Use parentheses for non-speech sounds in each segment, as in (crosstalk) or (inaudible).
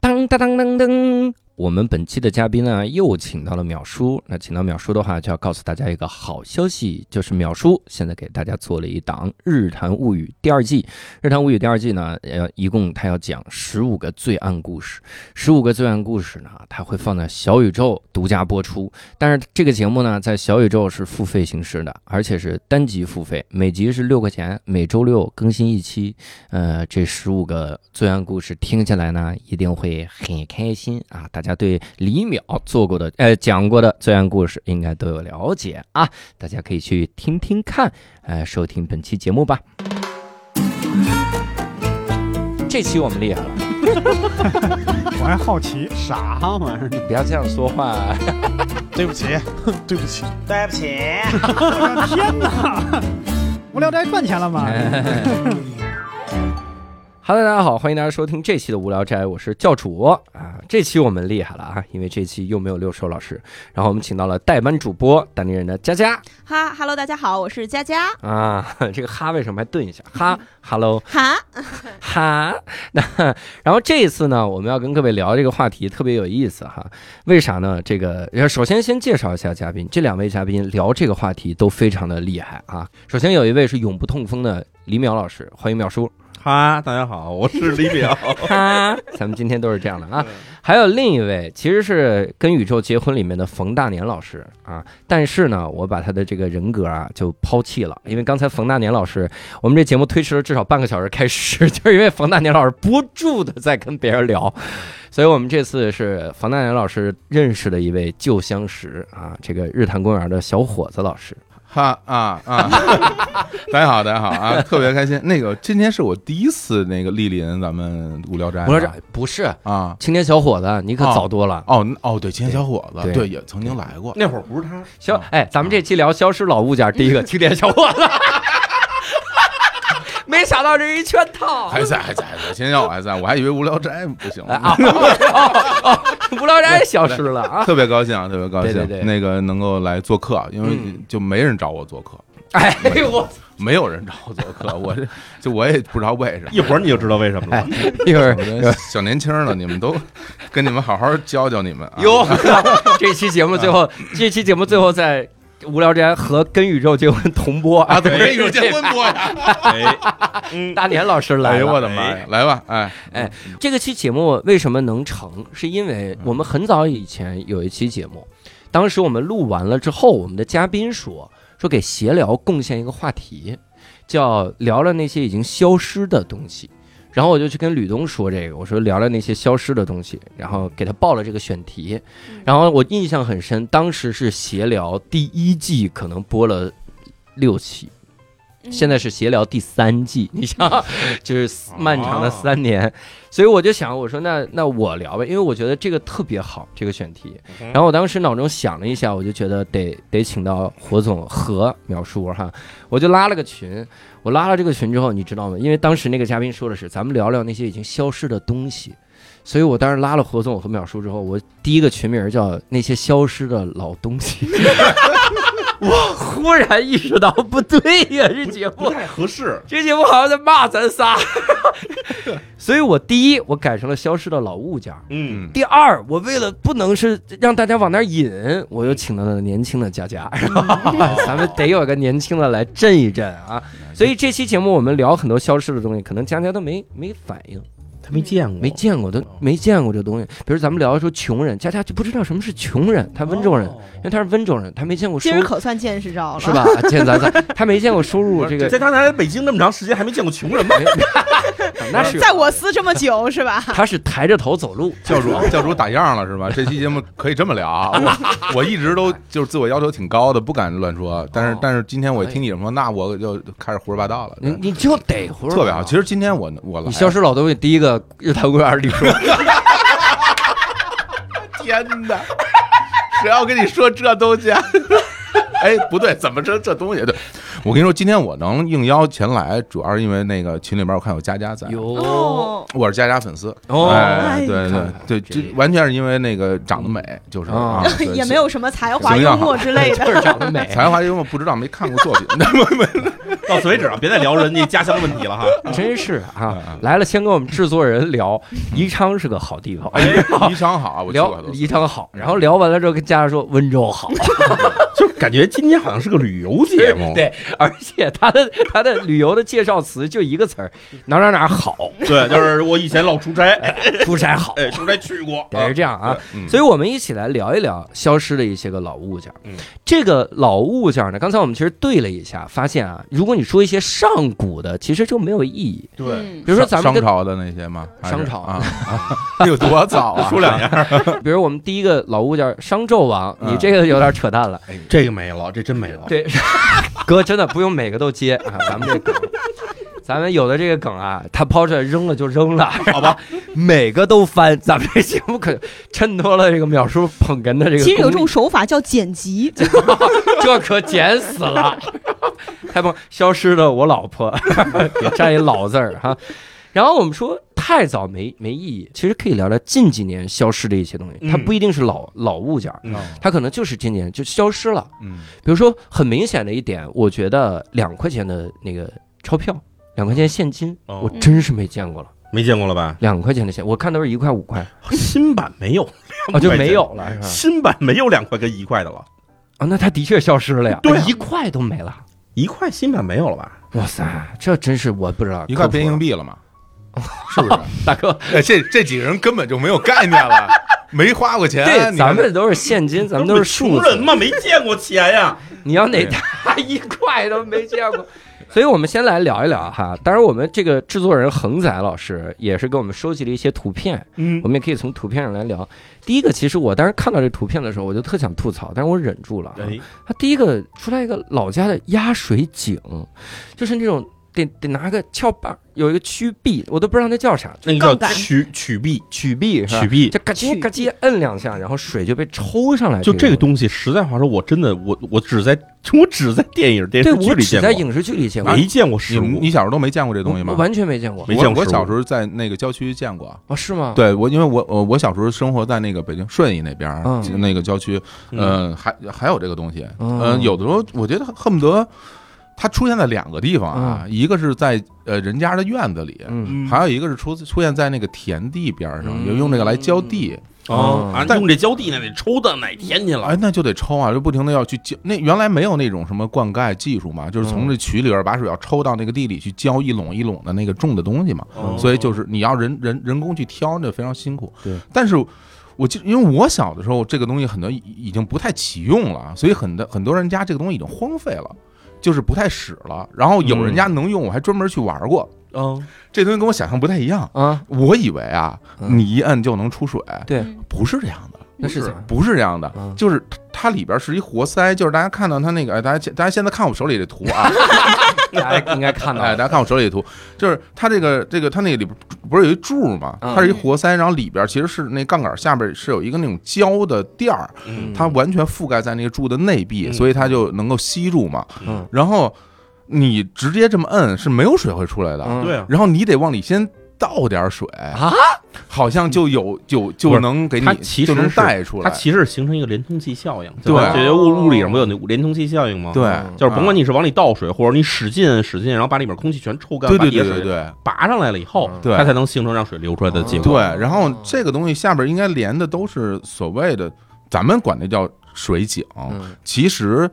噔噔噔噔噔。我们本期的嘉宾呢，又请到了淼叔。那请到淼叔的话，就要告诉大家一个好消息，就是淼叔现在给大家做了一档《日谈物语》第二季。《日谈物语》第二季呢，呃，一共他要讲十五个罪案故事。十五个罪案故事呢，他会放在小宇宙独家播出。但是这个节目呢，在小宇宙是付费形式的，而且是单集付费，每集是六块钱，每周六更新一期。呃，这十五个罪案故事听起来呢，一定会很开心啊！大家对李淼做过的、呃讲过的罪案故事应该都有了解啊，大家可以去听听看，呃，收听本期节目吧。这期我们厉害了，我还好奇，啥玩意儿？你不要这样说话。对不起，对不起，对不起，天 (laughs) 哪！无聊斋赚钱了哎吗？ (laughs) Hello，大家好，欢迎大家收听这期的无聊斋，我是教主啊。这期我们厉害了啊，因为这期又没有六兽老师，然后我们请到了代班主播当地人的佳佳哈，Hello，大家好，我是佳佳。啊。 (laughs) 这个哈为什么还顿一下？哈，Hello，哈，哈。那然后这一次呢，我们要跟各位聊这个话题特别有意思哈。为啥呢？这个首先先介绍一下嘉宾，这两位嘉宾聊这个话题都非常的厉害啊。首先有一位是永不痛风的李淼老师，欢迎淼叔。哈，大家好，我是李淼。哈，咱们今天都是这样的啊。还有另一位，其实是《跟宇宙结婚》里面的冯大年老师啊，但是呢，我把他的这个人格啊就抛弃了，因为刚才冯大年老师，我们这节目推迟了至少半个小时开始，就是因为冯大年老师不住的在跟别人聊，所以我们这次是冯大年老师认识的一位旧相识啊，这个日坛公园的小伙子老师。 (laughs) 哈啊啊！ (laughs) 大家好，大家好 (laughs) 啊！特别开心。那个今天是我第一次那个莅临咱们无聊斋啊，我说这不是啊。青年小伙子，你可哦早多了。哦嗯哦，对，青年小伙子，对对，也曾经来过。那会儿不是啊他，消哎，咱们这期聊消失老物件， (laughs) 第一个青年小伙子，没想到这是一圈套。还在，还在，还在，青年小伙子还在，(laughs) 我还以为无聊斋不行哎啊，哦哦哦无聊斋消失了啊！特别高兴啊，特别高对对对兴，那个能够来做客，因为嗯就没人找我做客，哎呦我，没有人找我做 (laughs) 客，我这就我也不知道为啥。一会儿你就知道为什么了。一会我儿这小年轻了，你们都跟你们好好教教你们啊。哟， (laughs) 这期节目最 (laughs) 后，这期节目最后在无聊斋和《跟宇宙结婚》同播啊，对，跟没宇宙有结结婚婚播呀！哎， (laughs) 大年老师哎来呦我了。的妈呀，来吧，哎，这个期节目为什么能成？是因为我们很早以前有一期节目，当时我们录完了之后，我们的嘉宾说说给闲聊贡献一个话题，叫聊聊那些已经消失的东西。然后我就去跟吕东说这个，我说聊聊那些消失的东西，然后给他报了这个选题。然后我印象很深，当时是闲聊第一季可能播了六期，嗯嗯现在是闲聊第三季，你想，就是漫长的三年，所以我就想，我说那那我聊呗，因为我觉得这个特别好，这个选题。嗯然后我当时脑中想了一下，我就觉得得得请到火总和淼叔哈，我就拉了个群。我拉了这个群之后，你知道吗？因为当时那个嘉宾说的是，咱们聊聊那些已经消失的东西。所以我当时拉了火总和淼叔之后，我第一个群名叫“那些消失的老东 (laughs) 西”。我忽然意识到不对呀，这节目不太合适。这节目好像在骂咱仨， (laughs) 所以我第一我改成了消失的老物件儿，嗯，第二我为了不能是让大家往那儿引，我又请到了年轻的佳 (laughs) 佳，咱们得有一个年轻的来震一震啊！嗯所以这期节目我们聊很多消失的东西，可能佳佳都没没反应，他没见没见过都哦没见过这东西。比如咱们聊说穷人，佳佳就不知道什么是穷人，他温州人，因为他是温州人，他没见过收哦今儿入可算见识到了，是？吧？啊见咱仨， (laughs) 他没见过收入这个在他来北京那么长时间，还没见过穷人 (laughs) 吗？没那是在我司这么久是吧？他是抬着头走路，教 (laughs) 主教主打样了是吧？这期节目可以这么聊啊！我我一直都就是自我要求挺高的，不敢乱说。啊但哦是但是今天我一听你这么说，那我就开始胡说八道了，你你就得嗯胡说特别好。其实今天我我来你消失老东西，第一个日坛公园里说，天哪！谁要跟你说这东西、啊？ (laughs) 哎，不对，怎么这这东西？对，我跟你说，今天我能应邀前来，主要是因为那个群里边我看有佳佳在，哦哟，，我是佳佳粉丝。哦哎，对看看对对，这这完全是因为那个长得美，就是啊哦， (laughs) 对 (laughs) 也没有什么才华、形象幽好默之类就的。 (laughs) 是长得美， (laughs) 才华幽默不知道没看过作品，没没到此为止啊，别再聊人家家乡问题了哈。真是啊嗯嗯，嗯来了先跟我们制作人聊，宜昌是个好地方，哎，宜昌好，我去过聊都。宜昌好，然后聊完了之后跟家人说温州 (laughs) 好， (laughs) 就感觉今天好像是个旅游节目，对，而且他的他的旅游的介绍词就一个词儿，嗯哪哪哪 (laughs) 好，对，就是我以前老出差，哎，出差好，出差去过， (laughs) 得是这样啊。嗯所以，我们一起来聊一聊消失的一些个老物件。嗯，这个老物件呢，刚才我们其实对了一下，发现啊，如果你说一些上古的，其实就没有意义。对，比如说咱们商跟，朝的那些吗？还是商朝 (laughs) 啊，啊有多早啊？说两样，比如我们第一个老物件商纣王，嗯你这个有点扯淡了。哎这个没了，这真没了。对，哥真的不用每个都接啊，咱们这梗，咱们有的这个梗啊，他抛出来扔了就扔了，好吧，每个都翻，咱们这节目可衬托了这个秒叔捧哏的这个功力。其实有一种手法叫剪辑，这可捡死了，太棒！消失的我老婆， (laughs) 也占一老字儿哈。然后我们说太早没没意义，其实可以聊聊近几年消失的一些东西，它嗯不一定是老老物件儿，嗯它可能就是今年就消失了。嗯，比如说很明显的一点，我觉得两块钱的那个钞票，两块钱现金，哦我真是没见过了。没见过了吧？两块钱的现，我看都是一块五块，新版没有，哦就没有了是吧？新版没有两块跟一块的了，啊，那它的确消失了呀，对啊一块都没了。一块新版没有了吧？哇塞，这真是我不知道，啊一块变科普了硬币了嘛？ (laughs) 是不是？ (laughs) 大哥，哎这这几个人根本就没有概念了，没花过钱。 (laughs) 对，哎你看咱们都是现金，咱们都是数穷人字。嘛，没见过钱呀。你要哪对大 (laughs) 一块都没见过， (laughs) 所以我们先来聊一聊哈。当然，我们这个制作人恒仔老师也是给我们收集了一些图片，嗯我，们也可以从图片上来聊。第一个，其实我当时看到这图片的时候，我就特想吐槽，但是我忍住了啊。哎，他第一个出来一个老家的压水井，就是那种得得拿个撬把儿，有一个曲臂，我都不知道那叫啥，那杠个叫杆曲曲臂，曲臂是吧曲臂。就嘎叽嘎叽摁两下，然后水就被抽上来。就这个东，东西，实在话说，我真的，我我只在 (laughs) 我只在电影电对视剧我里只见在过，影啊视剧里见过，没见过你实们物你。小时候都没见过这东西我吗？完全没见过。没见过我我实物小时候在那个郊区见过。哦，是吗？，对我，因为我我我小时候生活在那个北京顺义那边儿、嗯那个郊区，嗯，嗯，还还有这个东西，嗯嗯、有的时候我觉得恨不得它出现在两个地方啊，一个是在呃人家的院子里，嗯，还有一个是出出现在那个田地边儿上，嗯有用这个来浇地，哦，啊，但用这浇地那得抽到哪天去嗯了？哎，那就得抽啊，就不停的要去浇。那原来没有那种什么灌溉技术嘛，就是从嗯这渠里边把水要抽到那个地里去浇一垄一垄的那个种的东西嘛，哦所以就是你要人人人工去挑，那非常辛苦。对，但是。我记，因为我小的时候，这个东西很多已已经不太起用了，所以很多很多人家这个东西已经荒废了，就是不太使了。然后有人家能用，我还专门去玩过。嗯，这东西跟我想象不太一样，啊，我以为啊，嗯你一摁就能出水，对嗯不是这样的。那是啥？不是这样的嗯，就是它它里边是一活塞，就是大家看到它那个，哎大家现大家现在看我手里这图啊，大家应该看到哎，大家看我手里这图，就是它这个这个它那个里边不是有一柱吗？嗯它是一活塞，然后里边其实是那杠杆下边是有一个那种胶的垫儿，嗯它完全覆盖在那个柱的内壁，嗯所以它就能够吸住嘛。嗯然后你直接这么摁是没有水会出来的，嗯对啊，然后你得往里先倒点水啊，好像就有就不就是能给你它其就实能是带出来它。其实是形成一个连通器效应，对就是这物物理上不有那连通器效应吗？对，嗯就是甭啊管你是往里倒水，或者你使劲使劲，然后把里面空气全抽干，对把对底对下对水对拔上来了以后，嗯对它才能形成让水流出来的结嗯果。对，然后这个东西下边应该连的都是所谓的，咱们管那叫水井，嗯其实。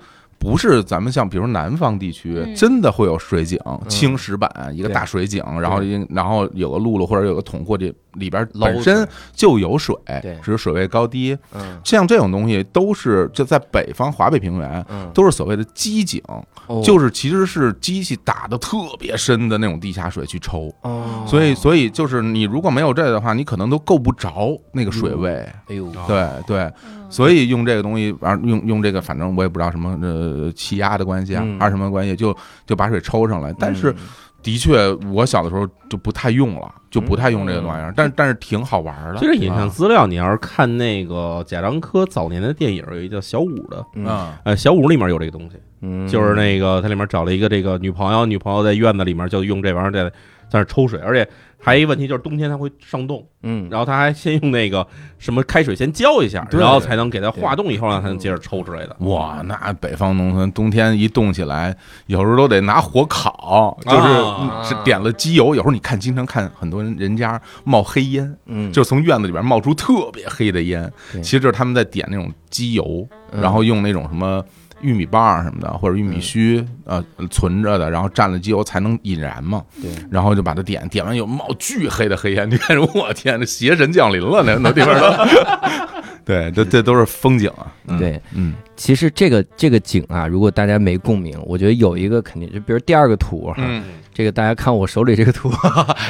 不是咱们像比如南方地区嗯真的会有水井，青石板一嗯个对大水井，然后一然后有个辘轳或者有个桶或者里边捞本身水就有水对，只是水位高低。嗯像这种东西都是就在北方华北平原嗯，都是所谓的机井，哦就是其实是机器打的特别深的那种地下水去抽。哦所以，所以就是你如果没有这的话，你可能都够不着那个水位。哎呦，对对，所以用这个东西，玩用用这个，反正我也不知道什么呃气压的关系啊嗯，还是什么关系，就就把水抽上来。但是的确，我小的时候就不太用了，就不太用这个玩意儿。但但是挺好玩的。其实影像啊资料，你要是看那个贾樟柯早年的电影，有一个叫《小五》的，嗯，呃，《小五》里面有这个东西，嗯就是那个他里面找了一个这个女朋友，女朋友在院子里面就用这玩意儿在在那儿抽水，而且还有一个问题就是冬天它会上冻，嗯，然后他还先用那个什么开水先浇一下，对然后才能给它化冻，以后让它能接着抽之类的。哇，那北方农村冬天一冻起来，有时候都得拿火烤，就是啊嗯是点了机油。有时候你看，经常看很多人人家冒黑烟，嗯，就是从院子里边冒出特别黑的烟，对其实就是他们在点那种机油，嗯然后用那种什么。玉米棒儿什么的，或者玉米须，呃，存着的，然后蘸了机油才能引燃嘛。对，然后就把它点，点完以后冒巨黑的黑烟，你看，我天，这邪神降临了，那那地方都。 (laughs) 对，这这都是风景啊。嗯，对。嗯，其实这个这个景啊，如果大家没共鸣，我觉得有一个肯定就比如第二个图哈，嗯，这个大家看我手里这个图，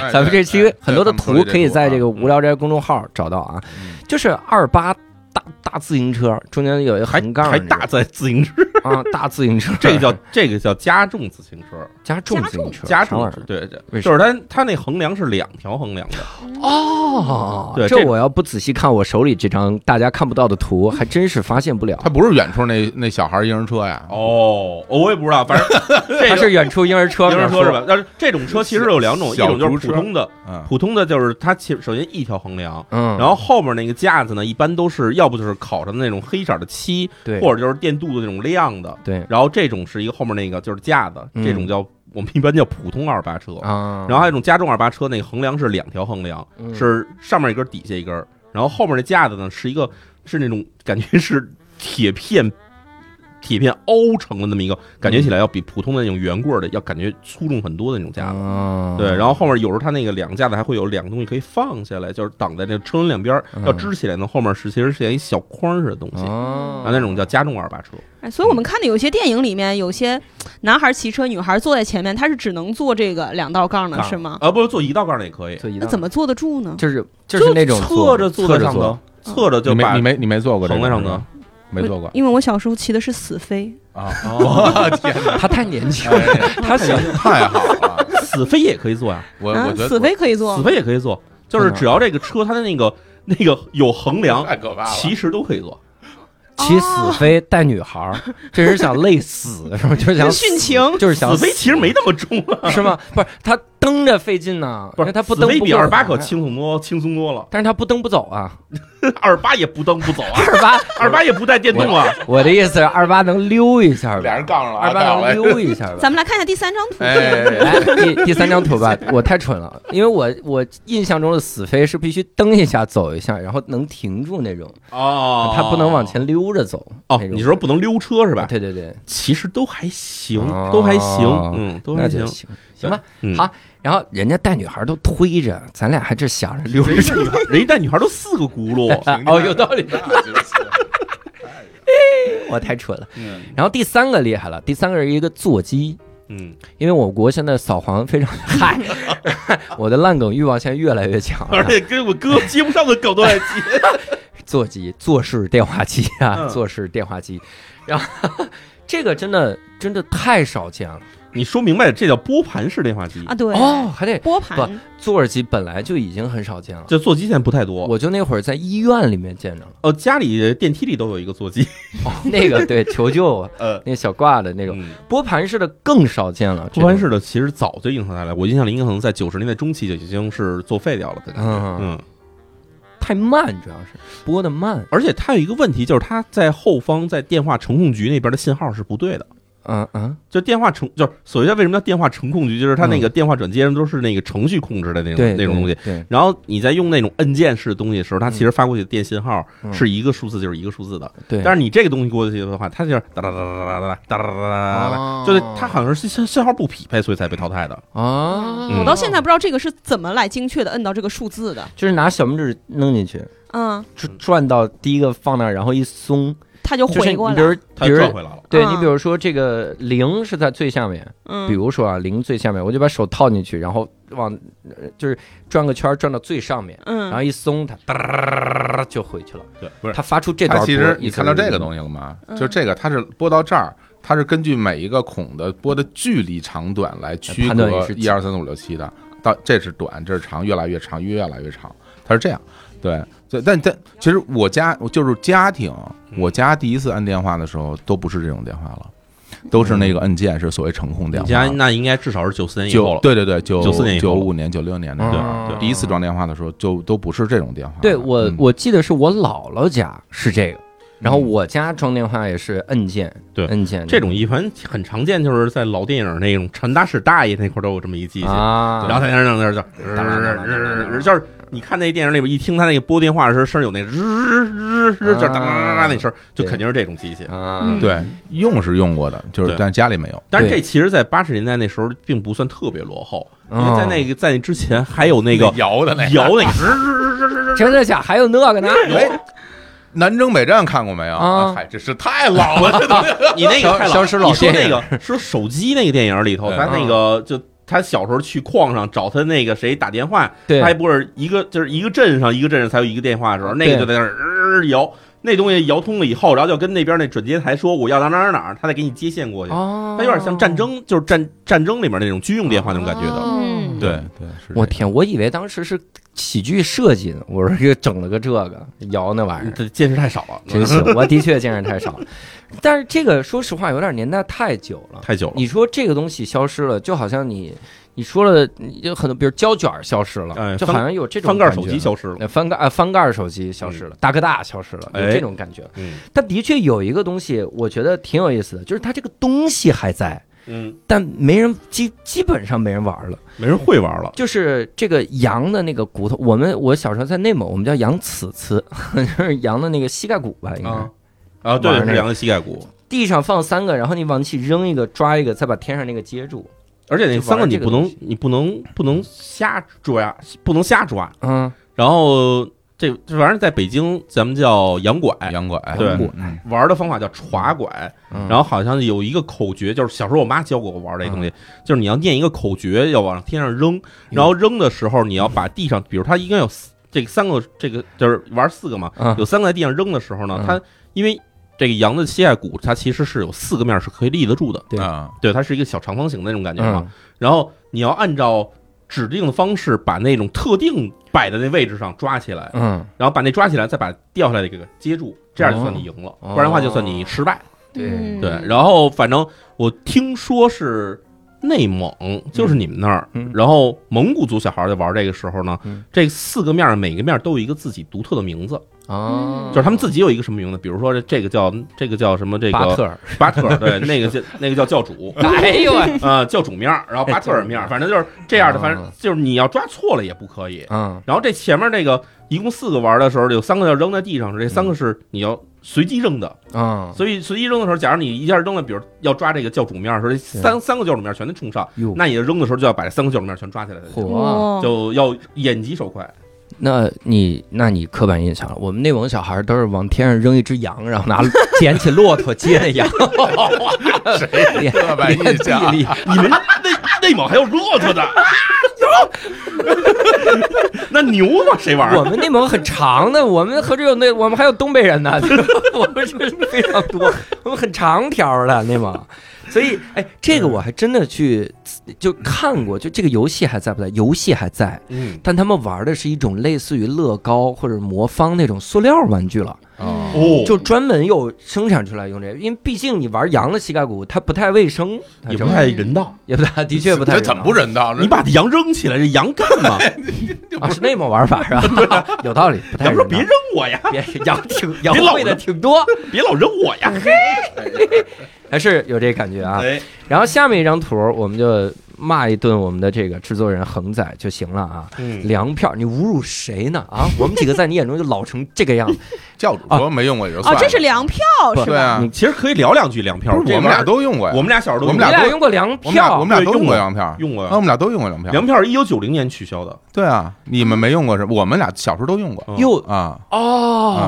哎咱们这期很多的对图对可以在这个啊嗯无聊斋公众号找到啊，就是二八大大自行车中间有一个还横杠儿还那个，大在自行车，啊大自行车， (laughs) 这个叫这个叫加重自行车，加重自行车，加什么重玩意儿对对，为就是它它那横梁是两条 (laughs) 横梁的，哦对这这我要不仔细看我手里这张大家看不到的图，还真是发现不了。他不是远处那那小孩婴儿车呀？哦，我也不知道， (laughs) 反正这它个是远处婴儿车，婴儿车是吧？？但是这种车其实有两种，一小种就是竹车普通的，嗯，普通的就是它其首先一条横梁。嗯，然后后面那个架子呢，一般都是要不就是烤上的那种黑色的漆，对，或者就是电镀的那种亮的。对然后这种是一个后面那个就是架子，嗯这种叫我们一般叫普通二八车。啊，然后还有一种加重二八车，那个横梁是两条横梁，嗯是上面一根，底下一根儿。然后后面那架子呢是一个是那种感觉是铁片。铁片凹成的那么一个，感嗯觉起来要比普通的那种圆棍儿的要感觉粗重很多的那种架子。啊，对，然后后面有时候它那个两个架子还会有两个东西可以放下来，就是挡在这车轮两边儿，嗯要支起来呢。后面是其实是一小筐似的东西，啊啊，那种叫加重二八车。哎，所以我们看的有些电影里面，有些男孩骑车，女孩坐在前面，他是只能坐这个两道杠的，啊是吗？啊，不是做一道杠儿也可以，座椅那呢怎么坐得住呢？就是就是那种侧着坐侧在着上坐头，侧着就你没把你没你没坐过这横在个上是头吧，没坐过 (laughs) 因为我小时候骑的是死飞，啊！哦， (laughs) 他太年轻了，哎他想太好了，死飞也可以坐呀，我我啊，觉得死飞可以 (laughs) 坐死，飞也可以坐，就是只要这个车它的那个那个有横梁，太可怕了。其实都可以坐。骑死飞带女孩儿，这人想累死是吧？就是想殉情就是想死飞其实没那么重啊，是吗？不是他蹬着费劲呢，不因为是他不死蹬飞不比过啊二八来可，轻松多轻松多了，但是他不蹬不走啊。二八也不蹬不走啊，二八，二八也不带电动啊。我的意思是二八能溜一下俩吧，人杠上了啊，二八大能伟溜一下吧。咱们来看一下第三张图，哎，来第第三张图吧，我太蠢了，因为我我印象中的死飞是必须蹬一下走一下，然后能停住那种，哦它不能往前溜着走哦，那种你说不能溜车是吧？对对对，其实都还行哦，都还行，嗯，都那还就行。行行吧。嗯好，然后人家带女孩都推着，咱俩还这想着溜着。人一带女孩都四个轱 (laughs) 辘，啊哦，有道理，那就是我太蠢了。然后第三个厉害了，第三个是一个座机，嗯，因为我国现在扫黄非常嗨， (laughs) 我的烂梗欲望现在越来越强而 (laughs) 了。且跟我哥接不上的梗都在接。座机、坐式电话机啊，嗯坐式电话机，然后 (laughs) 这个真的真的太少见了 (laughs) 你说明白，这叫拨盘式电话机啊，，对，哦，还得拨不盘，座儿机本来就已经很少见了。这座机现在不太多。我就那会儿在医院里面见着了，呃，家里电梯里都有一个座哎机， (laughs) 那个对求救 (laughs) 啊，呃，那小挂的那种嗯拨盘式的更少见了，拨盘式的其实早就应用下来，我印象里应该可能在九十年代中期就已经是作废掉了的这感种觉。嗯嗯，太慢，主要是拨的慢，而且它有一个问题，就是它在后方在电话程控局那边的信号是不对的。嗯嗯，就电话程，就是所谓叫为什么叫电话程控局，就是它那个电话转接上都是那个程序控制的那种对那种东西。，对，然后你在用那种按键式的东西的时候，它其实发过去的电信号嗯是一个数字就是一个数字的，对，但是是你这个东西过去的话，它就是哒哒哒哒哒哒哒哒哒哒哒哦哒，啊就是它好像是信信号不匹配，所以才被淘汰的。啊，嗯我到现在不知道这个是怎么来精确的摁到这个数字的，就是拿小拇指弄进去，嗯，转转到第一个放那儿，然后一松，他就就是回你过比来，如它比转如回来了，对嗯你比如说这个零是在最下面，比嗯，如说啊零最下面，我就把手套进去，然后往呃就是转个圈儿转到最上面，然后嗯，一松它哒就回去了，对，不是它发出这他段。其实你看到这个东西，西了吗？嗯就这个，它是拨到这儿，它是根据每一个孔的拨的距离长短来区判断隔是一二三四五六七的。到这是短，这是长，越来越长，越来越长，它是这样。对，对，但但其实嗯我家我就是家庭，我家第一次按电话的时候都不是这种电话了，都是那个按键是所谓程控你电家话。那应该至少是九四年以后九了，对对对，九94年以九后了五年、九六年那会儿嗯对对第一次装电话的时候，就都不是这种电话了。对我嗯，我记得是我姥姥家是这个，然后我家装电话也是摁键，对摁键这种一般很常见，就是在老电影那种传达室大爷那块儿都有这么一机器，啊，然后他在那儿那儿就，就是你看那电影里边一听他那个拨电话的时候，声儿有那日日日，就是哒哒哒哒那声儿，就肯定是这种机器。啊，对用是用过的，就是对但家里没有。但是这其实，在八十年代那时候并不算特别落后，因为在那个个在那之前还有那个摇的那摇那个，嗯真的假？还有那个呢？哎，南征北战看过没有？啊嗨，这是太老了，这都 (laughs) 你那个太老，你说那个嗯说手机那个电影里头，对他那个就他小时候去矿上找他那个谁打电话，对他还不是一个就是一个镇上一个镇上才有一个电话的时候，那对个就在那儿、呃、摇，那东西摇通了以后，然后就跟那边那转接台说我要到哪儿哪儿哪儿，他再给你接线过去。哦，他有点像战争，就是战战争里面那种军用电话那种感觉的。嗯对对，是哦我天，我以为当时是喜剧设计呢，我说又整了个这个摇那玩意儿。这见识太少了，真行，我的确见识太少了，但是这个说实话有点年代太久了。太久了。你说这个东西消失了，就好像你你说了，你有很多，比如胶卷消失了，哎就翻好像有这种翻盖感手觉机消失了，嗯呃翻盖啊，翻盖儿手机消失了，大哥大消失了，有哎这种感觉。嗯但的确有一个东西，我觉得挺有意思的，就是它这个东西还在，嗯，但没人基基本上没人玩了。没人会玩了。就是这个羊的那个骨头，我们我小时候在内蒙，我们叫羊齿刺， (laughs) 就是羊的那个膝盖骨吧，应该。啊啊，对，玩是那个两个膝盖骨，地上放三个，然后你往起扔一个，抓一个，再把天上那个接住。而且那三个你就不玩能这个，你不能不能瞎抓，不能瞎抓。嗯，然后这这玩意儿在北京咱们叫洋拐，洋拐，对嗯嗯玩的方法叫耍拐。嗯然后好像有一个口诀，就是小时候我妈教过我玩这东嗯西，就是你要念一个口诀，要往天上扔，嗯然后扔的时候你要把地上，比如它应该有四这个三个，这个就是玩四个嘛，嗯有三个在地上扔的时候呢嗯，它因为。这个羊的膝盖骨，它其实是有四个面是可以立得住的，对啊，对，它是一个小长方形的那种感觉嘛。嗯然后你要按照指定的方式把那种特定摆的那位置上抓起来，嗯，然后把那抓起来，再把掉下来的给接住，这样就算你赢了，哦不然的话就算你失败。对嗯对，然后反正我听说是内蒙，就是你们那儿，嗯然后蒙古族小孩在玩这个时候呢，嗯这四个面儿每个面儿都有一个自己独特的名字，哦，就是他们自己有一个什么名字，比如说这这个叫这个叫什么这个巴特尔，巴特尔，对，那个叫那个叫教主，哎呦喂，啊，教主面儿，然后巴特尔面儿，反正就是这样的，啊反正就是你要抓错了也不可以。嗯然后这前面这个一共四个玩的时候，有三个要扔在地上，这三个是你要随机扔的，嗯，啊所以随机扔的时候，假如你一下扔了，比如要抓这个教主面儿的时候，这三三个教主面儿全都冲上哟，那你扔的时候就要把这三个教主面儿全抓起来才行，火。就要眼疾手快。那你那你刻板印象了，我们内蒙小孩都是往天上扔一只羊，然后拿 (laughs) 捡起骆驼接那羊，谁刻板印 (laughs) 象？你你们内内蒙还有骆驼的， (laughs) 那牛吗？谁玩儿？我们内蒙很长的，我们何止有那，我们还有东北人呢， (laughs) 我们是非常多，我们很长条的内蒙。所以，哎，这个我还真的去就看过，就这个游戏还在不在？游戏还在，嗯，但他们玩的是一种类似于乐高或者魔方那种塑料玩具了，哦哦就专门又生产出来用这个，因为毕竟你玩羊的膝盖骨，它不太卫生，它也这不玩意儿太人道。也不太，的确不太啊这人道。怎么不人道？你把这羊扔起来，这羊干嘛？ (laughs) 啊？是那么玩法是吧？有道理，不太羊人道说别扔 (laughs) 我呀，别羊挺羊别老会的扔挺多，别老扔我呀。嘿，还是有这感觉啊。哎，然后下面一张图，我们就骂一顿我们的这个制作人恒仔就行了啊。嗯，粮票，你侮辱谁呢？啊，我们几个在你眼中就老成这个样子，教主啊说没用过也就算啊哦，了。这是粮票是对吧？啊你，其实可以聊两句粮票。不是我们俩都用过呀，我们俩小时候都我你们俩俩都用过粮我们俩我票，们俩都用过对粮票，用过啊，我呀。们俩都用过粮票。粮票是一九九零年取消的，对啊，你们没用过是？我们俩小时候都用过嗯又啊哦，啊，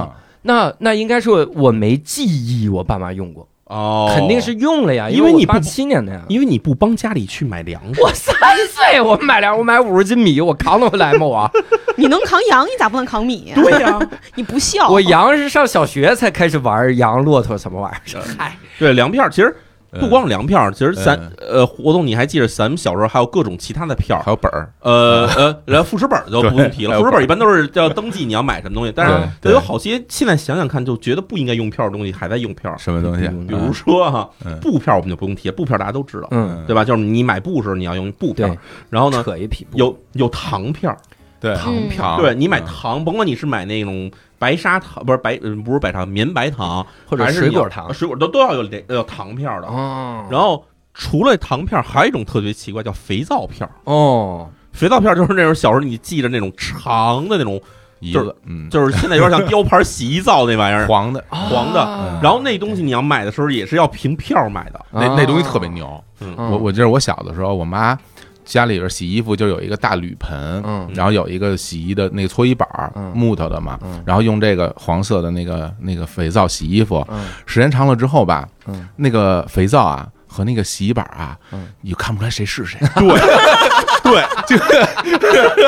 那那应该是我没记忆，我爸妈用过，哦肯定是用了呀，因为你不八七年的呀。因为你不帮家里去买粮食。我三岁，我买粮，我买五十斤米，我扛得回来吗？我你能扛羊，你咋不能扛米呀？对呀、你不孝。啊我羊是上小学才开始玩羊、骆驼什么玩意儿。嗨，对，粮票其实不光是粮票，其实咱嗯呃活动你还记着，咱们小时候还有各种其他 (laughs) 的票，还有本儿，呃呃，然后副食本儿就不用提对还了，有副食本儿一般都是要登记你要买什么东西，但是对有对好些现在想想看就觉得不应该用票的东西还在用票，什么东西？比如说哈嗯布票我们就不用提，布票大家都知道，嗯，嗯，对吧？就是你买布时候你要用布票对，然后呢扯一匹布，有有糖票，对糖票对你买嗯糖，甭管你是买那种白砂糖，不是白呃不是白糖，绵白糖或者还是水你要果糖。水果都都要有这要有糖票的。哦然后除了糖票，还有一种特别奇怪叫肥皂票。哦，肥皂票就是那种小时候你记着那种长的那种，一就是个嗯，就是现在有点像雕牌洗衣皂那 (laughs) 玩意儿，黄的，黄的。嗯然后那东西你要买的时候也是要凭票买的，那那东西特别牛。嗯，我我记得我小的时候，我妈家里边洗衣服就有一个大铝盆，嗯然后有一个洗衣的那个搓衣板儿，嗯木头的嘛嗯，然后用这个黄色的那个那个肥皂洗衣服，嗯时间长了之后吧，嗯那个肥皂啊。和那个洗衣板啊，嗯你就看不出来谁是 (laughs) 谁，对， (laughs)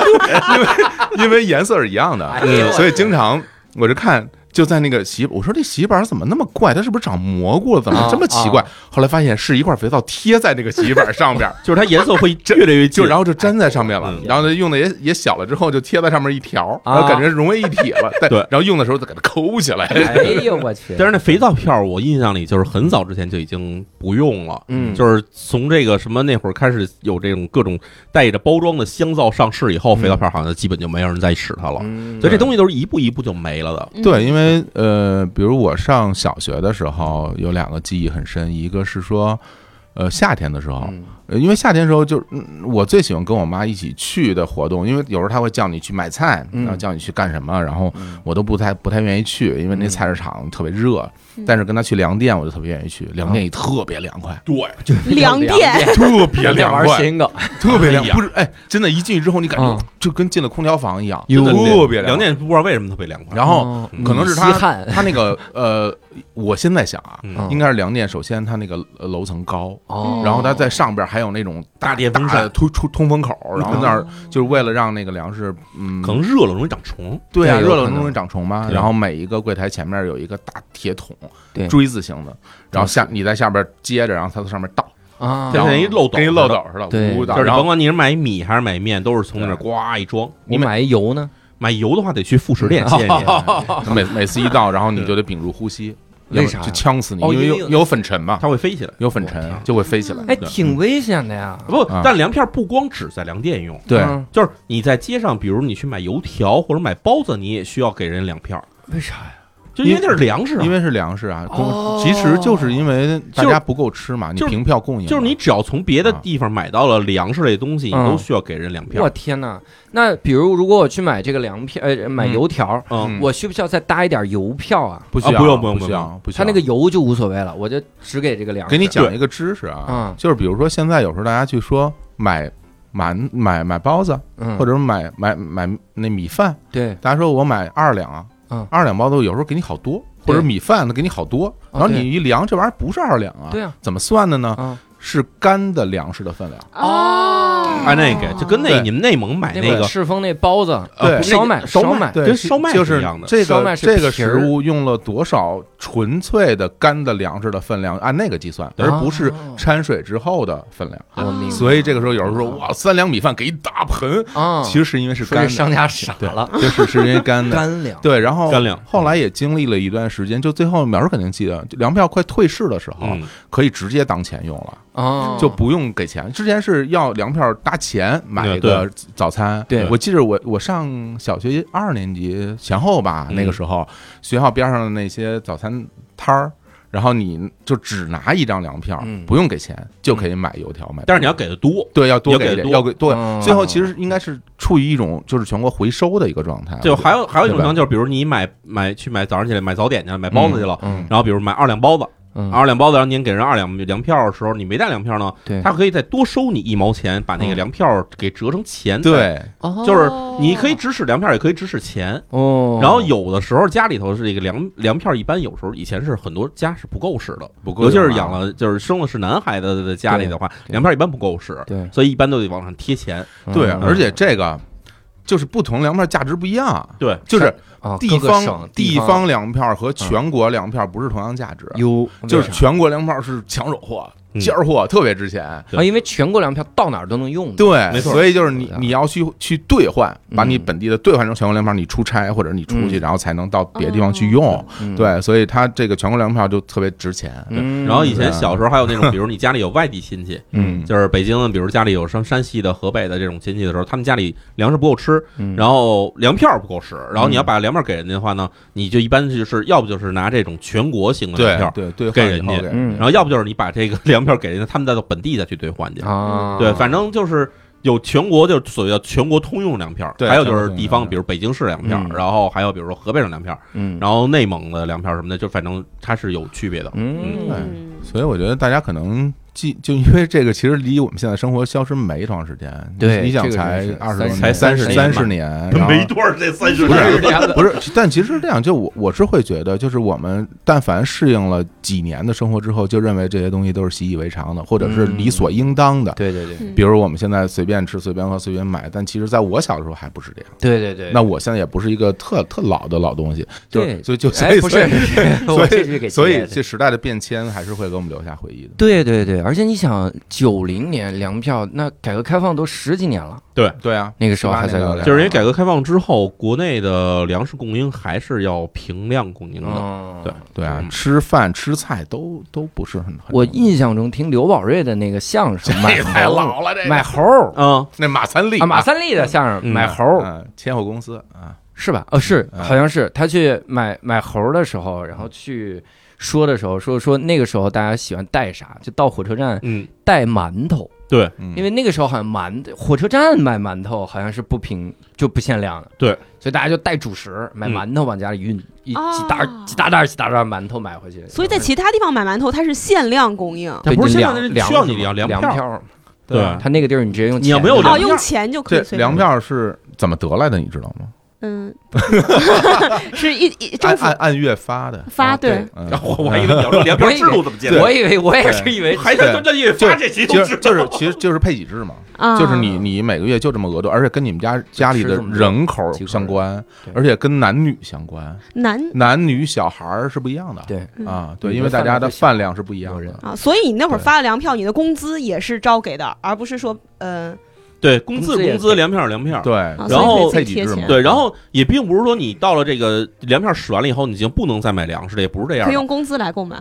因为颜色是一样的，嗯所以经常我就看就在那个洗，我说这洗衣板怎么那么怪？它是不是长蘑菇了？怎么啊这么奇怪？后来发现是一块肥皂贴在那个洗衣板上边，就是它颜色会越 (laughs) 来越近就然后就粘在上面了嗯，然后呢用的也也小了之后就贴在上面一条，啊然后感觉融为一体 (laughs) 了。对然后用的时候再给它抠起来。哎呦我去， (laughs) 但是那肥皂票，我印象里就是很早之前就已经不用了，嗯就是从这个什么那会儿开始有这种各种带着包装的香皂上市以后，肥皂票好像基本就没有人再使它了，嗯所以这东西都是一步一步就没了的。对，因为呃，比如我上小学的时候有两个记忆很深，一个是说。呃，夏天的时候，嗯呃因为夏天的时候就、嗯我最喜欢跟我妈一起去的活动，因为有时候她会叫你去买菜，嗯然后叫你去干什么，然后我都不太不太愿意去，因为那嗯菜市场特别热。嗯但是跟她去粮店，我就特别愿意去，粮店也特别凉快， (laughs) 对，嗯粮店，特别别凉玩快，新梗，特别凉哎，呀不是哎，真的，一进去之后你感觉嗯就跟进了空调房一样，真的特别凉凉。店不知道为什么特别凉快，然后嗯可能是他他汗它那 (laughs) 个呃，我现在想啊，嗯应该是粮店，首先它那个呃楼层高，哦，然后它在上边还有那种大电风大扇嗯的通出通风口，然后那儿就是为了让那个粮食，嗯，可能热了容易长虫，对啊，对有热了可能容易长虫嘛。对然后每一个柜台前面有一个大铁桶对，锥字形的，然后下你在下边接着，然后它从上面倒，啊就然后像一漏斗，跟一漏，斗似的，对呜呜就倒，是然甭后管你是买米还是买面，都是从那儿呱一装。你买一油呢？买油的话得去副食店，谢谢你。每每次一倒，然后你就得屏住呼吸，为要不啥就呛死你，哦因为因为有有粉尘嘛，它会飞起来。有粉尘就会飞起来。哎，挺嗯危险的呀。不啊，但粮票不光只在粮店用，对，嗯就是你在街上，比如你去买油条或者买包子，你也需要给人粮票，为啥呀？就因为那是粮食啊。因为是粮食啊，供哦其实就是因为大就家是不够吃嘛，你就是凭票供应嘛，就是你只要从别的地方买到了粮食类的东西，你嗯都需要给人粮我票。天哪！那比如如果我去买这个粮票，呃，买油条，嗯嗯，我需不需要再搭一点油票啊？不需要，啊不用不用不需要，不需它要。那个油就无所谓了，我就只给这个粮食。给你讲一个知识啊嗯，就是比如说现在有时候大家去说买馒买买包子，嗯，或者买买买那米饭，对，大家说我买二两啊嗯，二两包子有时候给你好多，或对者米饭呢给你好多，哦然后对你一量这玩意儿不是二两啊，对啊，怎么算的呢？啊，是干的粮食的分量，哦按那个就跟那对你们内蒙买那那个赤峰那包子，对呃不是那少个买烧少买对，跟烧麦就是是一样的这烧麦个是这个皮儿食物用了多少纯粹的干的粮食的分量，按那个计啊算，而不是哦掺水之后的分量。我明白所以这个时候有人说哇，三两米饭给一大盆，啊。其实是因为是说这干商的，家傻了，就是是因为干 (laughs) 的。干粮对，然后干粮后来也经历了一段时间，就最后苗儿肯定记得，粮票快退市的时候，嗯，可以直接当钱用了，啊，就不用给钱。之前是要粮票搭钱买一个早餐。对我记着我我上小学二年级前后吧，嗯那个时候学校边上的那些早餐摊儿，然后你就只拿一张粮票嗯，不用给钱就可以买油条买。但是你要给的多，对要多要给一点，多要给对。嗯最后其实应该是处于一种就是全国回收的一个状态。啊就还有还有一种对吧情况就是，比如你买买去买早上起来买早点去了，买包子去了，嗯然后比如买二两包子，啊嗯二两包子，然后您给人二两粮票的时候，你没带粮票呢，对他可以再多收你一毛钱，把那个粮票给折成钱。，对，就是你可以只使粮票，也可以只使钱。哦，然后有的时候家里头是这个粮粮票，一般有时候以前是很多家是不够使的，不尤其是养了就是生的是男孩子的家里的话，对粮票一般不够使，对所以一般都得往上贴钱。对，嗯而且这个就是不同粮票价值不一样，对，就是啊，地各个方省地方粮票和全国粮票不是同样价值，有就是全国粮票是抢手货、嗯尖儿货，特别值钱。对啊，因为全国粮票到哪儿都能用的。对，没错所以就是你对啊你要去去兑换，把你嗯本地的兑换成全国粮票，你出差或者你出去，然后才能到别的地方去用。嗯，对，所以它这个全国粮票就特别值钱。嗯然后以前小时候还有那种，比如你家里有外地亲戚，嗯，就是北京的，比如家里有上山西的、河北的这种亲戚的时候，他们家里粮食不够吃，嗯然后粮票不够使，然嗯后你要把粮票给人家的话呢，你就一般就是要不就是拿这种全国型的对粮票，对兑给换以后人家给人嗯然后要不就是你把这个 (laughs) 粮票给人家，他们再到本地再去兑换去。啊，对，反正就是有全国，就是所谓的全国通用粮票，对还有就全是国通用地粮方，票比如北京市粮票嗯，然后还有比如说河北省粮票，嗯然后内蒙的粮票什么的，就反正它是有区别的。嗯嗯，所以我觉得大家可能记，就因为这个，其实离我们现在生活消失没多长时间。对你想这个才真是二三十十才三30三十年年，然后多少这三嗯十不是这样 (laughs) 的不是，但其实是这样，就我我是会觉得，就是我们但凡适应了几年的生活之后，就认为这些东西都是习以为常的，或者是理所应当的。对对对嗯比如我们现在随便吃、随便喝、随便买，但其实在我小的时候还不是这样。对对对。那我现在也不是一个特特老的老东西，就是对所以就所哎以不所是以， (laughs) 我这所是给以所截以的这时代的变迁还是会给我们留下回忆的。对对对，而且你想，九零年粮票，那改革开放都十几年了，对啊，那个时候还在18有年粮，的就是因为改革开放之后，国内的粮食供应还是要平量供应的。嗯，对对啊嗯，吃饭吃菜都都不是很。很我容易印象中听刘宝瑞的那个相声，买 (laughs) 这 (laughs) 太猴老了，这哎个买猴儿嗯，那马三立啊，马三立的相声嗯买猴儿嗯，千货公司啊，是吧？哦，是，嗯好像是他去买买猴儿的时候，然后去说的时候说说那个时候大家喜欢带啥，就到火车站嗯，带馒头，嗯因为那个时候好像馒火车站卖馒头好像是不平就不限量的，对，所以大家就带主食买嗯馒头往家里运，一啊几大几大袋儿几大袋儿馒头买回去。所以在其他地方买馒头，它是限量供应。对但不是你现粮在人粮需要你是吗粮粮粮票票，对啊他那个地儿你直接用你要钱没有买哦，粮用钱就可这以随便粮票是怎么得来的，你知道吗？嗯， (laughs) 是一一按政府按按月发的。发啊对对，嗯，我 (laughs) 我还以为你要说粮票制度怎么建立，我以为我也是以为还在专家也发这 (laughs) 些就都是是就是其实就是配给制嘛，啊，就是你你每个月就这么额度，而且跟你们家家里的人口相关几口人，而且跟男女相关，难男女小孩儿是不一样的。对嗯啊，对，你因的为大家的饭饭量是不一样有人的。啊，所以你那会儿对发了粮票，你的工资也是照给的，而不是说呃，对工资工资也工资，粮票粮票。对，啊然后所配以可以自己给贴制嘛钱，对，然后也并不是说你到了这个粮票使完了以后，你已经不能再买粮食了，也不是这样可以的。用工资来购买。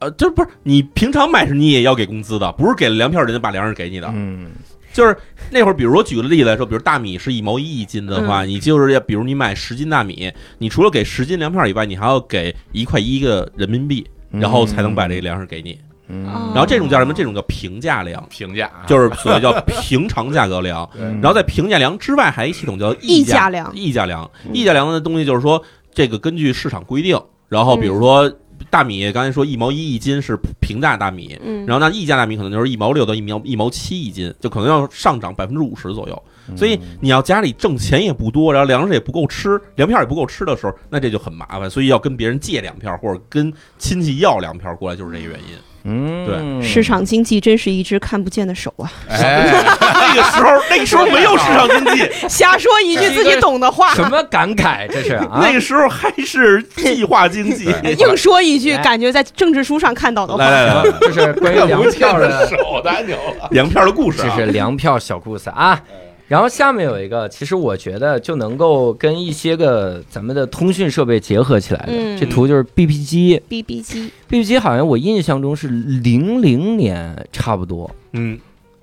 呃，这不是你平常买是你也要给工资的，不是给了粮票人家把粮食给你的。嗯，就是那会儿，比如说举个例子来说，比如大米是一毛一一斤的话，你就是要，比如你买十斤大米，你除了给十斤粮票以外，你还要给一块一个人民币，然后才能把这个粮食给你。嗯，哦然后这种叫什么？这种叫平价粮，评价啊就是所谓叫平常价格粮。嗯然后在平价粮之外，还有一系统叫溢价价粮溢价粮，溢价粮的东西就是说，这个根据市场规定，然后比如说大米，刚才说一毛一一斤是平价大米，嗯，然后那溢价大米可能就是一毛六到一毛一毛七一斤，就可能要上涨百分之五十左右。嗯所以你要家里挣钱也不多，然后粮食也不够吃，粮票也不够吃的时候，那这就很麻烦，所以要跟别人借粮票或者跟亲戚要粮票过来，就是这个原因。嗯，对市场经济真是一只看不见的手 (laughs) 啊！哎，那个时候，那个时候没有市场经济，瞎说一句自己懂的 (laughs) 话，什么感慨这是啊那？个时候还是计划经济。对硬说一句，来感觉在政治书上看到的 (laughs) 来话。来来，这是关于粮票的，手太牛了，粮票的故事这啊是，粮票小故事啊。然后下面有一个，其实我觉得就能够跟一些个咱们的通讯设备结合起来的。嗯这图就是 BP 机 B B 机， ，BP 机好像我印象中是零零年差不多，嗯，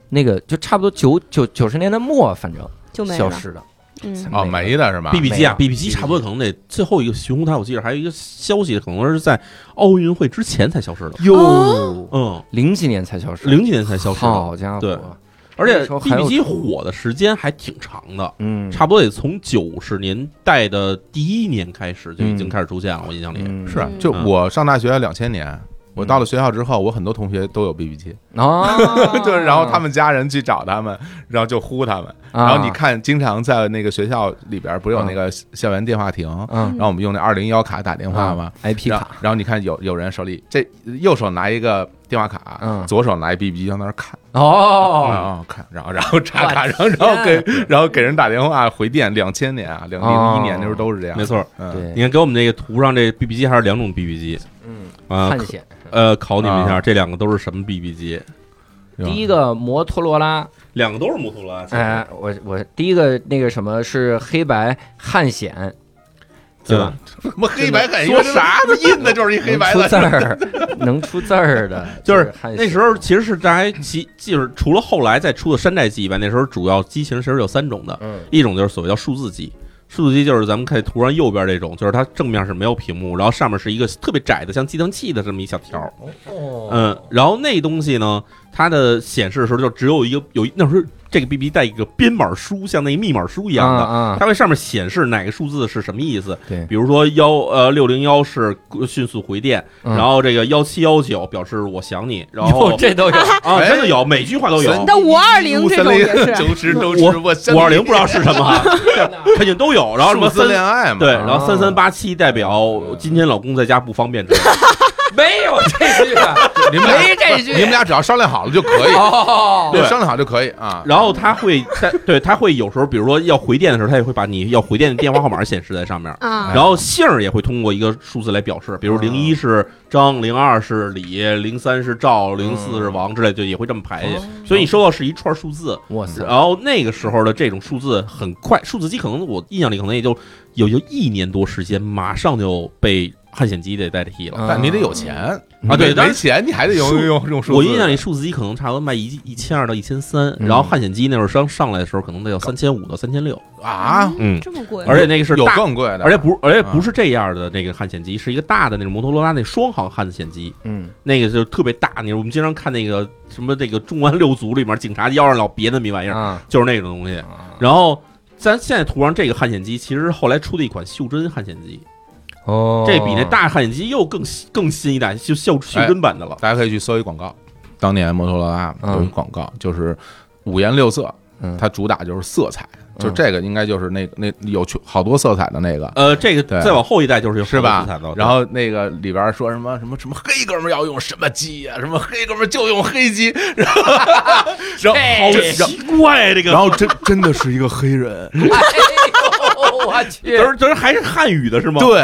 那个就差不多九九九十年代末，反正就没消了。失的。嗯，哦，没的是吧 B B 机啊没，B B 机差不多可能得最后一个寻红台，我记得还有一个消息，可能是在奥运会之前才消失的。哟，哦嗯，零几年才消失，零几年才消失的，好家对伙，而那且时候 B 还有 B 机火的时间还挺长的，嗯，差不多得从九十年代的第一年开始就已经嗯开始出现了，我印象里。嗯是啊嗯就我上大学两千年，我到了学校之后，我很多同学都有 BB 机，，(laughs) 哦啊 (laughs) 就是然后他们家人去找他们，然后就呼他们，啊，然后你看，经常在那个学校里边不是有那个校园电话亭，嗯，然后我们用那二零幺卡打电话嘛， ，IP 然嗯卡，然后你看有有人手里这右手拿一个电话卡，嗯左手拿一 BB 机在那儿看，哦，然后看，然后然后插卡，然后我天然后给然后给人打电话回电，两千年啊，两零一年那时候都是这样，没，错。嗯，你对，看，给我们这个图上这 BB 机还是两种 BB 机嗯，啊探？险。呃，考你们一下，啊这两个都是什么 BB 机？是吧第一个摩托罗拉，两个都是摩托罗拉。哎，我我第一个那个什么是黑白汉显，对吧？什么黑白海说说啥呢？印的就是一黑白能出 (laughs) 字的，儿，能出字儿的，就是汉显那时候其实是大家其就是除了后来再出的山寨机以外，那时候主要机型其实有三种的，嗯一种就是所谓叫数字机，数字机就是咱们看图上右边这种，就是它正面是没有屏幕，然后上面是一个特别窄的像计量器的这么一小条哦儿，嗯，然后那东西呢，它的显示的时候就只有一个有一那时候这个 BB 带一个编码书，像那密码书一样的，啊啊，它会上面显示哪个数字是什么意思。对比如说幺呃六零幺是呃迅速回电，嗯然后这个幺七幺九表示我想你，然后哟，这都有，啊哎真的有，每句话都有。但五二零这种也 (laughs) 是，九十都是我五二零不知道是什么 (laughs) 啊，肯定都有。然后什么数字三恋爱嘛，对，然后啊三三八七代表今天老公在家不方便之类的。没有这句啊，你们俩没这你们句，俩只要商量好了就可以，哦，对，商量好就可以啊。然后他会在 (laughs) 对他会有时候，比如说要回电的时候，他也会把你要回电的电话号码显示在上面。啊，然后姓儿也会通过一个数字来表示，比如零一是张，零二是李，零三是赵，零四是王之类，就也会这么排下去。所以你收到是一串数字，哇塞，然后那个时候的这种数字很快，数字机可能我印象里可能也就有就一年多时间，马上就被汉显机给代替了。但你得有钱啊对没没当然钱你还得用数用用数字。嗯我印象里，数字机可能差不多卖一一千二到一千三，然后汉显机那会儿刚上来的时候，可能得要三千五到三千六。啊，嗯，这么贵，而且那个是有大更贵的，啊而且不，而且不是这样的那个汉显机，是一个大的那种摩托罗拉那双行汉显机，嗯，那个就是特别大。你我们经常看那个什么这个《重案六组》里面警察腰上老别那么一玩意儿，啊，就是那种东西。啊然后咱现在图上这个汉显机，其实是后来出的一款袖珍汉显机，哦，这比那大汉显机又更更新一代，就袖袖珍版的了。大家可以去搜一广告，当年摩托罗拉嗯有一广告，就是五颜六色嗯，它主打就是色彩，就嗯这个应该就是那个那有去好多色彩的那个。呃，这个对再往后一代就是有是好多吧色彩的？然后那个里边说什么什么什么黑哥们儿要用什么机呀、什么黑哥们儿就用黑机，然后然后好然后奇怪这个，然后真真的是一个黑人，我去都，是都是还是汉语的是吗？对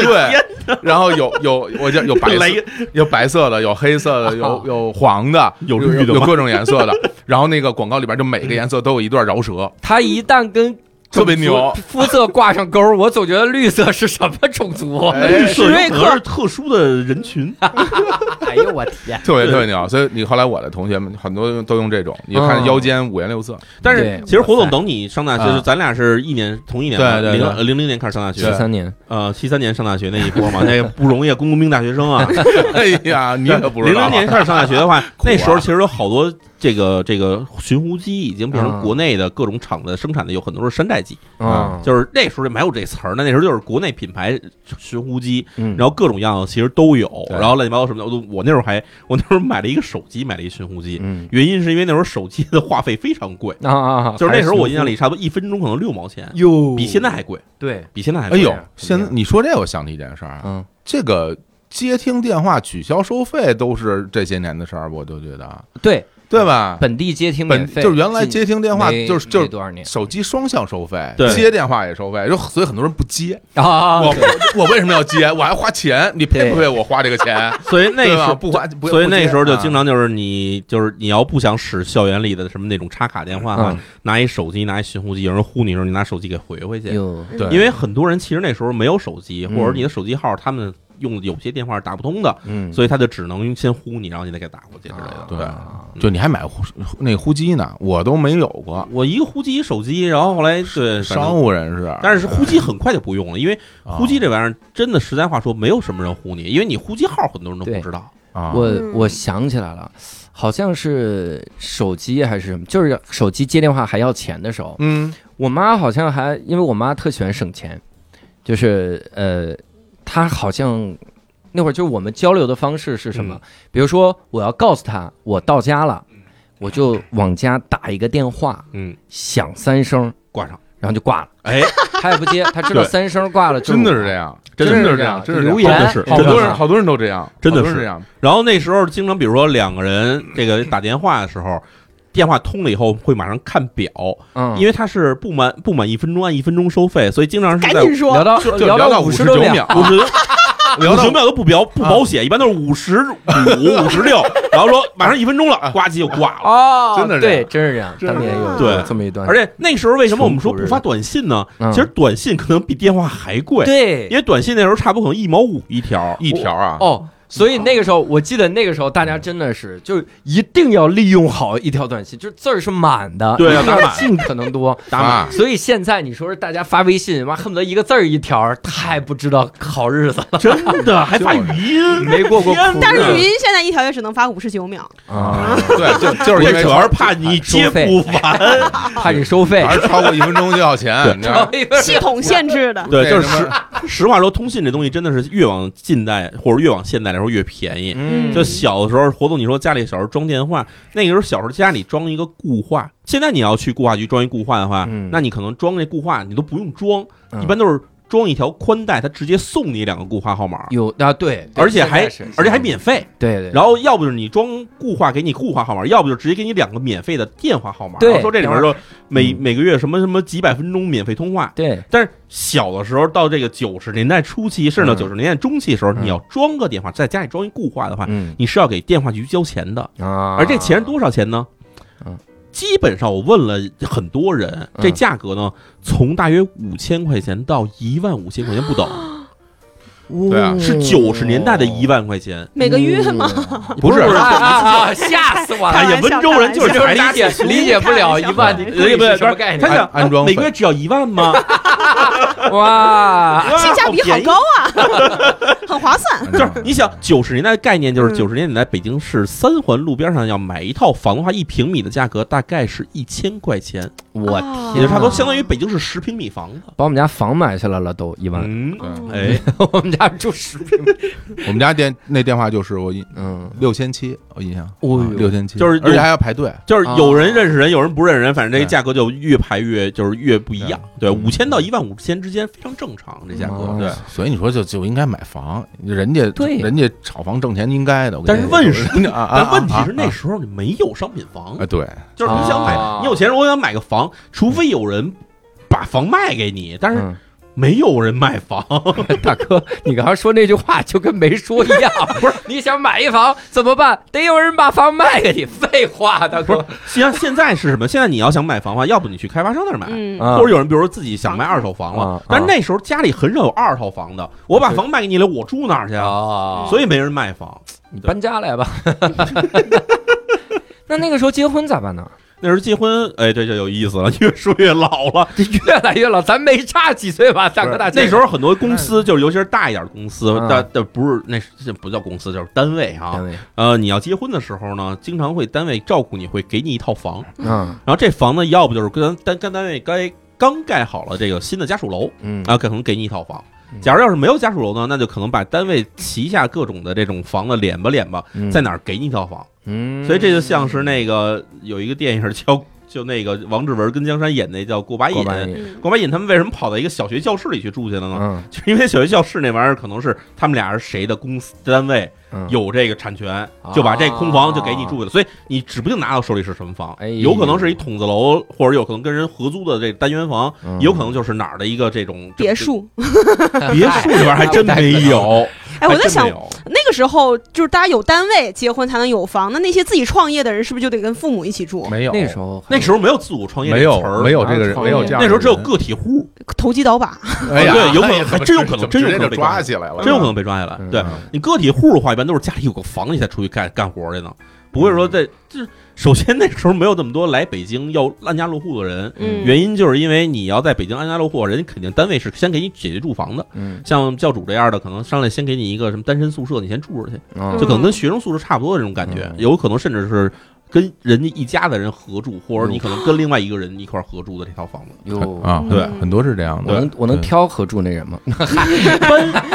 天对，然后有有我叫有白色雷有白色的，有黑色 (laughs) 的，有有黄的，有有绿的有吗各种颜色的。然后那个广告里边就每个颜色都有一段饶 (laughs) 舌，他一旦跟特别牛种族肤色挂上钩，我总觉得绿色是什么种族？绿色瑞有可克能是特殊的人群，哎呦我天，特别特别牛。所以你后来我的同学们很多都用这种，你看嗯腰间五颜六 (laughs) 色，但是对其实火总等你上大学，啊就是咱俩是一年同一年吧，对对对零零零年开始上大十学，三年，呃，七三年上大学那一波嘛，那不容易，工农兵大学生啊。哎呀，你可不知零道零。年开始上大学 (laughs) 的话，啊那时候其实有好多这个这个寻呼机已经变成嗯国内的各种厂子生产的，有很多是山寨机，啊，就是那时候就没有这词儿呢，那时候就是国内品牌寻呼机，然然后各种样子其实都有，嗯对然后乱七八糟什么的，我都我那时候还我那时候买了一个手机，买了一寻呼机，嗯原因是因为那时候手机的话费非常贵，啊啊，哦啊就是那时候我印象里差不多一分钟可能六毛钱，哟比现在还贵，对，比现在还哎贵。呦，现在你说这，我想起一件事儿啊，嗯，这个接听电话取消收费都是这些年的事儿，我都觉得，对，对吧？本地接听啊本免费，就是原来接听电话没就是就没是多少年手机双向收费，对接电话也收费，就所以很多人不接。啊我 (laughs) 我为什么要接？我还花钱，你配不配我花这个钱？ (laughs) 所以那对时吧？候不花，不啊所以那时候就经常常就是你就是你要不想使校园里的什么那种插卡电话的话，啊嗯拿一手机拿一寻呼机，有人呼你的时候，你拿手机给回回去。哟，嗯对，因为很多人其实那时候没有手机，嗯或者你的手机号他们用有些电话是打不通的，嗯，所以他就只能先呼你，然后你再给打过去之类的。对啊就你还买呼那呼机呢，我都没有过，我一个呼机一手机，然后后来对反啊商正。务人士。但是呼机很快就不用了，因为啊呼机这玩意儿真的，实在话说，没有什么人呼你，因为你呼机号很多人都对不知道。啊，我嗯我想起来了，好像是手机还是什么，就是手机接电话还要钱的时候，嗯我妈好像还因为我妈特喜欢省钱，就是呃，她好像那会儿就是我们交流的方式是什么？嗯比如说我要告诉她我到家了，我就往家打一个电话，嗯，响三声，挂上。然后就挂了，哎，他也不接，他知道对三声挂了，真的是样。这样，真的是是这这样样，真是这留样。言真的是好真多的人，好多人都这样，真的好多人是这样。然后那时候经常，比如说两个人这个打电话的时候，电话通了以后会马上看表，嗯，因为它是不满不满一分钟啊按一分钟收费，所以经常是赶在紧说聊，到就哦就聊聊到五五十十多九，秒，五十。五十秒都不保不保险，一般都是五十 (laughs) 五、五十六，然后说马上一分钟了，呱唧就挂了。哦，真的是对，真是这样，当年有对这么一段，而且那时候为什么我们说不发短信呢？嗯其实短信可能比电话还贵，对因为短信那时候差不多可能一毛五一条，一条啊，哦，所以那个时候，我记得那个时候大家真的是就是一定要利用好一条短信，就是字儿是满的，对一 (laughs) 要定打要满尽可能多。打码啊所以现在你说是大家发微信，妈恨不得一个字儿一条，太不知道好日子了，真的还发语 (laughs) 音，没过过苦天哪 (laughs) 但嗯是语音现在一条也只能发五十九秒，啊，对，就 (laughs) 就是因这为主要是怕你接不完，怕你收费反，正超过一分钟就要钱，你知道吗？ (laughs) 系统限制的。对，就这是实实话说，通信这东西真的是越往近代或者越往现代来说越便宜。嗯就小的时候活动，你说家里小时候装电话，那个时候小时候家里装一个固话，现在你要去固话局装一固话的话，嗯那你可能装这固话你都不用装，嗯一般都是装一条宽带，它直接送你两个固话号码，有啊，对，对而且还现在是而且还免费。对对，然后要不就是你装固话给你固话号码，要不就直接给你两个免费的电话号码。对然后说这里面说每嗯每个月什么什么几百分钟免费通话。对但是小的时候到这个九十年代初期，甚至到嗯九十年代中期的时候，嗯你要装个电话，在家里装一固话的话，嗯你是要给电话局交钱的。啊，而这钱是多少钱呢嗯？基本上我问了很多人，这嗯价格呢，从大约五千块钱到一万五千块钱不等，哦对啊是九十年代的一万块钱。哦每个月吗？ (laughs) 不是啊啊啊！吓死我了！看见温州人哎就是就这是理解理解不了一万人是什么概他念？想安装啊每费个月只要一万 (laughs) 吗？哇，哇性价比好便宜高啊， (laughs) 很划算。啊就是你想九十年代的概念，就嗯是九十年代北京市三环路边上要买一套房的话，一平米的价格大概是一千块钱， (laughs) 我啊也就差不多相当于北京市十平米房子。把我们家房买下来了，都一万。嗯，对哎，我们家住十平米。我们家电那电话就是我印呃嗯， (laughs) 六千七，我印象啊哦呦六千七，就是而且还要排队，就是有人啊认识人，有人不认识人，反正这个对嗯价格就越排越就是越不一样。对，五千到一万五千之间非常正常，这价格嗯。哦对，所以你说就就应该买房，人家对人家炒房挣钱应该的，我跟但是你问说是，啊啊但问题是啊那啊时候你没有商品房啊，，对，就是你想啊买，你有钱人我想买个房，除非有人把房卖给你，但是嗯，没有人卖房。大哥，你刚刚说那句话就跟没说一样。 (laughs) 不是，你想买一房怎么办？得有人把房卖给你。废话，大不是哥。，实际上现在是什么？现在你要想买房的话，要不你去开发商那儿买，嗯，啊或者有人比如说自己想卖二手房啊了啊，但是那时候家里很少有二手房的，我把房卖给你了，我住哪儿去啊？哦所以没人卖房。你搬家来吧。 (laughs) 那那个时候结婚咋办呢？那时候结婚，哎，这就有意思了， (laughs) 越说越老 (laughs) 了。这越来越老，咱没差几岁吧，大哥大姐。那时候很多公司，就是尤其是大一点的公司嗯，但但不是那这不叫公司，就是单位啊单。位，呃，你要结婚的时候呢，经常会单位照顾你，会给你一套房，嗯然后这房呢，要不就是跟单跟单位该刚盖好了这个新的家属楼，嗯啊，可能给你一套房嗯。假如要是没有家属楼呢，那就可能把单位旗下各种的这种房子敛吧敛吧，在哪儿给你一套房。嗯，所以这就像是那个有一个电影叫就那个王志文跟江山演那叫过把瘾过，半夜，嗯过把瘾他们为什么跑到一个小学教室里去住去了呢？嗯就是因为小学教室那玩意儿可能是他们俩是谁的公司单位嗯，啊有这个产权，就把这空房就给你住了，所以你指不定拿到手里是什么房哎，有可能是一筒子楼，或者有可能跟人合租的这单元房，嗯有可能就是哪儿的一个这种别，墅。啊别墅里边还真没有。哎，我在想还真嗯没，有那个时候就是大家有单位结婚才能有房，那那些自己创业的人是不是就得跟父母一起住？没有那时候那时候没有自主创业没这个有词儿，啊没有这个人哪有没有创业这样的人，那时候只有个体户，啊投机倒把，哎呀，对有可能哎呀还真有可能怎么真有直接可能就被抓抓起来了，嗯真有可能被抓起来。对你个体户的话，一般都是家里有个房，你才出去干干活去呢，不会嗯说在就是首先那时候没有那么多来北京要安家落户的人，嗯，原因就是因为你要在北京安家落户，人家肯定单位是先给你解决住房的，嗯像教主这样的，可能上来先给你一个什么单身宿舍，你先住着去，嗯就可能跟学生宿舍差不多的这种感觉嗯，有可能甚至是。跟人家一家的人合住，或者你嗯可能跟另外一个人一块儿合住的这套房子，有啊，嗯对，很多是这样我的能。我能对挑合住那人吗？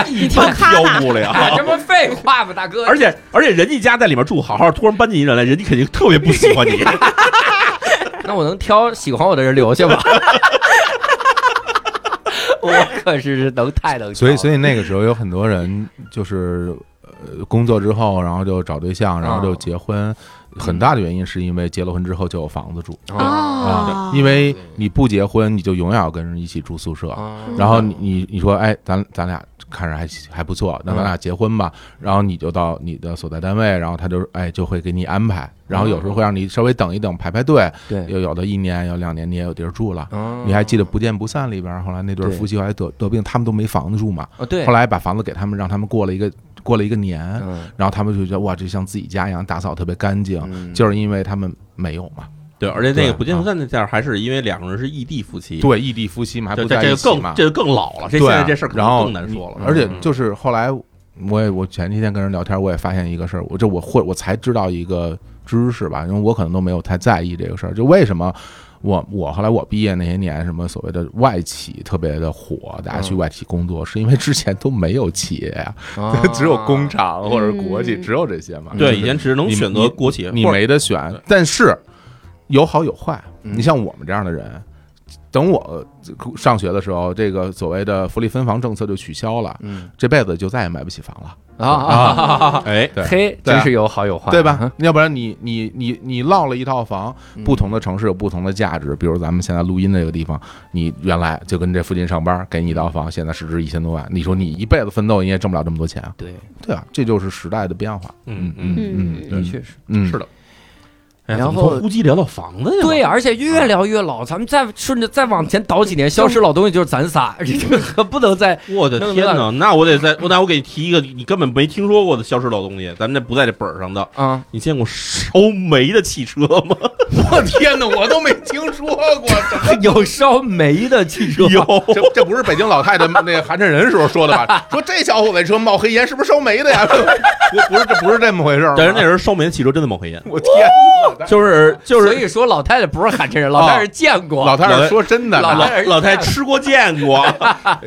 你听咔挑啦，不了。 (laughs) 这不废话吗，大哥啊而且而且人家家在里面住好好，突然搬进一人来，人家肯定特 (laughs) 别不喜欢你。那我能挑喜欢我的人留下吧？ (laughs) 我可是是能太能挑了，所啊以，所以那个时候有很多人就是呃，工作之后，然后就找对象，然后就结婚。很大的原因是因为结了婚之后就有房子住，哦啊，因为你不结婚，你就永远要跟人一起住宿舍。哦嗯然后你你你说，哎，咱咱俩看着还还不错，那咱俩结婚吧。然后你就到你的所在单位，然后他就哎就会给你安排，然后有时候会让你稍微等一等排排队，嗯对又有的一年有两年你也有地儿住了。哦你还记得《不见不散》里边儿，后来那对儿对夫妻后来得得病，他们都没房子住嘛。哦，对后，来把房子给他们，让他们过了一个过了一个年，嗯然后他们就觉得哇，这像自己家一样，打扫特别干净，嗯啊就是因为他们没有嘛。对，而且那对个不见不散那件儿还是因为两个人是异地夫妻，对，异地夫妻嘛，还对，不嗯这在这一个起更嘛。这个更老了，这对现在这事儿可然后能更难说了。你而且就是后来，我也我前几天跟人聊天，我也发现一个事儿，我这我会我才知道一个知识吧，因为我可能都没有太在意这个事儿，就为什么。我我后来我毕业那些年，什么所谓的外企特别的火，大嗯家去外企工作，是因为之前都没有企业呀、哦啊 (laughs) 只有工厂或者国企，嗯只有这些嘛。对，就是以前只能你选你择国企，你或者没得选对，但是有好有坏。嗯你像我们这样的人，等我呃上学的时候，这个所谓的福利分房政策就取消了， (laughs) 嗯这辈子就再也买不起房了，啊啊，哎，对嘿，对啊真是有好有坏，啊对吧？？要不然你你你你落了一套房，嗯不同的城市有不同的价值。比如咱们现在录音的这个地方，你原来就跟这附近上班，给你一套房，现在市值一千多万，你说你一辈子奋斗，你也挣不了这么多钱啊？对，对啊，这就是时代的变化。嗯嗯嗯，嗯的嗯确是。嗯，是的哎呀然怎么从后呼机聊到房子去了，对呀，啊而且啊越聊越老，咱们再顺着再往前倒几年，消失老东西就是咱仨，这个可不能再 (laughs) 我的天哪！那我得在，我那我给你提一个你根本没听说过的消失老东西，咱们这不在这本儿上的。啊，你见过烧煤的汽车吗？我天哪，我都没听说过， (laughs) 有烧煤的汽车， (laughs) (laughs) 有，这这不是北京老太太那寒碜人时候说的吧？说这小伙子车冒黑烟，是不是烧煤的呀？ (laughs) 不不是，这不是这么回事儿吗。 (laughs) 但是那时候烧煤的汽车真的冒黑烟，我天哪，就是就是所以说老太太不是喊这人，老太太见过，啊啊老太太说真的，啊老啊老太太老太太吃过见过，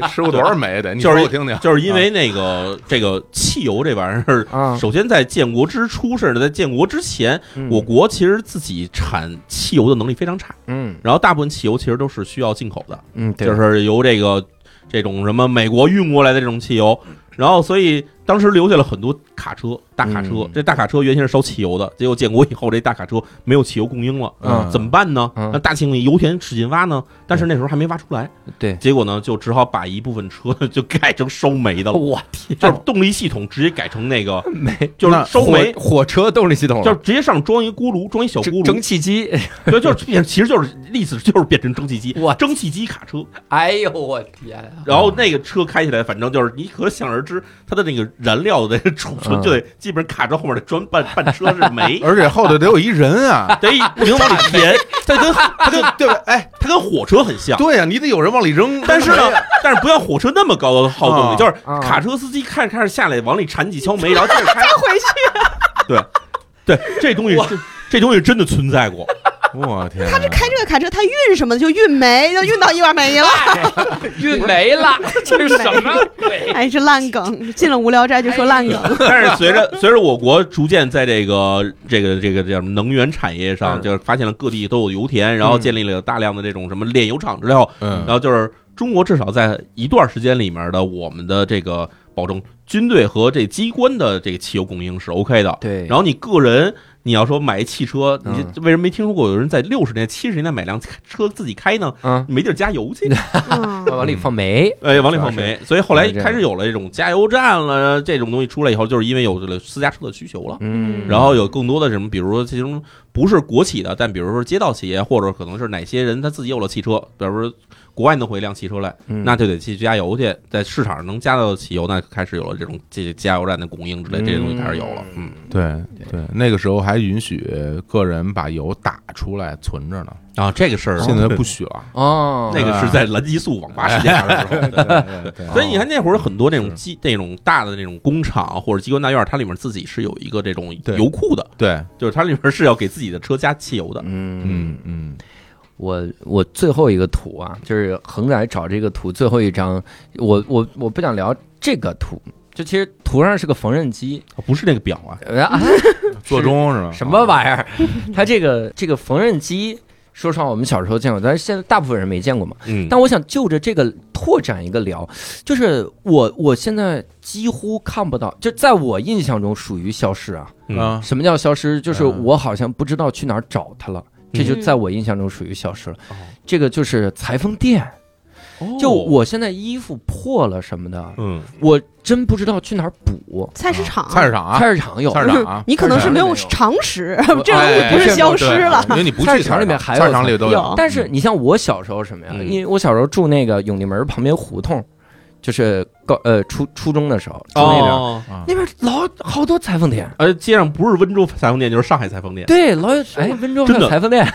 (laughs) (laughs) 吃过多少煤的？你就是说我听听。就是因为那个这个汽油这玩意儿，啊首先在建国之初，甚至在建国之前，我国其实自己产汽油的能力非常差，嗯然后大部分汽油其实都是需要进口的，嗯，对就是由这个这种什么美国运过来的这种汽油，嗯然后所以当时留下了很多卡车、大卡车嗯。这大卡车原先是烧汽油的，结果建国以后这大卡车没有汽油供应了，嗯，怎么办呢？嗯那大庆里油田使劲挖呢，但是那时候还没挖出来，对结果呢就只好把一部分车就改成烧煤的了，我天，就是动力系统直接改成那个煤就是烧煤。火车动力系统了，就是直接上装一锅炉，装一小锅蒸炉蒸，汽机，对，就是 (laughs) 变，其实就是意思就是变成蒸汽机哇，蒸汽机卡车，哎呦我天啊，然后那个车开起来，反正就是你可想而知，它的那个燃料的储存嗯就得基本上卡车后面的砖半半车是煤 (laughs) 而且后头得有一人啊， (laughs) 得零往里填，(laughs) 它跟它跟对吧？哎，它跟火车很像。 (laughs) 对呀，啊你得有人往里扔。但是呢，但是不像火车那么高的耗动啊力，就是啊卡车司机看着看着下来，往里铲几锹 (laughs) 煤，然后接着开回去对，对，这东西是这东西真的存在过， (laughs) 我天，啊他这开这个卡车，他运什么的就运煤，就运到一碗煤了。运没 (laughs) 了，这是什么鬼？哎，这烂梗，进了无聊斋就说 (laughs) 烂梗。但是随着随着我国逐渐在这个这个这个叫什么能源产业上，嗯就是发现了各地都有油田，然后嗯建立了大量的这种什么炼油厂之后，然嗯，后就是中国至少在一段时间里面的我们的这个保证军队和这机关的这个汽油供应是 OK 的。对然后你个人，你要说买汽车，嗯你这为什么没听说过有人在六十年、七十年代买辆车自己开呢？嗯，没地儿加油去，嗯往里放煤，哎，往里放煤。所以后来是这样开始有了这种加油站了，这种东西出来以后，就是因为有了私家车的需求了。嗯然后有更多的什么，比如说其中不是国企的，但比如说街道企业，或者可能是哪些人他自己有了汽车，比如说国外弄回一辆汽车来，嗯那就得去加油去，在市场上能加到汽油，那开始有了这种这加油站的供应之类，这些东西开始有了。嗯对对，那个时候还允许个人把油打出来存着呢，啊，这个事儿现在不许了。哎哦，那个是在蓝激素网吧事件发生的时候。对 (laughs) 对所以你看那会儿很多那种机那种大的那种工厂或者机关大院，它里面自己是有一个这种对油库的，对，就是它里面是要给自己的车加汽油的。嗯嗯，嗯，我我最后一个图啊，就是恒仔找这个图最后一张，我我我不想聊这个图，就其实图上是个缝纫机，不是那个表啊，呃啊嗯做钟是吧？ (laughs) 什么玩意儿？它这个这个缝纫机说实话，我们小时候见过，但是现在大部分人没见过嘛。嗯，但我想就着这个拓展一个聊，就是我我现在几乎看不到，就在我印象中属于消失啊。嗯啊，什么叫消失？就是嗯我好像不知道去哪儿找它了，这就在我印象中属于消失了。哦这个就是裁缝店，就我现在衣服破了什么的，嗯，我真不知道去哪儿补。菜市场，，菜市场啊，菜市场有，菜市场啊 (laughs) 你可能是没有常识，这种哎东西不是消失了。因为你不去菜市场里面还有菜市场里都有但是你像我小时候什么呀？嗯因为我小时候住那个永定门旁边胡同，就是高呃初初中的时候住那边，哦，那边老好多裁缝店。而街上不是温州裁缝店，就是上海裁缝店，对，老有哎，温州还真的有裁缝店，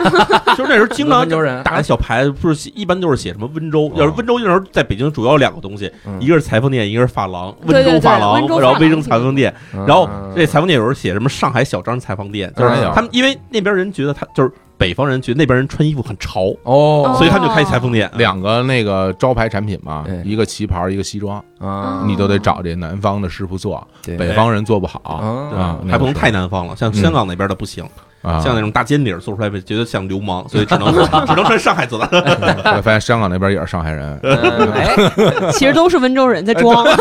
就是那时候经常温州人打个小牌子，不是一般都是写什么温州哦？要是温州那时候在北京主要两个东西，嗯一个是裁缝店，一个是发廊，对温对州发温廊州，发然廊后微生裁缝店，嗯然后这裁缝店有时候写什么上海小张裁缝店，就是当然有他们因为那边人觉得他就是北方人觉得那边人穿衣服很潮，哦所以他们就开裁缝嗯店。两个那个招牌产品嘛对，一个旗袍，一个西装，啊，嗯你都得找这南方的师傅做，对北方人做不好啊啊啊，还不能太南方了，像香港那边的不行，啊。像那种大尖顶儿做出来觉得像流氓，所以只能 (laughs) 只能穿上海做的。 (laughs) 我发现香港那边也是上海人，嗯 (laughs) 哎， (laughs) 其实都是温州人在装，哎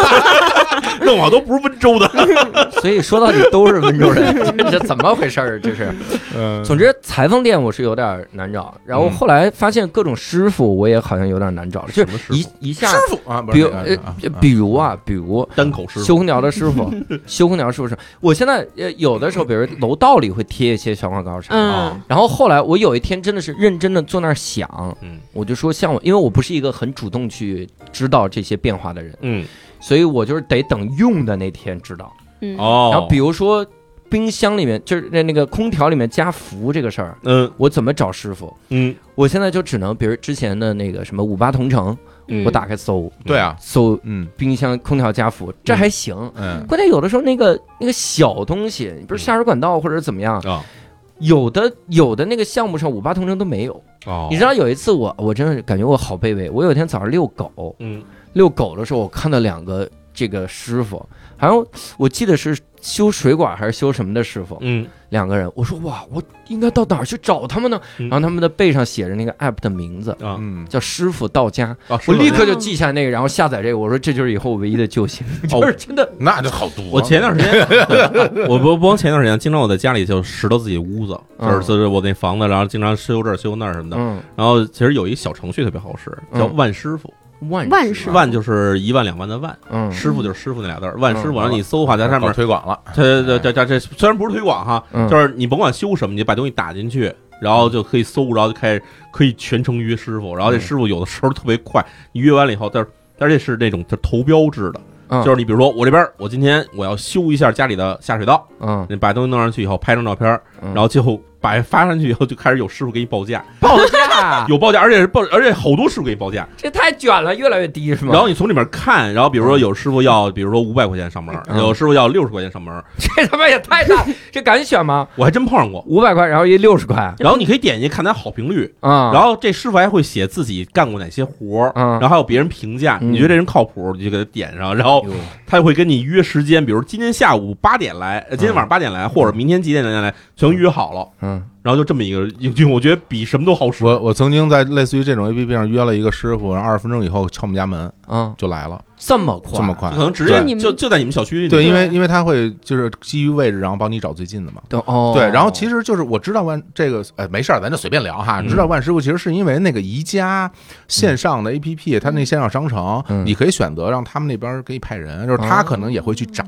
弄好都不是温州的。所以说到底都是温州人， (laughs) 这这怎么回事儿？这是，嗯总之裁缝店我是有点难找，然后后来发现各种师傅我也好像有点难找了，就是一一下，傅啊，不比是如呃啊，啊比如啊，比如单口师修傅，空调的师 (laughs) 傅，修空调师傅是，我现在呃有的时候，比如楼道里会贴一些小广告啥的。哦嗯，然后后来我有一天真的是认真的坐那儿想，嗯我就说像我，因为我不是一个很主动去知道这些变化的人，嗯所以我就是得等用的那天知道。嗯，哦，然后比如说冰箱里面就是那那个空调里面加氟这个事儿，嗯我怎么找师傅？嗯，我现在就只能，比如之前的那个什么五八同城，嗯我打开搜对啊，搜嗯冰箱空调加氟，这还行。嗯关键有的时候那个那个小东西，你不是下水管道或者怎么样，啊有的有的那个项目上五八同城都没有。哦你知道有一次我我真的是感觉我好卑微，我有一天早上遛狗，嗯遛狗的时候我看到两个这个师傅，好像我记得是修水管还是修什么的师傅，嗯两个人，我说哇，我应该到哪儿去找他们呢？嗯然后他们的背上写着那个 app 的名字。啊，嗯，叫师傅到家，啊我说到立刻就记下那个，然后下载这个。我说这就是以后唯一的救 (laughs) 星，哦就是真的那就好多了。我前段时间， (laughs) 我不不光前段时间，经常我在家里就拾掇自己屋子，嗯就是就是我那房子，然后经常修这儿修那儿什么的。嗯，然后其实有一小程序特别好使，嗯叫万师傅，万万事事万就是一万两万的万，嗯师傅就是师傅那俩字儿，万师嗯傅。然后你搜的话，在上搞面，推广了，这这这这这虽然不是推广哈，嗯就是你甭管修什么，你把东西打进去。然后就可以搜，然后就开始可以全程约师傅，然后这嗯师傅有的时候特别快，你约完了以后，但是但是这是那种就投标制的，嗯就是你比如说我这边儿我今天我要修一下家里的下水道，嗯，你把东西弄上去以后拍张照片儿，嗯然后最后把发上去以后就开始有师傅给你报价，报价有报价，而且是报，而且好多师傅给你报价， (laughs) 这太卷了，越来越低是吗？然后你从里面看，然后比如说有师傅要，比如说五百块钱上门儿，嗯有师傅要六十块钱上门儿， (laughs) 这他妈也太 (laughs) 大，这敢选吗？我还真碰上过。五百块，然后一六十块啊，然后你可以点进去看他好评率，啊然后这师傅还会写自己干过哪些活儿，嗯然后还有别人评价，嗯你觉得这人靠谱，你就给他点上，然后哟他会跟你约时间，比如今天下午八点来，嗯呃今天晚上八点来，或者明天几点来来，全约好了，嗯然后就这么一个，就我觉得比什么都好使。我我曾经在类似于这种 A P P 上约了一个师傅，然后二十分钟以后敲我们家门啊，就来了，这么快，这么快可。能直对接那你们就就在你们小区里。对，因对为因为他会就是基于位置，然后帮你找最近的嘛。对哦，对，然后其实就是我知道万这个呃没事儿，咱就随便聊哈。嗯知道万师傅其实是因为那个宜家线上的 APP，它那线上商城，嗯你可以选择让他们那边给你派人，就是他哦可能也会去找。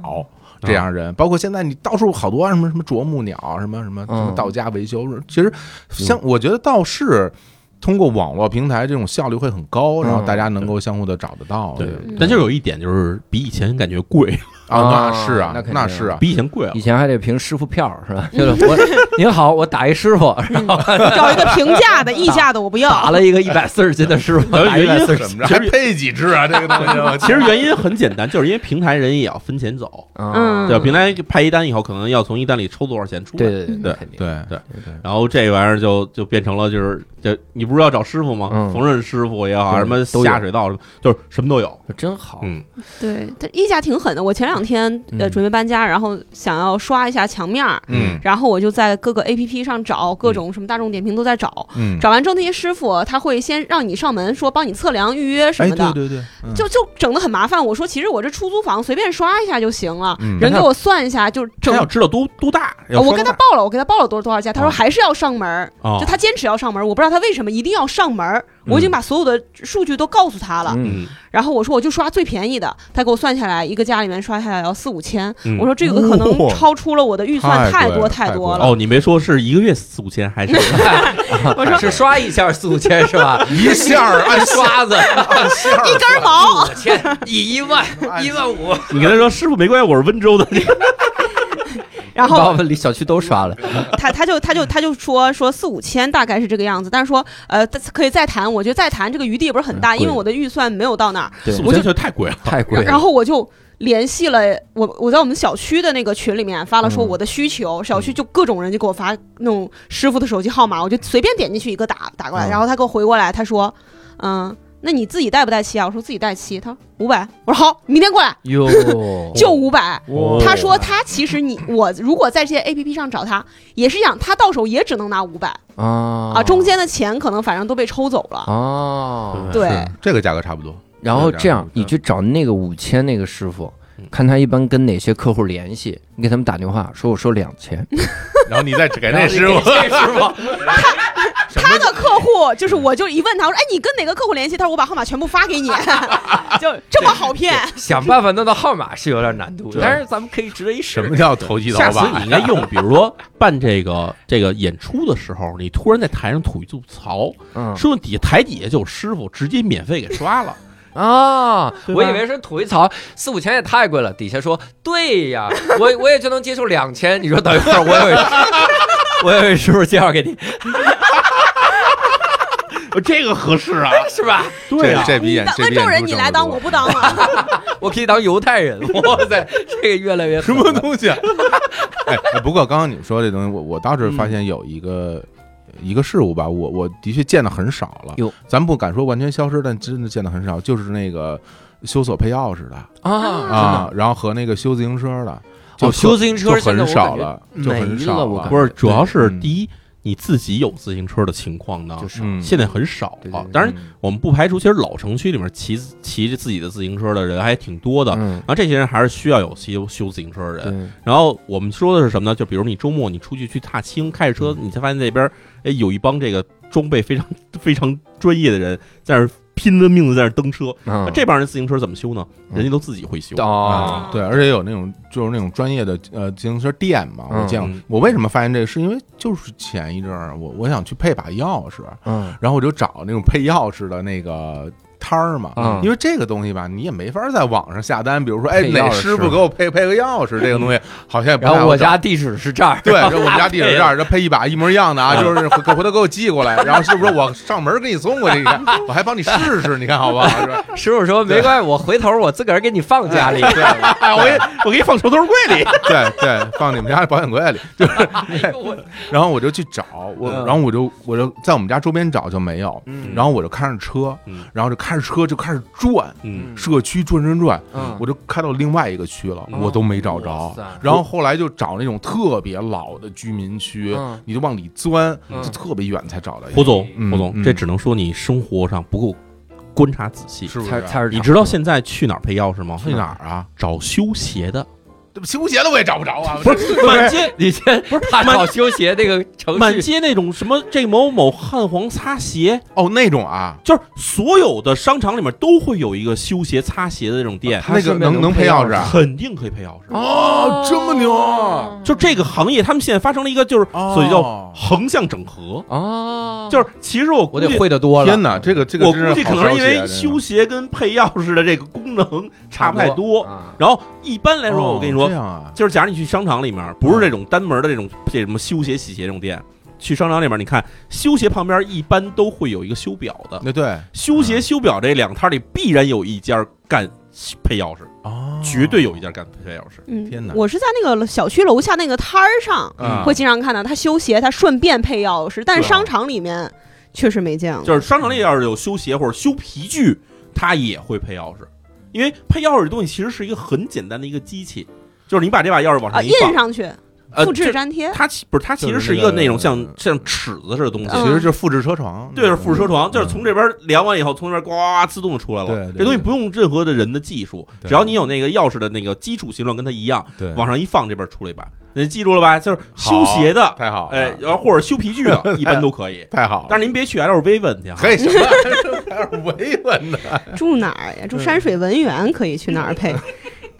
这样人，包括现在你到处好多什么什么啄木鸟，什么什么什么嗯到家维修，其实像我觉得倒是通过网络平台这种效率会很高，然后嗯大家能够相互的找得到。对对，但就是有一点就是比以前感觉 (laughs) 贵，啊，啊那是啊那肯，定那是啊，比以前贵了以。前还得凭师傅票是吧？就是我您好，我打一师傅，然后找一个平价 (laughs) 的、溢价的我不打要。了一个一百四十斤的师傅，然打后一原百因四十怎么着还配几只啊？这个东西，其实原因很简单，就是因为平台人也要分钱走，啊，嗯对吧？平台派一单以后，可能要从一单里抽多少钱出来。对对 (laughs) 对，嗯那肯定。对对对。然后这玩意儿就就变成了就是，就你不是要找师傅吗？嗯缝纫师傅也好，对什么都有下水道什么，就是什么都有。真好，嗯，对，它溢价挺狠的。我前两两天呃嗯准备搬家，然后想要刷一下墙面儿，嗯然后我就在各个 A P P 上找各种什么大众点评都在找，嗯，找完之后那些师傅他会先让你上门说帮你测量预约什哎，么的，对对对，嗯就就整的很麻烦。我说其实我这出租房随便刷一下就行了，嗯人给我算一下就他整。要啊知道多多大，要哦我说跟他多报了，我给他报了多多少价，他说哦还是要上门儿，大就他坚持要上门儿，我不知道他为什么一定要上门儿。我已经把所有的数据都告诉他了，嗯，然后我说我就刷最便宜的，他给我算下来一个家里面刷下来要四五千，嗯我说这个可能哇超出了我的预算太太贵多了太太多贵了。哦，你没说是一个月四五千还是？我说是刷一下四五千 (laughs) 是吧？一下儿按按刷子一根毛，五千，以一万一万五，你跟他说师傅没关系，我是温州的，然把哦我后们里小区都刷了。他他就他就他就说说四五千大概是这个样子，但是说呃可以再谈，我觉得再谈这个余地不是很大，嗯贵因为我的预算没有到那儿。对四我五就千确实太 (laughs) 贵了。太贵然了，后我就联系了我，我在我们小区的那个群里面发了说嗯我的需求，小区就各种人就给我发那种师傅的手机号码，我就随便点进去一个打打过来，嗯然后他给我回过来，他说，嗯。那你自己带不带漆啊？我说自己带漆。他说五百。我说好，明天过来哦哟，就五百。哦哇他说他其实你我如果在这些 A P P 上找他，也是一样，他到手也只能拿五百哦啊啊，中间的钱可能反正都被抽走了。哦，对啊是这个价格差不多，然后这样嗯，你去找那个五千那个师傅嗯，看他一般跟哪些客户联系，你给他们打电话，说我收两千，然后你再给那师傅，这师傅他的客户就是，我就一问他，我说：“哎，你跟哪个客户联系？”他说：“我把号码全部发给你。”就这么好骗，想办法弄到号码是有点难度， (laughs) 对但是咱们可以值得一什试么。叫投机倒下次把你？应该用，比如说办这个这个演出的时候，你突然在台上吐一吐槽，嗯说不定底下台底下就有师傅直接免费给刷了。啊，对吧我以为是吐一槽四五千也太贵了，底下说对呀，我我也就能接受两千，你说等一会儿我有 (laughs) 一。我有一师傅介绍给你，这个合适啊，是吧？这这比演那这温比州演人出你挣来得当，多我不当啊！我可以当犹太 (laughs) 人，哇塞，这个越来越什狠么了东西啊？哎，哎不过刚刚你们说这东西，我我倒是发现有一嗯个、一个事物吧，我我的确见的很少了。哟咱不敢说完全消失，但真的见的很少，就是那个修锁配钥匙的啊！啊，然后和那个修自行车的，就哦，很修自行车就现在很我少感觉了，就很没少了我感觉不是，主要是嗯第一，你自己有自行车的情况呢就，是嗯，现在很少对对了对。当然，我们不排除，其实老城区里面骑骑着自己的自行车的人还挺多的。嗯，然后这些人还是需要有修修自行车的人。对，然后我们说的是什么呢？就比如你周末你出去去踏青，开着车，嗯你才发现那边哎有一帮这个装备非常非常专业的人在那儿拼了命的在那儿蹬车。嗯那这帮人自行车怎么修呢？嗯人家都自己会修。 (laughs) 哦，啊对，而且有那种就是那种专业的呃自行车店嘛，我嗯见过。嗯我为什么发现这个，是因为就是前一阵儿我我想去配把钥匙，嗯然后我就找那种配钥匙的那个摊儿嘛，嗯因为这个东西吧，你也没法在网上下单，比如说，哎，配钥匙哪师傅给我配配个钥匙，这个东西好像也不太嗯然好后我找。家地址是这儿， (laughs) 嗯对，这我们家地址这儿，这配一把一模一样的啊，就是回回头给我寄过来，然后是不是我上门给你送过去？你看，我还帮你试试，你看好不好？是吧？师傅说没关系，我回头我自个儿给你放家里。哎，我给我给你放抽屉柜里。 (laughs) 对对，放你们家保险柜里，哎呦我然后我就去找我，嗯然后我就我就在我们家周边找就没有，然后我就开着车嗯，然后就开着车就开始转嗯，社区转转转，嗯我就开到另外一个区了，嗯我都没找着哇塞。然后后来就找那种特别老的居民区嗯，你就往里钻，嗯就特别远才找到一个。胡总，嗯胡总，嗯这只能说你生活上不够观察仔细。是不 (laughs) 菜是？菜市场，你知道现在去哪儿配钥匙吗？去哪？儿啊？找修鞋 (laughs) 的，这不修鞋的我也找不着啊！不是满街你先不是他找修鞋那个程满序，街那种什么这某某汉皇擦鞋，哦，那种啊，就是所有的商场里面都会有一个修鞋擦鞋的这种店，他那个顺便能能能配配钥钥匙匙啊？肯定可以配钥匙。哦，这么牛啊！就这个行业，他们现在发生了一个就是哦所以叫横向整合，哦，就是其实我估我计得会的多了。天哪，这个这个我真估计可好能是消息啊因为真的修鞋跟配钥匙的这个功能差不太多。啊然后一般来说，我跟你哦说这，样啊，就是假如你去商场里面，不是这种单门的这种这什么修鞋、洗鞋这种店，去商场里面，你看修鞋旁边一般都会有一个修表的，那对修鞋、修表这两摊里必然有一家干配钥匙，哦，绝对有一家干配钥匙。嗯天哪我是在那个小区楼下那个摊儿上嗯会经常看到他修鞋，他顺便配钥匙，但是对啊商场里面确实没见过。就是商场里要是有修鞋或者修皮具，他也会配钥匙。因为配钥匙这东西其实是一个很简单的一个机器，就是你把这把钥匙往啊，上一印放，上去，呃，复制这粘贴，它其不是它其实就是是一那个个那种像像尺子似的东西，嗯其实就是复制车床，对，是复制车床，就是嗯从这边量完以后，从那边呱呱呱自动就出来对了。对这东西不用任何的人的技术，对只要你有那个钥匙的那个基础形状跟它一样，对，往上一放，这边出来一把。你记住了吧？就是修鞋的，太好了，哎，然后或者修皮具 (laughs) 的，一般都可以。太好了，但是您别去 LV 问去啊，嘿什么 (laughs) (laughs) 还是维稳的，住哪儿呀？住山水文园可以去哪儿配？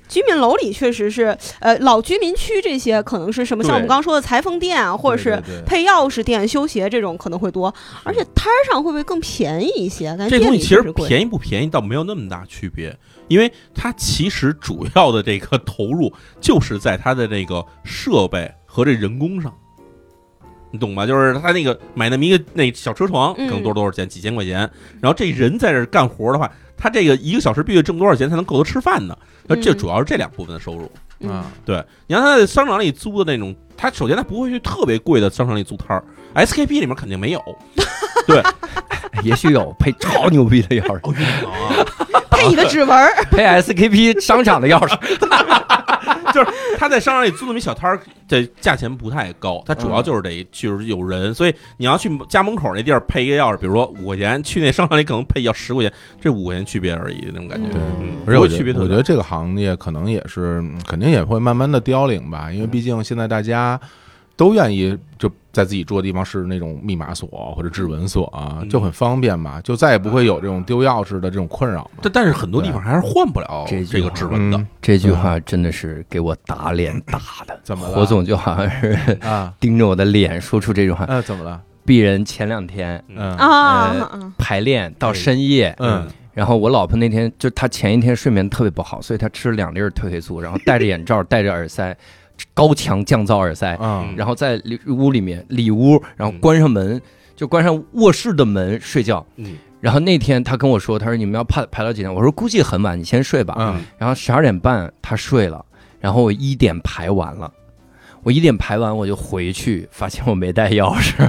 居民楼里确实是，呃，老居民区这些可能是什么？像我们对刚刚说的裁缝店啊，或者是对对配钥匙店、修鞋这种可能会多，而且摊儿上会不会更哎便宜一些？感觉这东店西里其确实实贵。便宜不便宜倒没有那么大区别，因为它其实主要的这个投入就是在它的那个设备和这人工上，你懂吧？就是它那个买那么一个那小车床，嗯可能多少多少钱，几千块钱，然后这人在这儿干活的话，他这个一个小时必须得挣多少钱才能够他吃饭呢？那这嗯主要是这两部分的收入。嗯，啊，对，你看他在商场里租的那种，他首先他不会去特别贵的商场里租摊儿，SKP 里面肯定没有。 (laughs) 也许有配超牛逼的钥匙，哦，配一个指纹儿，配 (laughs) SKP 商场的钥匙，他在商场里租那么一小摊儿的价钱不太高，他主要就是得就是有人，所以你要去家门口那地儿配一个钥匙，比如说五块钱，去那商场里可能配要十块钱，这五块钱区别而已那种感觉。嗯嗯，而且我不会觉区别得，特我觉别得大。这个行业可能也是，嗯肯定也会慢慢的凋零吧，嗯因为毕竟现在大家都愿意就在自己住的地方是那种密码锁或者指纹锁啊嗯，就很方便嘛，就再也不会有这种丢钥匙的这种困扰嘛。但但是很多地方还是换不了这句这个话指纹的嗯，，这句话真的是给我打脸打的。怎么了？火总就好像是 (laughs) 啊，盯着我的脸说出这种话。嗯，怎么了？鄙人前两天嗯啊呃啊，排练到深夜，嗯，然后我老婆那天就她前一天睡眠特别不好，所以她吃了两粒儿褪黑素，然后戴着眼罩，戴着耳塞，高强降噪耳塞，嗯然后在里屋里面里屋，然后关上门，就关上卧室的门睡觉。嗯然后那天她跟我说，她说你们要排排到几点？我说估计很晚，你先睡吧。嗯然后十二点半她睡了，然后我一点排完了。我一点排完我就回去，发现我没带钥 (laughs) 匙，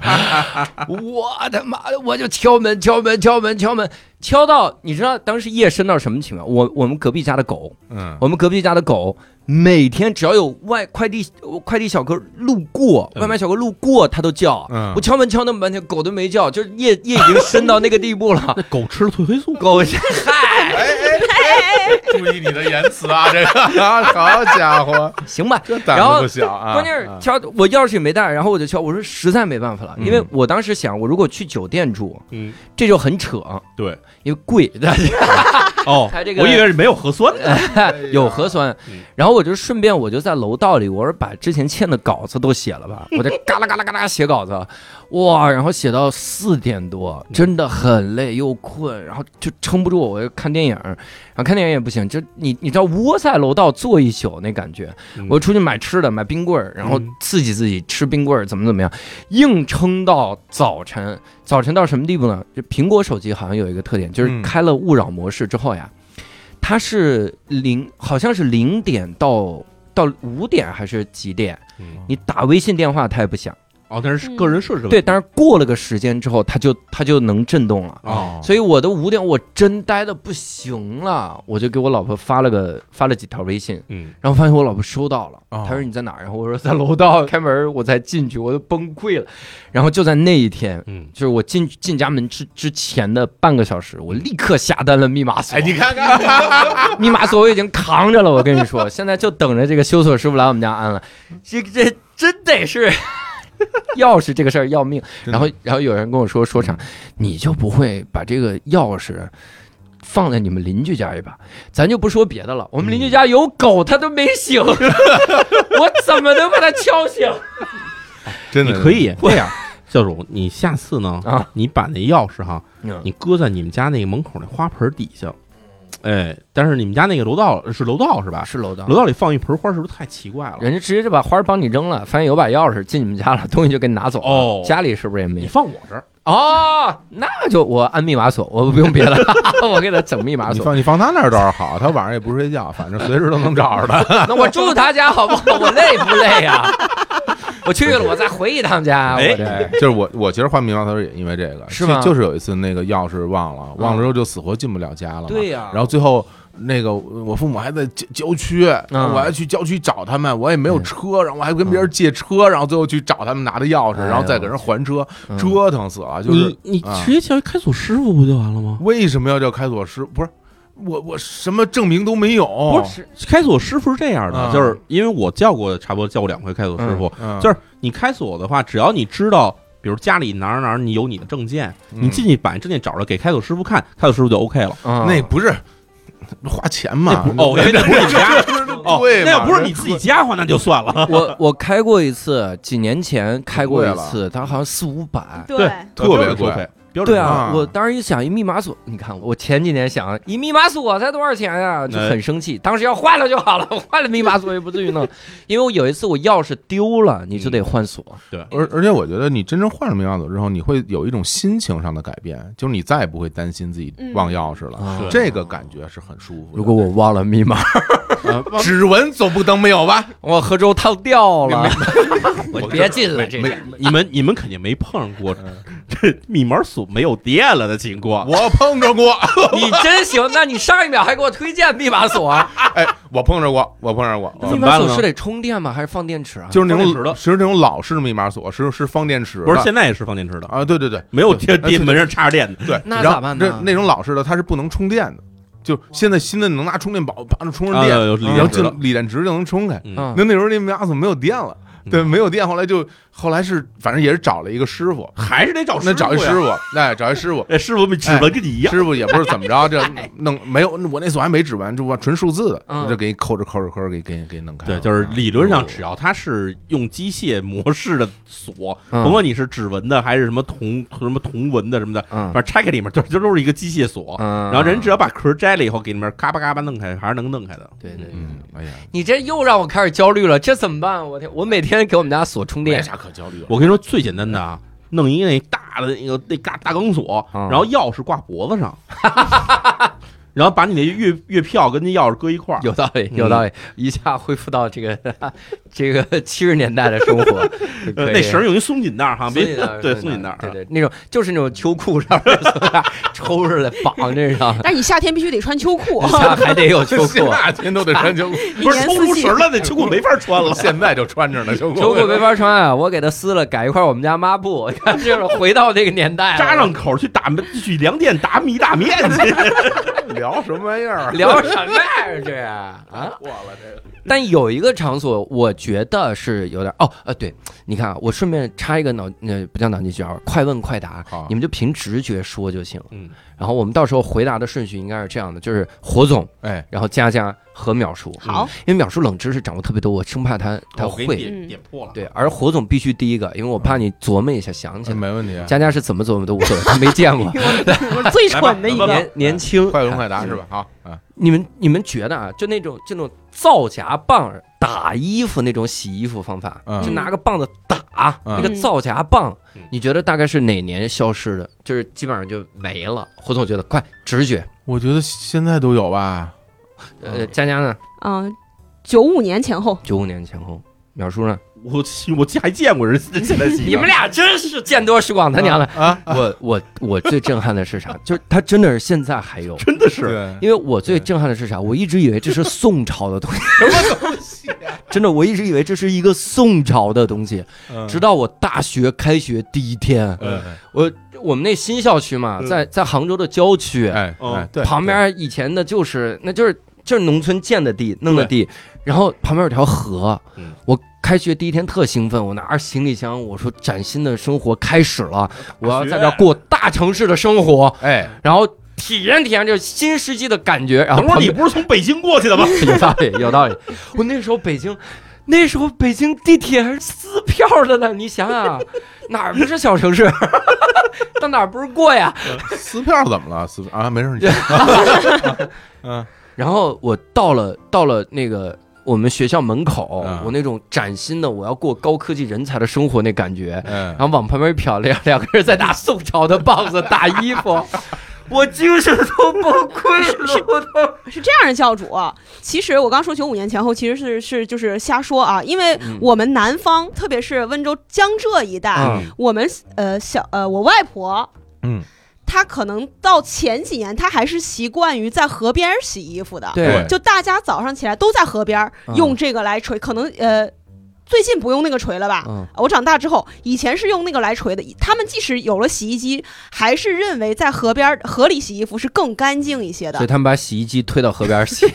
我他妈的我就敲门敲门敲门敲门，敲到你知道当时夜深到什么情况？我我们隔壁家的狗，嗯我们隔壁家的狗每天只要有外快递快递小哥路过，嗯外卖小哥路过，它都叫。嗯我敲门敲那么半天，狗都没叫，就是夜夜已经深到那个地步 (laughs) 了。那狗吃了褪黑素，狗嗨，注意你的言辞啊，这个啊， (laughs) 好家伙，行吧。这胆子不小啊！关键是啊敲，我钥匙也没带，然后我就敲，我说实在没办法了，因为我当时想，我如果去酒店住，嗯，这就很扯，对，因为贵，哦，它这个我以为是没有核酸的， (laughs) 有核酸嗯。然后我就顺便我就在楼道里，我说把之前欠的稿子都写了 (laughs) 吧，我就嘎啦嘎啦嘎啦写稿子，哇，然后写到四点多，嗯真的很累又困，然后就撑不住，我就看电影，然后看电影也不行，就你你知道窝在楼道坐一宿那感觉嗯，我出去买吃的，买冰棍儿，然后嗯刺激自己吃冰棍儿，怎么怎么样，硬撑到早晨。早晨到什么地步呢？就苹果手机好像有一个特点，就是嗯开了勿扰模式之后呀，它是零，好像是零点到到五点还是几点嗯？你打微信电话它也不响。哦，但是个人设置的问题对，但是过了个时间之后，它就它就嗯能震动了。哦，所以我的五点我真待的不行了，我就给我老婆发了个发了几条微信，嗯，然后发现我老婆收到了，哦她说你在哪儿？然后我说在楼道，开门我才进去，我都崩溃了。然后就在那一天，嗯，就是我进进家门之之前的半个小时，我立刻下单了密码锁。哎，你看看， (laughs) 密码锁我已经扛着了，我跟你说，现在就等着这个修锁师傅来我们家安了。这这真得是 (laughs) 钥匙这个事儿要命。真的然后然后有人跟我说说啥，你就不会把这个钥匙放在你们邻居家一把？咱就不说别的了，我们邻居家有狗，它都没 (laughs) 醒，我怎么能把它敲醒？真你的可以会啊，教主，你下次呢啊，你把那钥匙哈，嗯你搁在你们家那个门口那花盆底下，哎，但是你们家那个楼道是楼道是吧？是啊楼道楼。道里放一盆花是不是太奇怪了？人家直接就把花儿帮你扔了，发现有把钥匙进你们家了，东西就给你拿走了。哦家里是不是也没你放我这儿，哦，那就我按密码锁，我不用别的， (laughs) 我给他整密码你锁。放你放他那儿倒是好，他晚上也不睡觉，反正随时都能找 (laughs) 着他。那我住他家好不好？我累不累呀、我去了，我再回一趟家。哎我这 (laughs) 就是我，我其实换密码锁也因为这个，是吗嗯就就是有一次那个钥匙忘了，忘了之后就死活进不了家了嘛。对呀然后最后那个我父母还在郊郊区，嗯我还去郊区找他们，我也没有车，然后我还跟别人借车，然后最后去找他们拿的钥匙，哎呦然后再给人还车，嗯折腾死了。就是你你啊直接叫一开锁师傅不就完了吗？为什么要叫开锁师？不是我我什么证明都没有，不是开锁师傅是这样的，嗯就是因为我叫过差不多叫过两回开锁师傅，嗯，就是你开锁的话，只要你知道，比如家里哪儿哪儿你有你的证件，嗯你进去把证件找着给开锁师傅看，开锁师傅就 OK 了。嗯啊嗯那不是花钱嘛？ (laughs) 哦，因为那不是你家，哦，对嘛，那要不是你自己家的话，那就算了。嗯我我开过一次，几年前开过一贵了次，它好像四五百。对，特别标准收贵费，标准对准啊啊，我当时一想，一密码锁，你看我前几年想一密码锁才多少钱呀、就很生气。当时要换了就好了， (laughs) 换了密码锁也不至于弄，因为我有一次我钥匙丢了，你就得换锁。而而且我觉得你真正换了名耀组之后，你会有一种心情上的改变，就是你再也不会担心自己忘钥匙了，啊是这个感觉是很舒服的。如果我忘了密码，指纹总不能没有吧？我喝粥烫掉了，我别进了没这没个。 (laughs) 你们你们肯定没碰上过 (laughs) 这密码锁没有电了的情况。我碰着过，你真行，那你上一秒还给我推荐密码锁，啊哎， (laughs) 我碰着过，我碰着过，密怎么码办呢锁是得充电吗？还是放电池啊？就是那放电池种的其实那种老式密码锁，是是放电池的，不是，现在也是放电池的，啊，对对对，没有对电电门上插着电的。对，那然后咋办呢这那种老式的它是不能充电的，就现在新的能拿充电宝把它充上啊，电，有锂然后电池进的，锂电池就能充开。嗯那那时候那密码锁没有电了，嗯对，没有电，后来就后来是反正也是找了一个师傅，还是得找那师找傅一呀师。傅，哎，找一师 (laughs) 傅，哎，师傅指纹跟你一样，师傅也不是怎么着，这弄没有我那锁还没指纹，这我纯数字的，嗯我就给你抠着抠着抠着给给给弄开对，了。就是嗯理论上，哦只要它是用机械模式的锁，嗯甭管你是指纹的还是什么铜什么铜纹的什么的，嗯反正拆开里面就就都是一个机械锁。嗯然后人只要把壳摘了以后，给里面嘎巴嘎巴弄开，还是能弄开的。对对，嗯，(laughs) 哎呀，你这又让我开始焦虑了，这怎么办？我天，我每天给我们家锁充没电，啥可焦 (laughs) 虑了。我跟你说，最简单的啊，弄一个那大的那个那嘎大钢锁，嗯然后钥匙挂脖子上， (laughs) 然后把你的月月票跟那钥匙搁一块儿。嗯有道理，有道理，一下恢复到这个 (laughs) 这个 (laughs) 七十年代的 (laughs) 生活，呃可以那绳儿有一松紧带儿哈，松别紧带儿对松松紧紧带带儿儿，啊对对，那种就是那种秋裤上 (laughs) 面松紧带儿抽出来绑这上，但是你夏天必须得穿秋裤啊一，下还得有秋裤，夏天都得 (laughs) 穿秋裤，一不是年抽四出季绳儿。了，那秋裤没法穿哎了。现在就穿着呢，秋秋裤裤。没法穿啊，我给它撕了，改一块我们家抹布， (laughs) 你看这是回到那个年代了，扎上口去打去粮店打米打面去。 (laughs) 聊什么玩意儿？啊聊什么呀？这是啊，过了这个。但有一个场所，我觉得是有点哦，呃，对，你看啊，我顺便插一个脑，呃，不叫脑筋急转弯，快问快答好，你们就凭直觉说就行。啊嗯，然后我们到时候回答的顺序应该是这样的，就是火总，哎，然后佳佳和淼叔，好，因为淼叔冷知识掌握特别多，我生怕他 (laughs) 他我给会，嗯你点破了。对，而火总必须第一个，因为我怕你琢磨一下想起来。嗯没问题。佳佳是怎么琢磨都无所谓，她没见 (laughs) 过，我最蠢的一个，年年轻，快问快答嗯是吧？好啊，你们你们觉得啊，就那种就那种造假棒打衣服那种洗衣服方法，嗯就拿个棒子打、嗯那个造假棒嗯，你觉得大概是哪年消失的？就是基本上就没了。胡总觉得快直觉，我觉得现在都有吧。呃，佳佳呢？嗯，九五年前后，九五年前后，淼叔呢？我我还见过人现在洗的你们俩真是见多识广，他娘的！啊，我我我最震撼的是啥？ (laughs) 就是他真的是现在还有。真的是对，因为我最震撼的是啥？我一直以为这是宋朝的 (laughs) 东西，啊真的，我一直以为这是一个宋朝的东西。直到我大学开学第一天，嗯，我我们那新校区嘛，嗯在在杭州的郊区哎哦哎，对，旁边，以前的就是那就是就是农村建的地弄的地，然后旁边有条河嗯，我开学第一天特兴奋，我拿着行李箱，我说崭新的生活开始了，我要在这儿过大城市的生活，对哎，然后体验体验这新世纪的感觉。然后等会儿旁你边不是从北京过 (laughs) 去的吗？有道理，有道理。我那时候北京，那时候北京地铁还是撕票的呢，你想想、哪儿不是小城市， (laughs) 到哪儿不是过呀？撕票怎么了？撕啊，没事，你嗯然后我到了，到了那个。我们学校门口，嗯我那种崭新的我要过高科技人才的生活那感觉，嗯然，后往旁边一瞟，两两个人在拿宋朝的棒子打衣服，我精神都崩溃了，我都是这样的，教主，啊其实我刚说九五年前后，其实是是就是瞎说啊，因为我们南方，特别是温州江浙一带，嗯嗯我们呃小呃我外婆，嗯，他可能到前几年，他还是习惯于在河边儿洗衣服的，对，就大家早上起来都在河边儿嗯用这个来捶，可能呃。最近不用那个锤了吧？嗯我长大之后，以前是用那个来锤的。他们即使有了洗衣机，还是认为在河边儿河里洗衣服是更干净一些的所以。他们把洗衣机推到河边洗，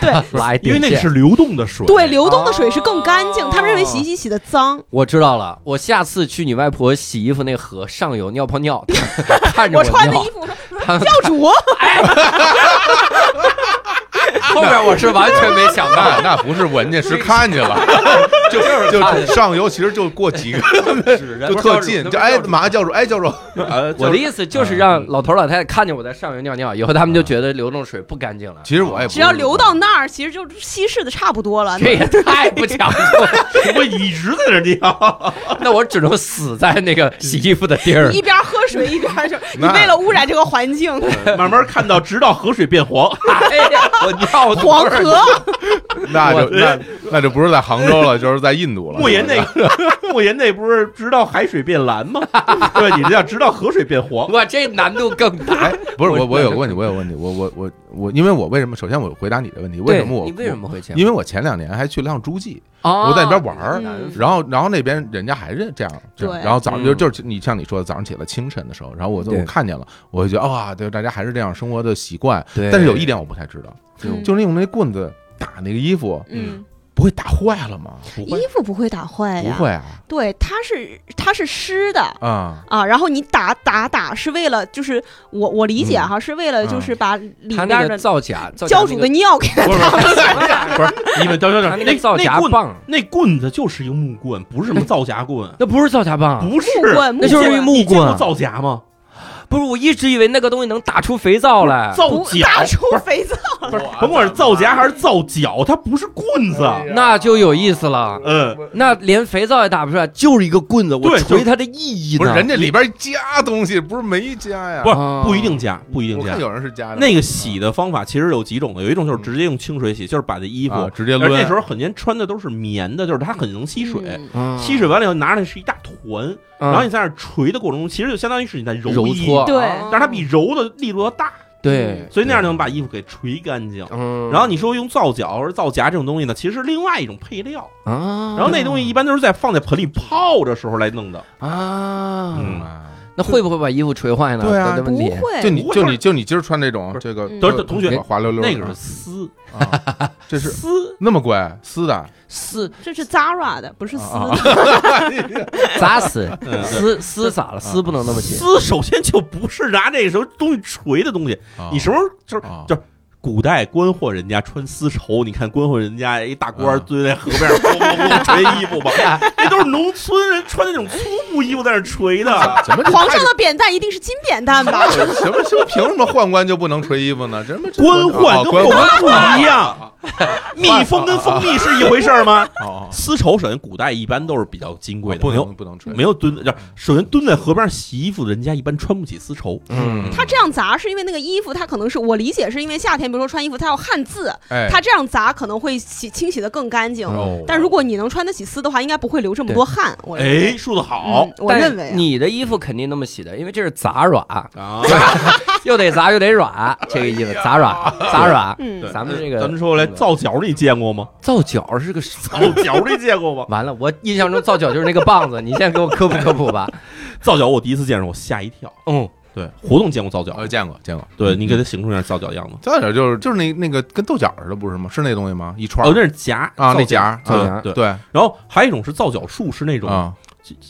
对拉一因电为那个线是流动的水，对，流动的水是更干净。哦他们认为洗衣机洗的脏。我知道了，我下次去你外婆洗衣服那河上游尿泡尿，看着我我穿的尿衣， (laughs) 服，他教主，后边我是完全没想到。那那不是闻见，是看 (laughs) 见了，就看见就上游其实就过几个， (laughs) 就特近，就哎，马上教主，哎，教主，呃，我的意思就是让老头老太太看见我在上游尿尿，以后他们就觉得流动水不干净了。其实我也不只要流到那儿，其实就稀释的差不多了。这也太不讲究了，我一直 (laughs) 在这尿，那我只能死在那个洗衣服的地儿。一边喝水一边就，你那为了污染这个环境，慢慢看到，直到河水变黄。哎呀，我 (laughs) 尿多黄少河。那就那那就不是在杭州了，就是在印度了。莫言那个，莫言那不是直到海水变蓝吗？ (laughs) 对，你这叫直到河水变 (laughs) 黄。我这难度更大哎。，不是我我，我有个问题，我有个问题，我我我我，因为我为什么？首先我回答你的问题，为什么我对你为什？么会这样？因为我前两年还去了趟诸暨，哦我在那边玩儿，嗯然后然后那边人家还是这样，这样对然后早上就嗯就是你像你说的，早上起来清晨的时候，然后我就对我看见了，我就觉得啊，对，大家还是这样生活的习惯。对但是有一点我不太知道，嗯就是用那棍子打那个衣服，嗯，不会打坏了吗？嗯不衣服不会打坏不哎呀，会啊对，它是它是湿的。啊！啊，然后你打打打是为了，就是我我理解哈，是为了就是把里他边那的个造假，造假教主那的个尿给它不是打不了。是，你们等等 (laughs) 他等，那那个造假那棍棒，那棍子就是一个木棍，不是什么造假 (laughs) 棍，那不是造假棒，不是木棍，木那就是棍木你见过棍造假吗？不是，我一直以为那个东西能打出肥皂来。造不假打，出哎肥皂，啊不是，甭管是造假还是造脚，它不是棍子。哎那就有意思了，嗯，那连肥皂也打不出来，就是一个棍子，我对锤就它的意义不呢？是人家里里边边加东西不是没加呀？不是啊不一定假，不一定我假看。有人是加的，那个洗的啊方法其实有几种的，有一种就是直接用清水洗，就是把这衣服，啊直接而那抡时，候很多人穿的都是棉的，就是它很能吸水。嗯啊吸水完了以后，拿着是一大团，啊然后你在那儿捶的过程中，其实就相当于是你在揉揉衣，搓，对啊但是它比揉的力度要大，对，所以那样就能把衣服给捶干净。嗯，然后你说用皂角或者皂荚这种东西呢，其实是另外一种配料，啊，然后那东西一般都是在放在盆里泡的时候来弄的。啊，嗯啊那会不会把衣服锤坏呢？对啊这问不题会，就你不会就你就你今儿穿这种不是这个呃嗯，都是同学滑溜溜的，那个是丝，啊这是丝，那么贵，丝的撕这是 Zara 的，不是丝啊的。砸死嗯撕撕咋了？撕不能那么紧，丝首先就不是拿这什么东西捶的东西，你什么时候就是啊就是。古代官宦人家穿丝绸，你看官宦人家一大官啊蹲在河边儿咣咣咣捶衣服吧，那都是农村人穿的那种粗布衣服在那儿捶的。怎么就皇上的扁担一定是金扁 (laughs) 担吧？什么什么凭什么宦官就不能捶衣服呢？什么这官啊宦跟官我宦们不一样， (laughs) 蜜蜂跟蜂蜜是一回事儿吗？哦，丝绸首先古代一般都是比较金 (laughs) 贵啊的，不没有能不能捶，没有蹲，就是首先蹲在河边洗衣服的人家一般穿不起丝绸，嗯，他这样砸是因为那个衣服，他可能是我理解是因为夏天，比如说穿衣服，它要汗渍，哎，他这样砸可能会洗清洗的更干净。哦但如果你能穿得起丝的话，应该不会流这么多汗。我哎，说的好嗯，我认为啊你的衣服肯定那么洗的，因为这是杂软， (laughs) 啊。又得砸又得软，这个意思，杂软杂软。嗯，咱们这个哎咱们说回来，造角你见过吗？皂角是个啥？造角你见 (laughs) 过吗？ (laughs) 完了，我印象中皂角就是那个棒子，你现在给我科普科普吧。皂角我第一次见着，我吓一跳。嗯，对，活动见过皂角哦，，见过见过，对你给它形容一下皂角样子。再有就是就是那那个跟豆角似的，不是吗？是那东西吗？一串哦，那是夹啊，那皂角嗯夹皂角啊对。对然后还有一种是皂角树，是那种啊，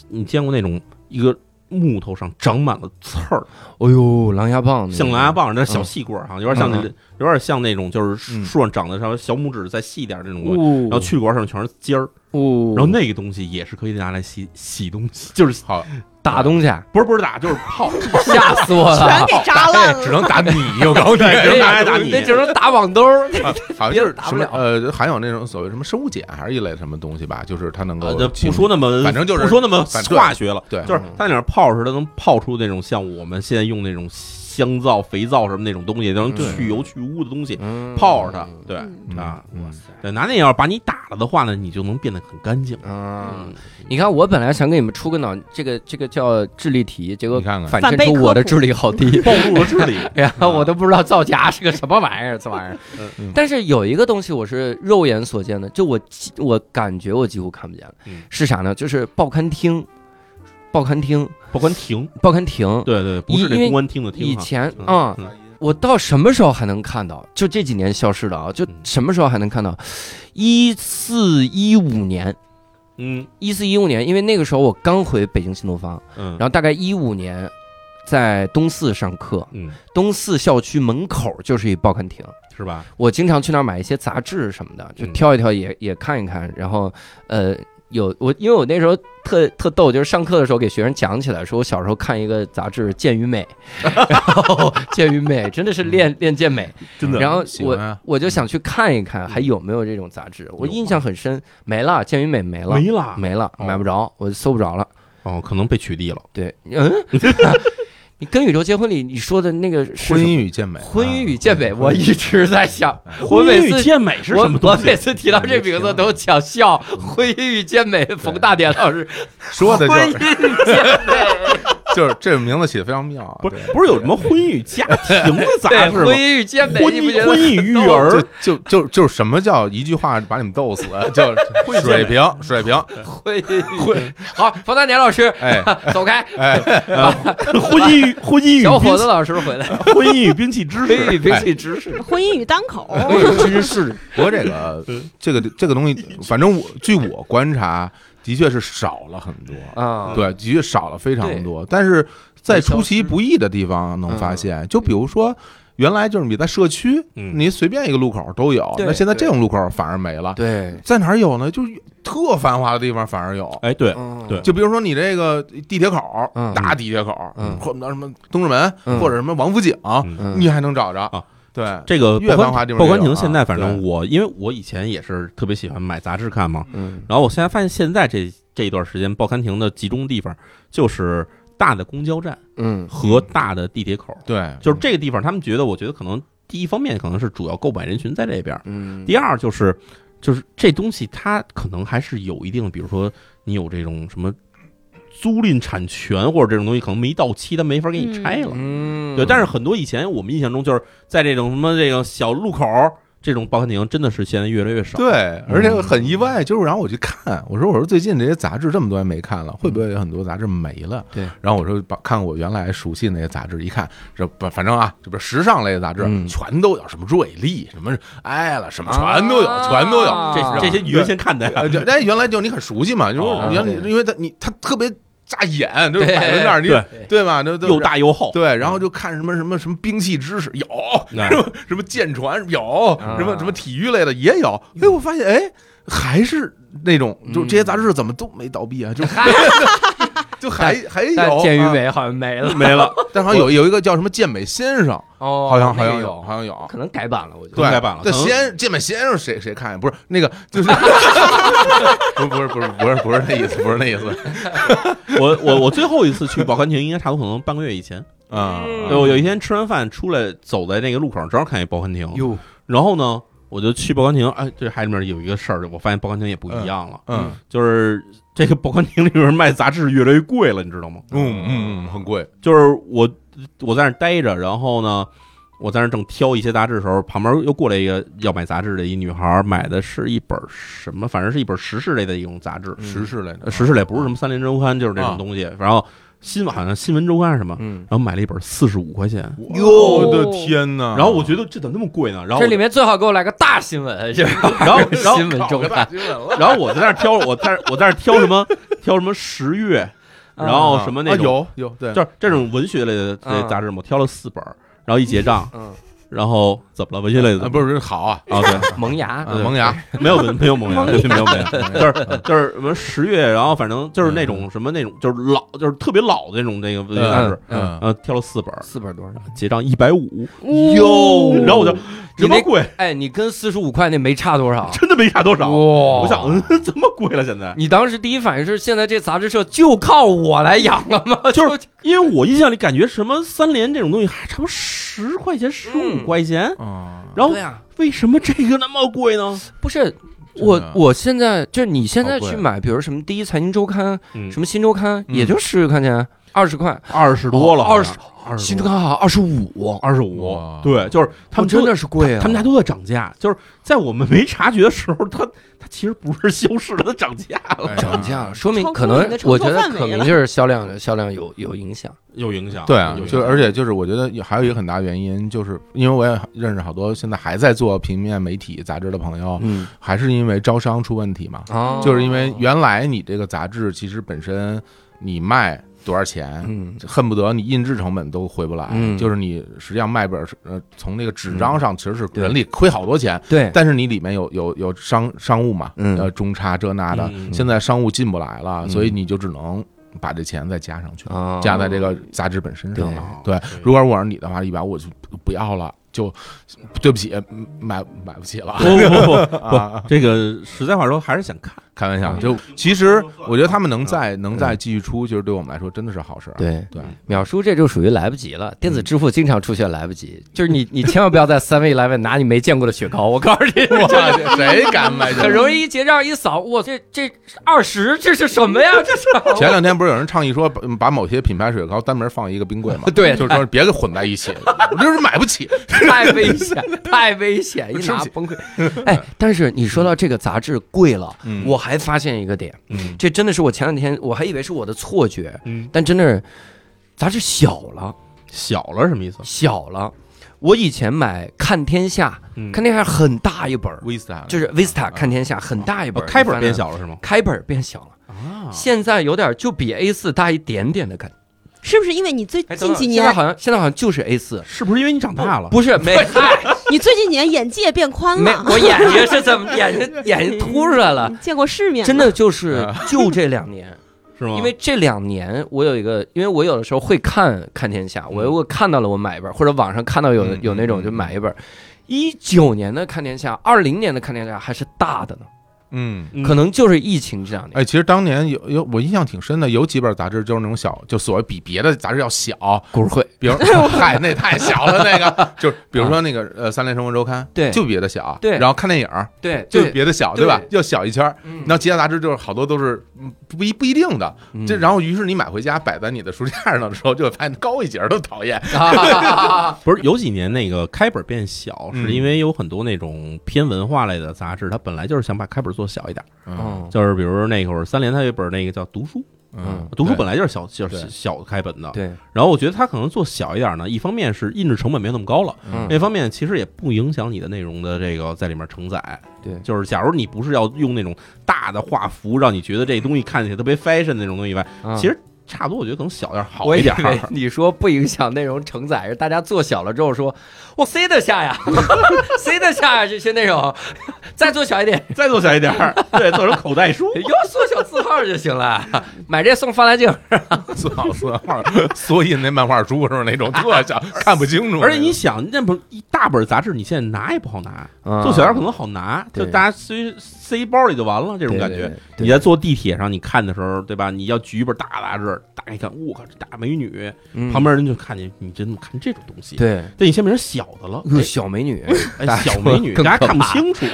你见过那种一个木头上长满了刺儿，哎呦，狼牙嗯棒，像狼牙，棒，那小细棍儿哈，有点像那，有点像那种就是嗯哦树上长的稍微小拇指再细一点这种东西。呜，然后去管上面全是尖儿，呜，然后那个东西也是可以拿来洗洗东西，就是好，打东西，啊不是不是打就是 (laughs) 泡，吓死我全了。给扎烂哎只 (laughs) 了。能打你，我告诉你， (laughs) 对只能拿来打你哎那只能打网兜 (laughs) 儿。好像就别是打不什么了呃，含有那种所谓什么生物碱还是一类什么东西吧，就是它能够呃，这不清说那么，反正就是不说那么反化学了，对嗯就是它那点泡似的，能泡出那种像我们现在用那种香皂、肥皂什么那种东西，能对去油去污的东西，嗯泡着它。对嗯啊，哇塞！对，拿那药把你打了的话呢，你就能变得很干净。啊嗯，你看，我本来想给你们出个脑，这个这个叫智力题，结果你看看反反被衬出我的科普智力好 (laughs) 低。暴露了智力，哎呀，我都不知道造假是个什么玩意儿，这玩意儿嗯。但是有一个东西我是肉眼所见的，就我几我感觉我几乎看不见了嗯，是啥呢？就是报刊厅，报刊厅，报官亭，报刊亭。对对，不因是这因为公安厅的以厅哈。前嗯啊，嗯我到什么时候还能看到？就这几年消失了啊，就嗯什么时候还能看到？一四一五年，嗯一四一五年，因为那个时候我刚回北京新东方，嗯，然后大概一五年，在东四上课，嗯东四校区门口就是一报刊亭，是吧？我经常去那儿买一些杂志什么的，就嗯挑一挑也也看一看，然后呃。有我，因为我那时候特特逗，就是上课的时候给学生讲起来，说我小时候看一个杂志《健与 (laughs) 美》，然后《健与美》真的是嗯练练健美，真然后喜欢我啊我就想去看一嗯看还有没有这种杂志，我印象很深，没了，《健与美》没了，啊没了没了，哦买不着，我搜不着了。哦，可能被取缔了。对，嗯， (laughs) 你跟宇宙结婚里你说的那个是什婚么姻与健美，婚姻与啊健美，我一直在想，我婚每姻与次健美是我什么我东每西？次提到这名字都想笑，婚姻与健美，冯大典老师，说的就是 (laughs) 就是这名字起的非常妙啊，不是对不是有什么婚姻与家庭的杂对，志吗？婚姻与健美，婚你不姻觉婚得？姻与育儿，哦就就就就是什么叫一句话把你们逗死，啊 (laughs) 就是水平水平，婚姻，好，冯大典老师，哎 (laughs) 走开，婚姻与婚姻与小兵伙子老师回来，器婚姻与兵器知婚姻 (laughs) 识。与兵器知识，婚姻与单口，哎真是。不过这个嗯这个这个东西，反正我据我观察，的确是少了很多，啊，对，的确少了非对常多。但是在出其消失嗯不意的地方能发现，就比如说。原来就是你在社区，嗯你随便一个路口都有，对那现在这种路口反而没了。对，在哪儿有呢？就是特繁华的地方反而有。哎，对，嗯对 (laughs) 就比如说你这个地铁口，嗯大地铁口，嗯或者什么东直门，嗯或者什么王府井，嗯你还能找着啊对，这个越报繁华地方刊报越刊有亭啊现在反正对我因为我以前也是特别喜欢买杂志看嘛，嗯然后我现在发现现在这这一段时间报刊亭的集中地方就是大的公交站嗯和大的地铁口，对，就是这个地方他们觉得，我觉得可能第一方面可能是主要购买人群在这边，嗯，第二就是就是这东西它可能还是有一定的，比如说你有这种什么租赁产权或者这种东西，可能没到期，它没法给你拆了。嗯，对，但是很多以前我们印象中就是在这种什么这个小路口儿这种报刊亭，真的是现在越来越少。对，而且很意外，就是然后我去看，我说我说最近这些杂志这么多年没看了，会不会有很多杂志没了？对，然后我说把看我原来熟悉那些杂志，一看这不反正啊，这不是时尚类的杂志嗯全都有，什么瑞丽，什么爱了，什么啊全都有，全都有。啊这这些原先看的 (laughs) 呀，呃，就哎，原来就你很熟悉嘛，因为哦原来对因为他你他特别扎眼，就是对摆在那儿，你对对嗯吧？就又大又厚。对，然后就看什么什么什么兵器知识有，那什么什么舰船有，啊什么什么体育类的也有。哎，我发现哎，还是那种就这些杂志怎么都没倒闭啊？就就还还嗯但有鉴于啊美好像没了，没了，但好像有有一个叫什么健美先生，哦，嗯好像那好个像有，好像有。可能改版了，我觉得对，改版了对，可能先健美先生谁谁看呀？不是那个，就是 (laughs) 不是不是不是不是不是那意思，不是那意思我我我最后一次去报刊亭，应该差不多可能半个月以前。啊！对，哎我有一天吃完饭出来，走在那个路口，正好看见报刊亭，哟，然后呢，我就去报刊亭。哎，这还里面有一个事儿，我发现报刊亭也不一样了，嗯就是这个报刊亭里面卖杂志越来越贵了，你知道吗？嗯嗯，很贵，就是我我在那儿待着，然后呢，我在那儿正挑一些杂志的时候，旁边又过来一个要买杂志的一女孩儿，买的是一本什么，反正是一本时事类的一种杂志，时事类的呃时事类不是什么三联周刊，就是这种嗯啊东西。然后新闻好像新闻周刊是什么，嗯，然后买了一本四十五块钱，哟，我的天呐！然后我觉得这怎么那么贵呢？然后这我里面最好给我来个大新闻，这 (laughs) 然后然后新闻周刊，然后我在那儿挑，我在我在那儿挑什么？挑什么十月， (laughs) 然后什么那啊种，有有对，就是这种文学类的嗯这杂志嘛，我挑了四本儿，然后一结账，嗯，然后怎么了？文学类的啊不是好啊，啊，对，萌芽啊 (laughs) 萌芽，没有文，没 (laughs) 有萌芽，对没有萌芽，嗯萌芽就是就是什么十月，然后反正就是那种什么那种，就是老，就是特别老的那种那个文学大师，嗯，呃，挑了四本儿，四本多少？结账一百五，哟然后我就你这那么贵， (laughs) 哎，你跟四十五块那没差多少。真的没差多少。哇我想， (laughs) 嗯，怎么贵了？现在，你当时第一反应是，现在这杂志社就靠我来养了吗？就是因为我印象里感觉什么三联这种东西还差不多十块钱、十五嗯块钱， (laughs) 啊，然后对呀，为什么这个那么贵呢？ (laughs) 不是我真的，我现在就是你现在好贵去买，比如什么第一财经周刊、嗯什么新周刊，嗯也就十块钱、二十块，二十多了，二十二十新周刊好像二十五，二十五哇，对，就是他他们们都真的是贵啊！他们家都在涨价，就是在我们没察觉的时候，它它其实不是消失了，它涨价了，哎呀涨价，说明超可过能你的承我受觉得范围可能了就是销量销量有有影响。有影响。对啊有，影就响而且就是我觉得有还有一个很大原因，就是因为我也认识好多现在还在做平面媒体杂志的朋友，嗯还是因为招商出问题嘛，哦啊就是因为原来你这个杂志其实本身你卖多少钱，嗯恨不得你印制成本都回不来，嗯就是你实际上卖本儿是呃从那个纸张上其实是人力亏好多钱，对，但是你里面有有有商商务嘛，嗯呃中差这那的，嗯现在商务进不来了，嗯所以你就只能把这钱再加上去，啊加在这个杂志本身上对了。对，如果我是你的话，一百我就不要了，就对不起，嗯买买不起了。不不不啊不，，这个实在话说还是想看，开玩嗯笑，就其实我觉得他们能在能在继续出，就是对我们来说真的是好事。对对，秒叔这就属于来不及了。电子支付经常出现来不及，就是你你千万不要在三 e eleven 拿你没见过的雪糕，我告诉你， (laughs) 哇，这啊谁敢买这很个？容易一结账一扫，我这这二十这是什 (laughs) 么呀？这是前两天不是有人倡议说把嗯把某些品牌雪糕单门放一个冰柜 (laughs) 吗？对就是说别给混在一 (laughs) 起，我就是买不起。太危险，太危险，一拿崩溃。 (laughs) 哎，但是你说到这个杂志贵了，嗯我还发现一个点，嗯这真的是我前两天我还以为是我的错觉，嗯，但真的是杂志小了，小了什么意思？小了。我以前买《看天下》，嗯《看天下》很大一本儿， Vista 就是 Vista 看天下很大一哦啊本，开本你翻啊变了，小了是吗？开本儿变小了，啊现在有点就比 A 四大一点点的感觉。是不是因为你最哎等近等几现在年，好像现在好像就是 A 四，是不是因为你长大了？不是没 (laughs) 嗨你最近几年眼界变宽没了，我眼睛是怎么眼睛眼睛凸出 (laughs) 来了啊你。见过世面了，真的就是就这两年，是吗？因为这两年我有一个，因为我有的时候会看看天下，我如果看到了我买一本，或者网上看到有嗯有那种嗯就买一本。一九年的看天下，二零年的看天下还是大的呢，嗯。嗯可能就是疫情这两年。哎，其实当年有有我印象挺深的，有几本杂志就是那种小，就所谓比别的杂志要小，股会比 (laughs) 如嗨，那太小了，那个就是比如说那个呃《三联生活周刊》，对就比别的小，对然后看电影儿对，就对比别的小，对吧？要小一圈儿。嗯然后其他杂志就是好多都是嗯不一不一定的，这嗯然后于是你买回家摆在你的书架上的时候，就会发现高一截儿都讨厌。啊，不是有几年那个开本变小，嗯是因为有很多那种偏文化类的杂志，它本来就是想把开本做小一点，嗯就是比如说那会儿三联它有一本那个叫《读书》，嗯读书对本来就是小小对小开本的，对，然后我觉得它可能做小一点呢，一方面是印制成本没有那么高了，嗯另一方面其实也不影响你的内容的这个在里面承载。对就是假如你不是要用那种大的画幅，让你觉得这东西看起来特别 fashion 那种东西以外，啊其实差不多，我觉得可能小点儿好我一以点儿。为你说不影响内容承载，是大家做小了之后说，我塞得下呀，塞得下呀这些内容，再做小一 (laughs) 点，再做小一点儿， (laughs) 对，做成口袋书。要缩小字号就行了，买这送放大镜，缩小缩画，缩印那漫画书是不是那种特小，看不清楚那种。 (laughs) 而且你想，那本一大本杂志，你现在拿也不好拿，做小点儿可能好拿，就啊对大家塞塞包里就完了，这种感觉。你在坐地铁上，你看的时候，对吧？你要举一本大杂志，打开一看，我靠，这大美女，旁边人就看见你，真的看这种东西？，嗯对，对你先别说小的了，哟，小美女，哎大哎，家小说美女，更大家可看不怕 (laughs) 清楚。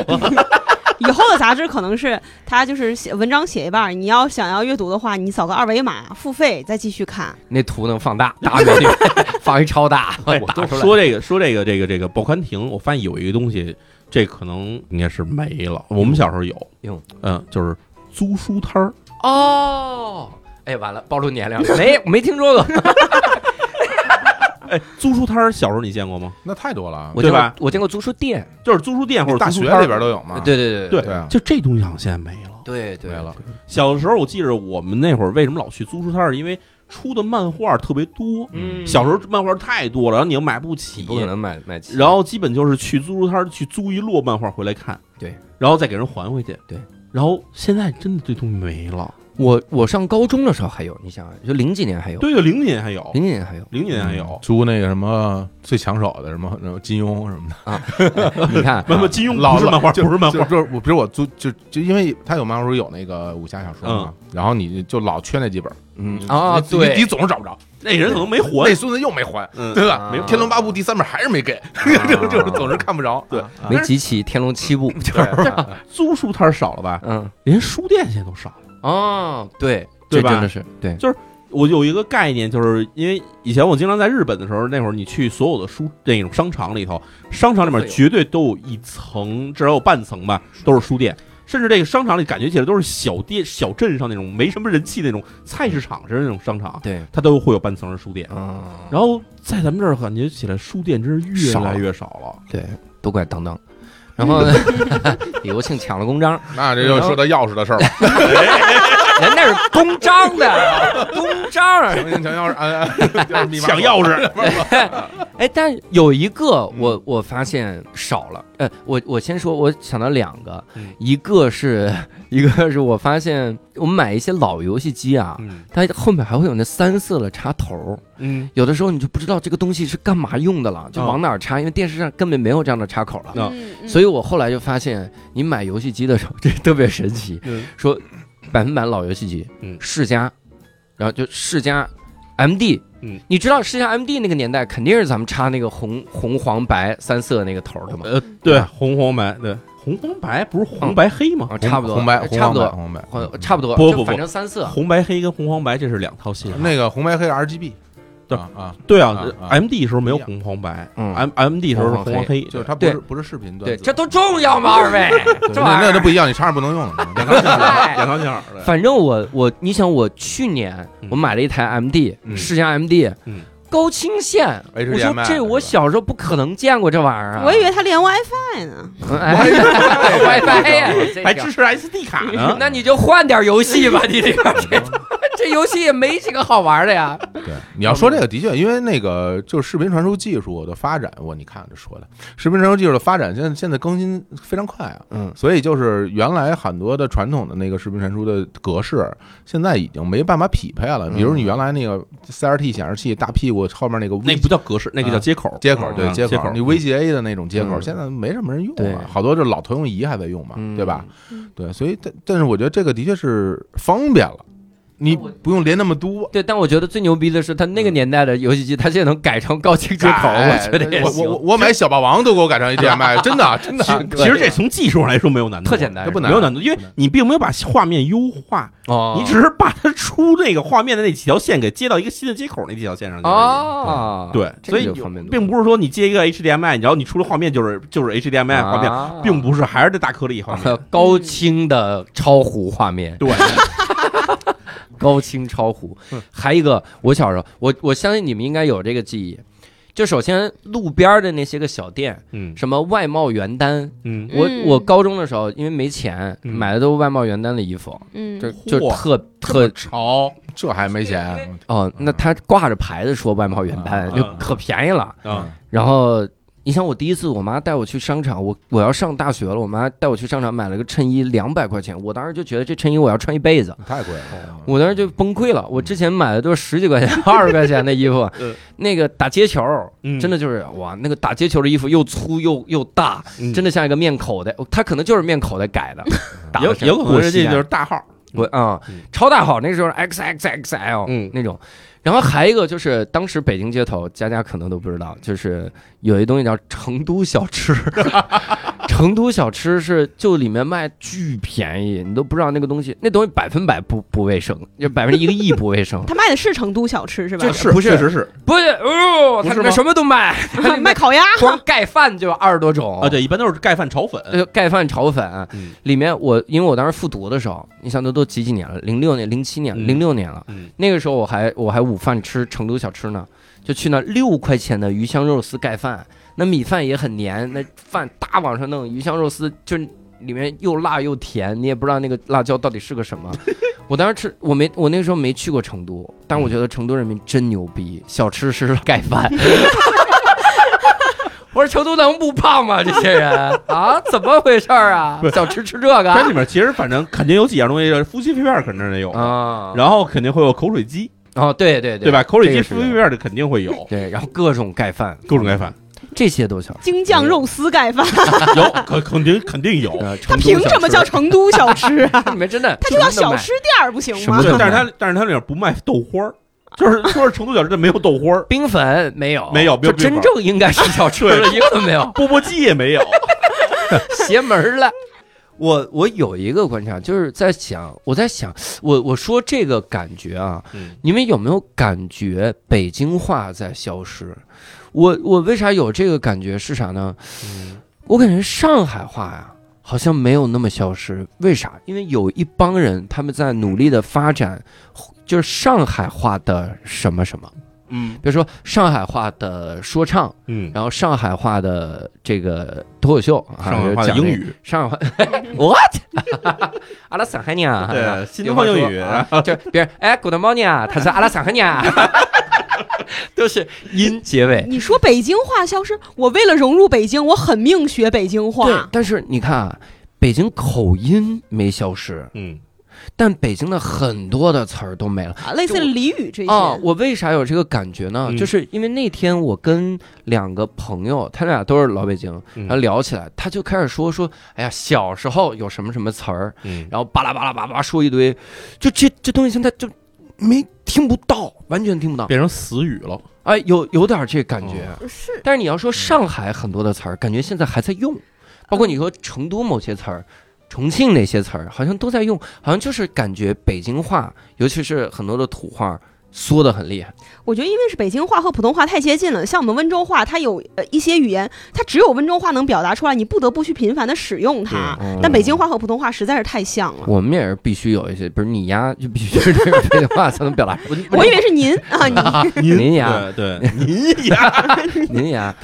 以后的杂志可能是它就是写文章写一半儿，你要想要阅读的话，你扫个二维码付费再继续看。那图能放大，大美 (laughs) 女，放一超大，哎我打出来，说这个，说这个，这个，这个报刊亭，我发现有一个东西，这可能应该是没了。我们小时候有，哟嗯，就是租书摊儿，哦，哎，完了，暴露年龄， (laughs) 没没听说过，哎，租书摊儿，小时候你见过吗？那太多了，我对见吧过，我见过租书店，就是租书店或者大租学书摊儿里边都有嘛。对对对对啊就这东西好像现在没了。对没对了，小的时候，我记着我们那会儿为什么老去租书摊儿，因为出的漫画特别多，嗯小时候漫画太多了，然后你又买不起，不可能买买齐。然后基本就是去租书摊儿去租一摞漫画回来看，对，然后再给人还回去，对。然后现在真的这东西没了，我我上高中的时候还有，你想啊想，就零几年还有，对对，零几年还有，。零几年还有零几嗯年还 (laughs) 有，租那个什么最抢手的什么什么金庸什么的，你看，不不，金庸老不是漫画，就不是漫就画，就是我比如我租就就因为他有漫画书有那个武侠小说嘛，嗯然后你就老缺那几本嗯啊，你你对你，总是找不着，那人可能没还那，孙子又没还，嗯，对吧？啊《天龙八部》第三本还是没给， (laughs) 就就是总是看不着，对没集齐《天龙七部》 (laughs) 就是，租书摊儿少了吧？嗯，连书店现在都少了。哦，对，对这吧真的是对，我有一个概念，就是因为以前我经常在日本的时候，那会儿你去所有的书那种商场里头，商场里面绝对都有一层，至少有半层吧，都是书店。甚至这个商场里感觉起来都是小店、小镇上那种没什么人气那种菜市场似的那种商场，对，它都会有半层是书店。嗯，然后在咱们这儿感觉起来，书店真是越少来越少了。对，都怪当当。然后嗯 (laughs) 李国庆抢了公章，哎那这又说到钥匙的事儿了，人那是公章啊的，公章。强行抢钥匙，按 (laughs) 按就是密码抢钥匙，哎，但有一个嗯我我发现少了，呃，我我先说，我想到两个，嗯一个是一个是我发现我们买一些老游戏机啊，嗯它后面还会有那三色的插头儿，嗯，有的时候你就不知道这个东西是干嘛用的了，就哦往哪儿插，因为电视上根本没有这样的插口了。啊嗯所以我后来就发现，你买游戏机的时候，这特别神奇，嗯说百分百老游戏机，嗯世嘉，然后就世嘉，MD，嗯，你知道世嘉 MD 那个年代肯定是咱们插那个红红黄白三色那个头儿的嗯嘛，呃，对，红黄白，对，红黄白不是红白黑吗？啊，红差不多，红白哎红差黄不白嗯多，红白好差不多，不就不反不正三色，红白黑跟红黄白这是两套啊信号。那个红白黑 RGB，对啊啊，对啊啊啊，M D 时候没有红黄白嗯，M M D 时候是红黄黑，就是它不对是不是视频段对，子，这都重要吗？二 (laughs) 位，这玩那意儿哎那那不一样，你插上不能用了，两个信号两条线儿的。反正我我，你想我去年嗯我买了一台 MD，、嗯世嘉 MD，、嗯高清线，我 HDMI 说这我小时候不可能见过这玩意儿啊，我以为他连 WiFi 呢，嗯哎 (laughs) WiFi 呀，这还个支持 SD 卡呢，那你就换点游戏吧，你这个这这游戏也没几个好玩的呀。对，你要说这个的确，因为那个就是视频传输技术的发展，我你看这说的，视频传输技术的发展，现在现在更新非常快啊，嗯，所以就是原来很多的传统的那个视频传输的格式，现在已经没办法匹配了。比如嗯你原来那个 CRT 显示器大屁股后面那个 V (laughs) 那不叫格式，那个叫接口。接口，对嗯接接口口，你 VGA 的那种接口，嗯现在没什么人用对了，好多就是老投影仪还在用嘛，对吧？嗯对，所以但但是我觉得这个的确是方便了，你我不用连那么多。对，但我觉得最牛逼的是，他那个年代的游戏机，他现在能改成高清接口，哎我觉得也我我行，我买小霸王都给我改成 HDMI，真的真的，其实这从技术上来说没有难度，特简单这不没难，有难度，因为不难你并没有把画面优化，哦你只是把它出那个画面的那几条线给接到一个新的接口那几条线上去而已。哦，对，这所个以就你方便多并不是说你接一个 HDMI，然后你出了画面就是就是 HDMI 画面，啊并不是还是那大颗粒画 (laughs) 面。 (laughs) 高清的超糊画面，对，高清超糊。嗯还一个，我小时候，我我相信你们应该有这个记忆。就首先路边儿的那些个小店，嗯什么外贸原单，嗯我嗯我高中的时候因为没钱，嗯买的都是外贸原单的衣服，嗯，就就嚯特特潮，这还没钱，哦，那他挂着牌子说外贸原单嗯就可便宜了。嗯啊然后你想，我第一次我妈带我去商场，我我要上大学了，我妈带我去商场买了个衬衣，两百块钱，我当时就觉得这衬衣我要穿一辈子。太贵了。我当时就崩溃了，我之前买的都是十几块钱、 (laughs) 二十块钱的衣服嗯，那个打街球，嗯真的就是哇，那个打街球的衣服又粗又又大，嗯真的像一个面口袋，它可能就是面口袋 (laughs) 改的，打有的有可能人是家就是大号，我啊嗯，超大号那时候 X X X L 嗯那种，然后还有一个就是当时北京街头，家家可能都不知道，就是有一东西叫成都小吃， (laughs) 成都小吃是就里面卖巨便宜，你都不知道那个东西，那东西百分百不不卫生，就百分之一个亿不卫生他卖的是成都小吃是吧？是不是确实是 (laughs) 不是哦，它里面什么都卖，它里卖面烤鸭，光盖饭就二十多种啊，，对，一般都是盖饭炒粉，呃，盖饭炒粉嗯里面我，因为我当时复读的时候，你想都都几几年了，零六年、零七年、嗯零六年了嗯，那个时候我还我还午饭吃成都小吃呢，就去那六块钱的鱼香肉丝盖饭，那米饭也很黏，那饭大往上弄，鱼香肉丝就是里面又辣又甜，你也不知道那个辣椒到底是个什么。我当时吃，我没，我那时候没去过成都，但我觉得成都人民真牛逼，小吃是盖饭。我说成都能不胖吗？这些人啊，怎么回事儿啊不？小吃吃这个它里面其实反正肯定有几样东西，夫妻肺片肯定得有，啊？然后肯定会有口水鸡，哦，对对对吧？口水这鸡、个是夫妻肺片的肯定会有，对，然后各种盖饭，各种盖饭这些都小吃。京酱肉丝盖饭，有，啊肯肯定肯定有。呃，它成都凭小什么吃叫成都 (laughs) 小吃啊？里面真的，它就叫什么都小卖吃店儿不行什吗么？对都，但是卖它但是它里面不卖豆花儿，啊就是说是成都小吃，这没有豆花 (laughs) 儿，冰粉没有，没有没就有真冰粉正应该是小吃对了，一个没有，钵钵鸡也没有。 (laughs) 邪门儿了。我我有一个观察，就是在想，我在想，我我说这个感觉啊，嗯你们有没有感觉北京话在消失？我我为啥有这个感觉是啥呢？嗯我感觉上海话呀、好像没有那么消失，为啥？因为有一帮人他们在努力的发展，就是上海话的什么什么，嗯比如说上海话的说唱，嗯，然后上海话的这个脱口秀，嗯啊上海话的英，语，上海话 what？阿拉上海人啊，对，新东方英语，啊就是别人哎，Good morning 啊，他是阿拉上海人啊， (laughs) 都是音结尾。你说北京话消失，我为了融入北京，我狠命学北京对话，。但是你看啊，北京口音没消失，嗯，但北京的很多的词儿都没了。啊类似就俚语这些，哦，我为啥有这个感觉呢？嗯就是因为那天我跟两个朋友，他俩都是老北京，嗯然后聊起来，他就开始说说，哎呀，小时候有什么什么词儿，嗯，然后巴拉巴拉巴拉说一堆，就这这东西现在就没听不到，完全听不到。变成死语了。哎，有有点这感觉。是但是你要说上海很多的词儿，感觉现在还在用，包括你说成都某些词儿。重庆那些词儿好像都在用，好像就是感觉北京话，尤其是很多的土话缩得很厉害。我觉得，因为是北京话和普通话太接近了，像我们温州话，它有呃一些语言，它只有温州话能表达出来，你不得不去频繁的使用它。但北京话和普通话实在是太像了。我们也是必须有一些，不是你呀，就必须是这个北京话才能表达出。我以为是您啊，你您呀，对对，您呀， (laughs) 您呀，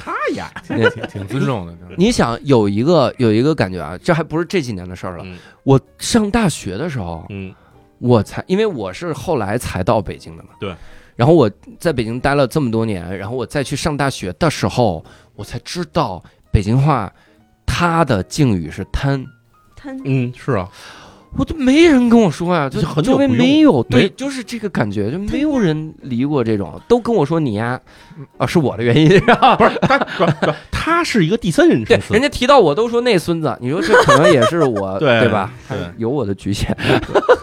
挺挺尊重 (laughs) 的。你想有一个有一个感觉啊，这还不是这几年的事儿了。嗯我上大学的时候，嗯我才因为我是后来才到北京的嘛，对。然后我在北京待了这么多年，然后我再去上大学的时候，我才知道北京话它的敬语是贪。他嗯，是啊，我都没人跟我说呀、就这很久周围不用没有，对没，就是这个感觉，就没有人理过这种，都跟我说你呀，嗯啊，是我的原因，然后不是他，不是不是他是一个第三人对称，词人，家提到我都说那孙子，你说这可能也是 (laughs) 我，对对吧？对有我的局限，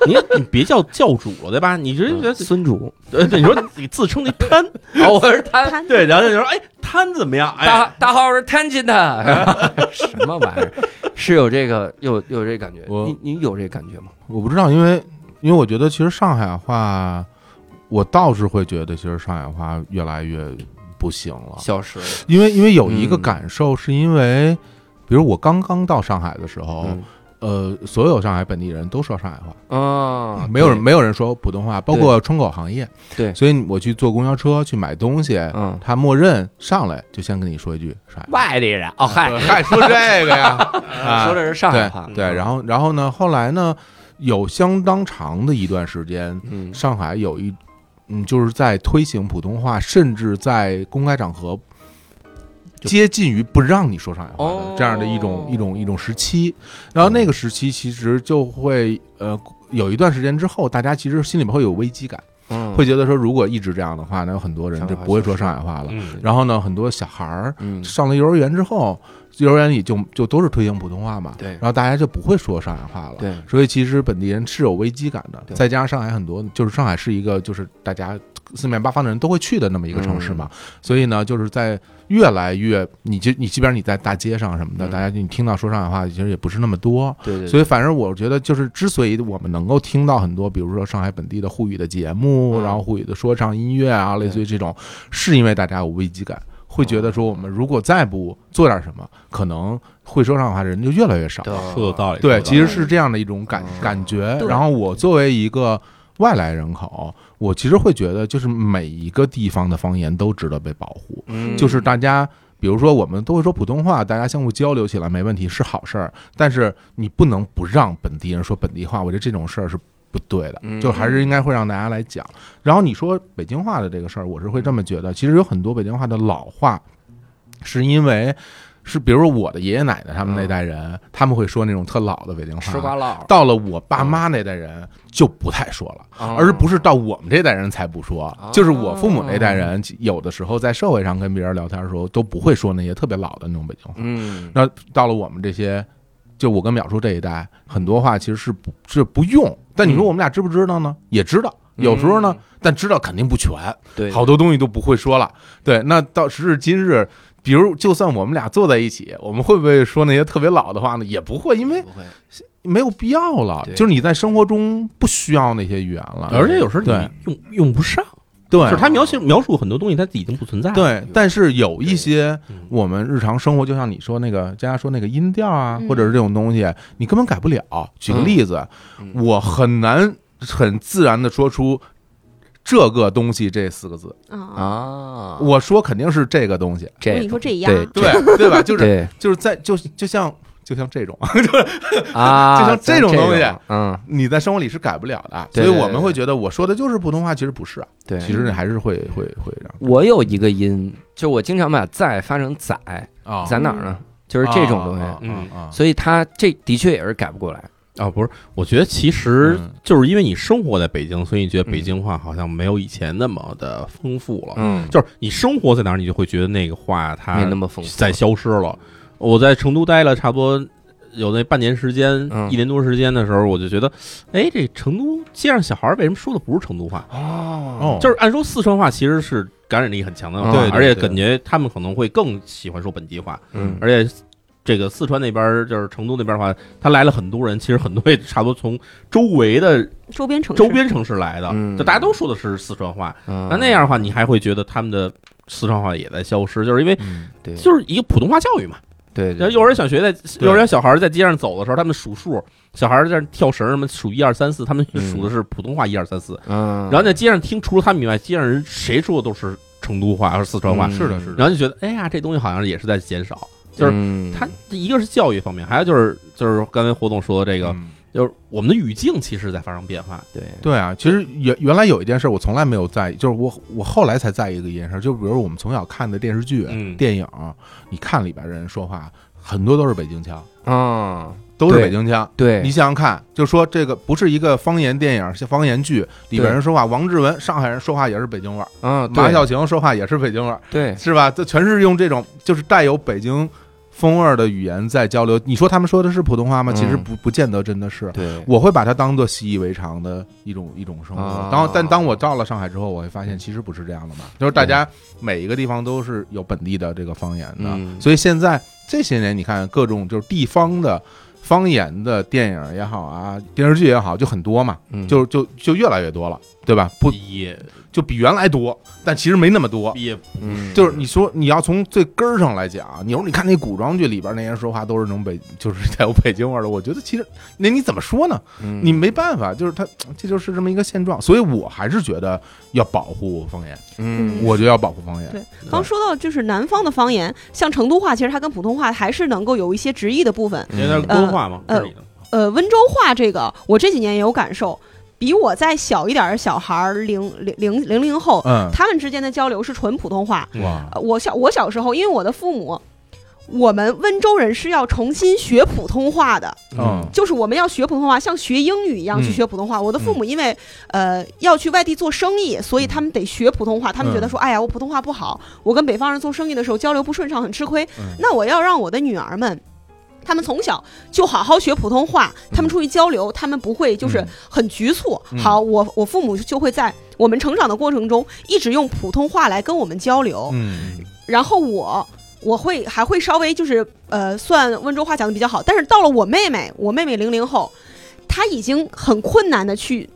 你你别叫教主了，对吧？你这这孙主，呃，对，你说你自称那摊， (laughs) 哦，我是 (laughs) 摊， (laughs) 他 (laughs) 对，然后就说哎，摊怎么样？哎，大大号是摊进的， (laughs) 什么玩意儿？是有这个有有这感觉，我你你有这感觉吗？我不知道，因为因为我觉得其实上海话，我倒是会觉得其实上海话越来越不行了。消失了，因为因为有一个嗯感受，是因为，比如我刚刚到上海的时候，嗯呃，所有上海本地人都说上海话，啊，没有人没有人说普通话，包括窗口行业。对所以我去坐公交车去买东西，嗯他默认上来就先跟你说一句上海话。外地人哦，嗨，还说这个 (laughs) 呀？啊说的是上海话，嗯对对，然后然后呢，后来呢，有相当长的一段时间，嗯上海有一嗯，就是在推行普通话，甚至在公开场合。接近于不让你说上海话哦的这样的一种一种一种时期，然后那个时期其实就会呃有一段时间之后，大家其实心里面会有危机感，嗯会觉得说如果一直这样的话，那有很多人上海就话不会消说失上海话了。嗯然后呢，很多小孩儿嗯上了幼儿园之后，幼儿园里就就都是推行普通话嘛，对然后大家就不会说上海话了，对所以其实本地人是有危机感的，对再加上上海很多，就是上海是一个就是大家四面八方的人都会去的那么一个城市嘛，嗯所以呢，就是在越来越，你就你即便你在大街上什么的，嗯大家你听到说上海话，其实也不是那么多。对对，所以以，反正我觉得，就是之所以我们能够听到很多，比如说上海本地的沪语的节目，嗯然后沪语的说唱音乐啊，类似于这种，是因为大家有危机感，会觉得说我们如果再不做点什么，可能会说上海话的人就越来越少。说的有道理，对，其实是是这样的一种感嗯感觉。对然后我作为一个外来人口，我其实会觉得，就是每一个地方的方言都值得被保护，嗯就是大家。比如说我们都会说普通话，大家相互交流起来没问题是好事儿，但是你不能不让本地人说本地话，我觉得这种事儿是不对的，嗯就还是应该会让大家来讲。然后你说北京话的这个事儿，我是会这么觉得，其实有很多北京话的老话，是因为。是，比如说我的爷爷奶奶他们那代人，他们会说那种特老的北京话，嗯吃瓜唠，到了我爸妈那代人就不太说了，而而不是到我们这代人才不说哦。就是我父母那代人，有的时候在社会上跟别人聊天的时候，都不会说那些特别老的那种北京话。嗯那到了我们这些，就我跟淼叔这一代，很多话其实是不是不用。但嗯你说我们俩知不知道呢？也知道，有时嗯候呢，但知道肯定不全，对好多东西都不会说了。对，那到时至今日。比如，就算我们俩坐在一起，我们会不会说那些特别老的话呢？也不会，因为不会没有必要了。对就是你在生活中不需要那些语言了，而且有时候对你用用不上，对就是他描写描述很多东西，它已经不存在了。对，但是有一些嗯我们日常生活，就像你说那个佳佳说那个音调啊，嗯或者是这种东西，你根本改不了。举个嗯例子，嗯我很难很自然的说出。这个东西这四个字，啊，啊，我说肯定是这个东西，我跟这你说这一样，啊对对对吧？就是对就是在就就像就像这种，啊，就像这种东西像这种嗯，你在生活里是改不了的，对所以我们对会觉得我说的就是普通话，其实不是啊，对，其实还是会会会这样我有一个音，就我经常把在发成载，啊在哪儿呢？就是这种东西，嗯啊所以它这的确也是改不过来。啊，不是，我觉得其实嗯就是因为你生活在北京，所以你觉得北京话好像没有以前那么的丰富了。嗯，就是你生活在哪儿，你就会觉得那个话它没那么丰富。嗯在消失了。我在成都待了差不多有那半年时间，嗯一年多时间的时候，我就觉得，哎，这成都街上小孩儿为什么说的不是成都话？哦哦，就是按说四川话其实是感染力很强的话，啊对对而且对感觉他们可能会更喜欢说本地话，嗯而且。这个四川那边儿就是成都那边儿的话，他来了很多人，其实很多也差不多从周围 (laughs) 的周边城市周边城市来的，嗯就大家都说的是四川话。那那那样的话，你还会觉得他们的四川话也在消失，就是因为嗯对就是一个普通话教育嘛。对然后对，幼儿园小学在对幼儿园小孩儿在街上走的时候，他们数数，小孩儿在那跳绳儿什么数一二三四，他们嗯数的是普通话一二三四。嗯，然后在街上听，除了他们以外，街上人谁说的都是成都话还是四川话。嗯是的是的然后就觉得，哎呀，这东西好像也是在减少。就是嗯它一个是教育方面，还有就是就是刚才胡总说的这个，嗯就是我们的语境其实在发生变化。对对啊，其实原原来有一件事我从来没有在意，就是我我后来才在意的一件事，就比如我们从小看的电视剧、嗯电影，你看里边人说话很多都是北京腔，嗯，都是对北京腔。对，你想想看，就说这个不是一个方言电影、是方言剧里边人说话，王志文上海人说话也是北京味儿，嗯，马对小晴说话也是北京味儿，对是吧？这全是用这种就是带有北京风味儿的语言在交流。你说他们说的是普通话吗？其实嗯不不见得真的是。对，我会把它当做习以为常的一种一种生活。啊然后，但当我到了上海之后，我会发现其实不是这样的嘛，就是大家每一个地方都是有本地的这个方言的，嗯所以现在这些年你看各种就是地方的。方言的电影也好啊，电视剧也好，就很多嘛，嗯就就就越来越多了，对吧？不也就比原来多，但其实没那么多。也嗯就是你说你要从最根儿上来讲，你说你看那古装剧里边那些人说话都是那种北， (laughs) 就是带有北京味儿的，我觉得其实那你怎么说呢？嗯你没办法，就是他，这就是这么一个现状，所以我还是觉得要保护方言，嗯我觉得要保护方言。对刚说到就是南方的方言，像成都话，其实它跟普通话还是能够有一些直译的部分。因为它嗯是官话嘛，呃这里的呃，温州话这个，我这几年也有感受，比我再小一点儿的小孩儿，零零零零零后，嗯，他们之间的交流是纯普通话。哇，呃我小我小时候，因为我的父母。我们温州人是要重新学普通话的，嗯就是我们要学普通话，像学英语一样去嗯嗯学普通话。我的父母因为、呃要去外地做生意，所以他们得学普通话。他们觉得说，哎呀，我普通话不好，我跟北方人做生意的时候交流不顺畅，很吃亏。嗯那我要让我的女儿们。他们从小就好好学普通话，他们出去交流，他们不会就是嗯很局促。嗯好，我我父母就会在我们成长的过程中一直用普通话来跟我们交流。嗯，然后我我会还会稍微就是呃，算温州话讲的比较好，但是到了我妹妹，我妹妹零零后，她已经很困难的去。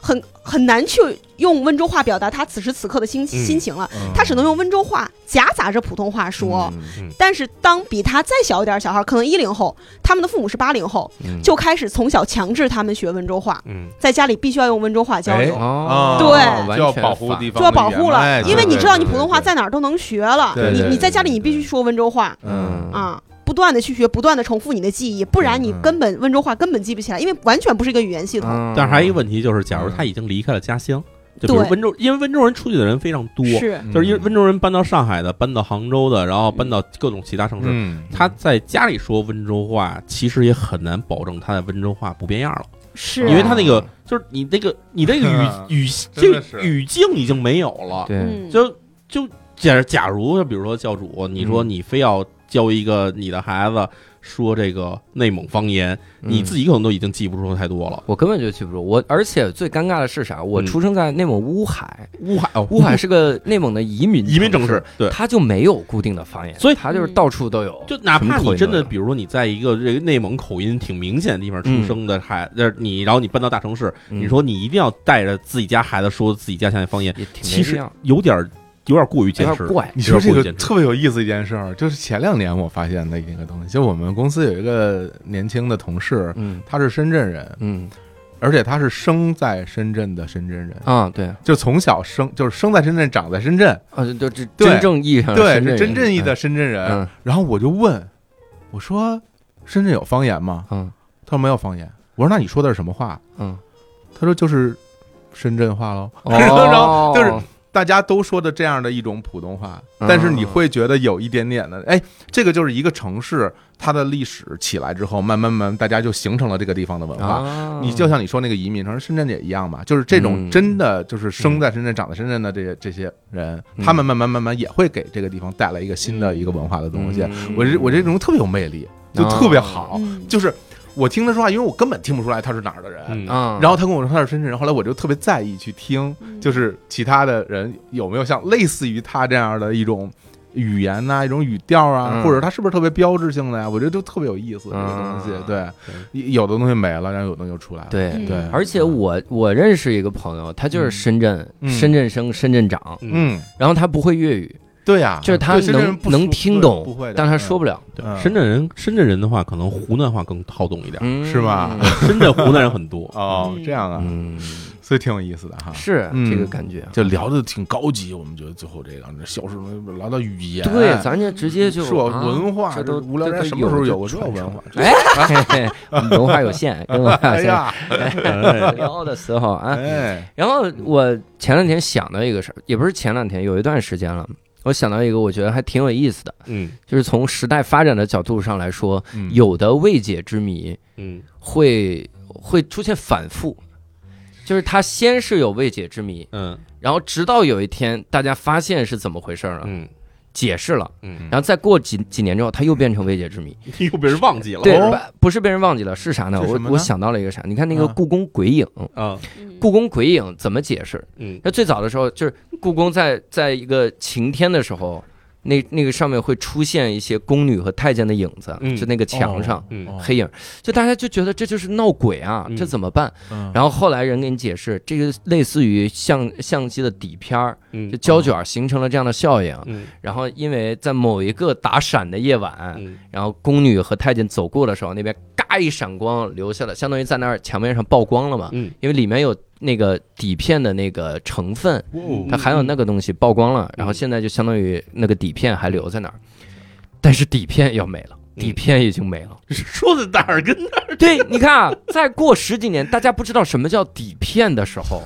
很很难去用温州话表达他此时此刻的心嗯心情了，他只能用温州话夹杂着普通话说。嗯但是当比他再小一点儿小孩儿，可能一零后，他们的父母是八零后，嗯就开始从小强制他们学温州话，嗯，在家里必须要用温州话哎交流，哦对完就要全保护反地方就的要言保护了哎，因为对你知道你对普通话在哪儿都能学了对，你对你在对家里你必须说温州话嗯啊。不断的去学，不断的重复你的记忆，不然你嗯根本温州话根本记不起来，因为完全不是一个语言系统。嗯但是还有一个问题就是，假如嗯他已经离开了家乡，就比如对温州，因为温州人出去的人非常嗯多，是，嗯就是因为温州人搬到上海的，搬到杭州的，然后搬到各种其他城市，嗯，他在家里说温州话，其实也很难保证他的温州话不变样了，是，啊因为他那个就是你那个你那个嗯 (laughs) 语语真这的个是语境已经没有了，对，嗯，就就假假如比如说教主，你嗯说你非要教一个你的孩子说这个内蒙方言，你嗯自己可能都已经记不住太多了。我根本就记不住我，而且最尴尬的是啥？我嗯出生在内蒙乌海，乌海哦乌海是 (laughs) 个内蒙的移民 (laughs) 移民城市市，，对，它就没有固定的方言，所以它就是到处都嗯有。就哪怕什么口你音真都的，有比如说你在一个这个内蒙口音挺明显的地方出生的孩，呃，你然后你搬到大城市，嗯你说你一定要带着自己家孩子说自己家乡的方言，也挺其没必实要有点有点过于坚有持点。怪。你说这有个点过于简直特别有意思一件事儿，就是前两年我发现的一个东西，就我们公司有一个年轻的同事，嗯他是深圳人，嗯而且他是生在深圳的深圳人，啊，对就从小生就是生在深圳，长在深圳，啊，就这对真正意义上的对，啊深圳是人真正意义的深圳人。嗯然后我就问，我说深圳有方言吗？嗯他说没有方言。我说那你说的是什么话？嗯，他说就是深圳话喽。哦 (laughs) 然后就是大家都说的这样的一种普通话，嗯但是你会觉得有一点点的，哎，这个就是一个城市它的历史起来之后，慢慢慢慢大家就形成了这个地方的文化。啊，你就像你说那个移民，城市深圳也一样嘛，就是这种嗯真的就是生在深圳、长在深圳的这些这些人，嗯他们慢慢慢慢也会给这个地方带来一个新的一个文化的东西。嗯我这我这种特别有魅力，就哦特别好，嗯就是我听他说话，因为我根本听不出来他是哪儿的人，嗯啊，然后他跟我说他是深圳人，后来我就特别在意去听，嗯就是其他的人有没有像类似于他这样的一种语言呐、一种语调啊，嗯或者他是不是特别标志性的呀、我觉得都特别有意思，这个东西。嗯对，有的东西没了，然后有的东西又出来了。对。对嗯而且我我认识一个朋友，他就是深圳，嗯深圳生，深圳长，嗯，嗯，然后他不会粤语，对呀、就是他啊对深圳人能不能说听对懂不会的，但他说不了，了，对嗯深圳人，深圳人的话，可能湖南话更好懂一点。嗯是吧？，深圳湖南人很 (laughs) 多哦，嗯这样啊，嗯，所以挺有意思的哈。是嗯这个感觉。就聊的挺高级，我们觉得最后这个这消失聊到语言，对，咱这直接就说啊哎文化这都这无聊这斋都什么时候就有过这传文承化哎，嘿嘿我们文化有 (laughs) 限，跟文化哎有限。呀， (laughs) 聊的时候啊，哎，然后我前两天想到一个事儿，也不是前两天，有一段时间了，我想到一个我觉得还挺有意思的，嗯就是从时代发展的角度上来说，嗯有的未解之谜嗯会会出现反复，就是它先是有未解之谜，嗯然后直到有一天大家发现是怎么回事儿了，嗯解释了，嗯，然后再过几几年之后，它又变成未解之谜。又被人忘记了。对，哦不不是被人忘记了，是啥呢？是我什么呢我想到了一个啥？你看那个啊故宫鬼影，啊，嗯故宫鬼影怎么解释？嗯那最早的时候，就是故宫在在一个晴天的时候，那那个上面会出现一些宫女和太监的影子，嗯就那个墙上。嗯黑影，就大家就觉得这就是闹鬼啊，嗯这怎么办？嗯然后后来人给你解释，这个类似于相相机的底片儿，嗯就胶卷形成了这样的效应。嗯然后因为在某一个打闪的夜晚，嗯然后宫女和太监走过的时候，那边嘎一闪光留下了，相当于在那儿墙面上曝光了嘛，嗯，因为里面有那个底片的那个成分，嗯它含有那个东西曝光了，然后现在就相当于那个底片还留在那儿，但是底片要没了，嗯底片已经没 (laughs) 了。说的哪儿跟哪儿？对，你看啊，再过十几年，大家不知道什么叫底片的时 (laughs) 候，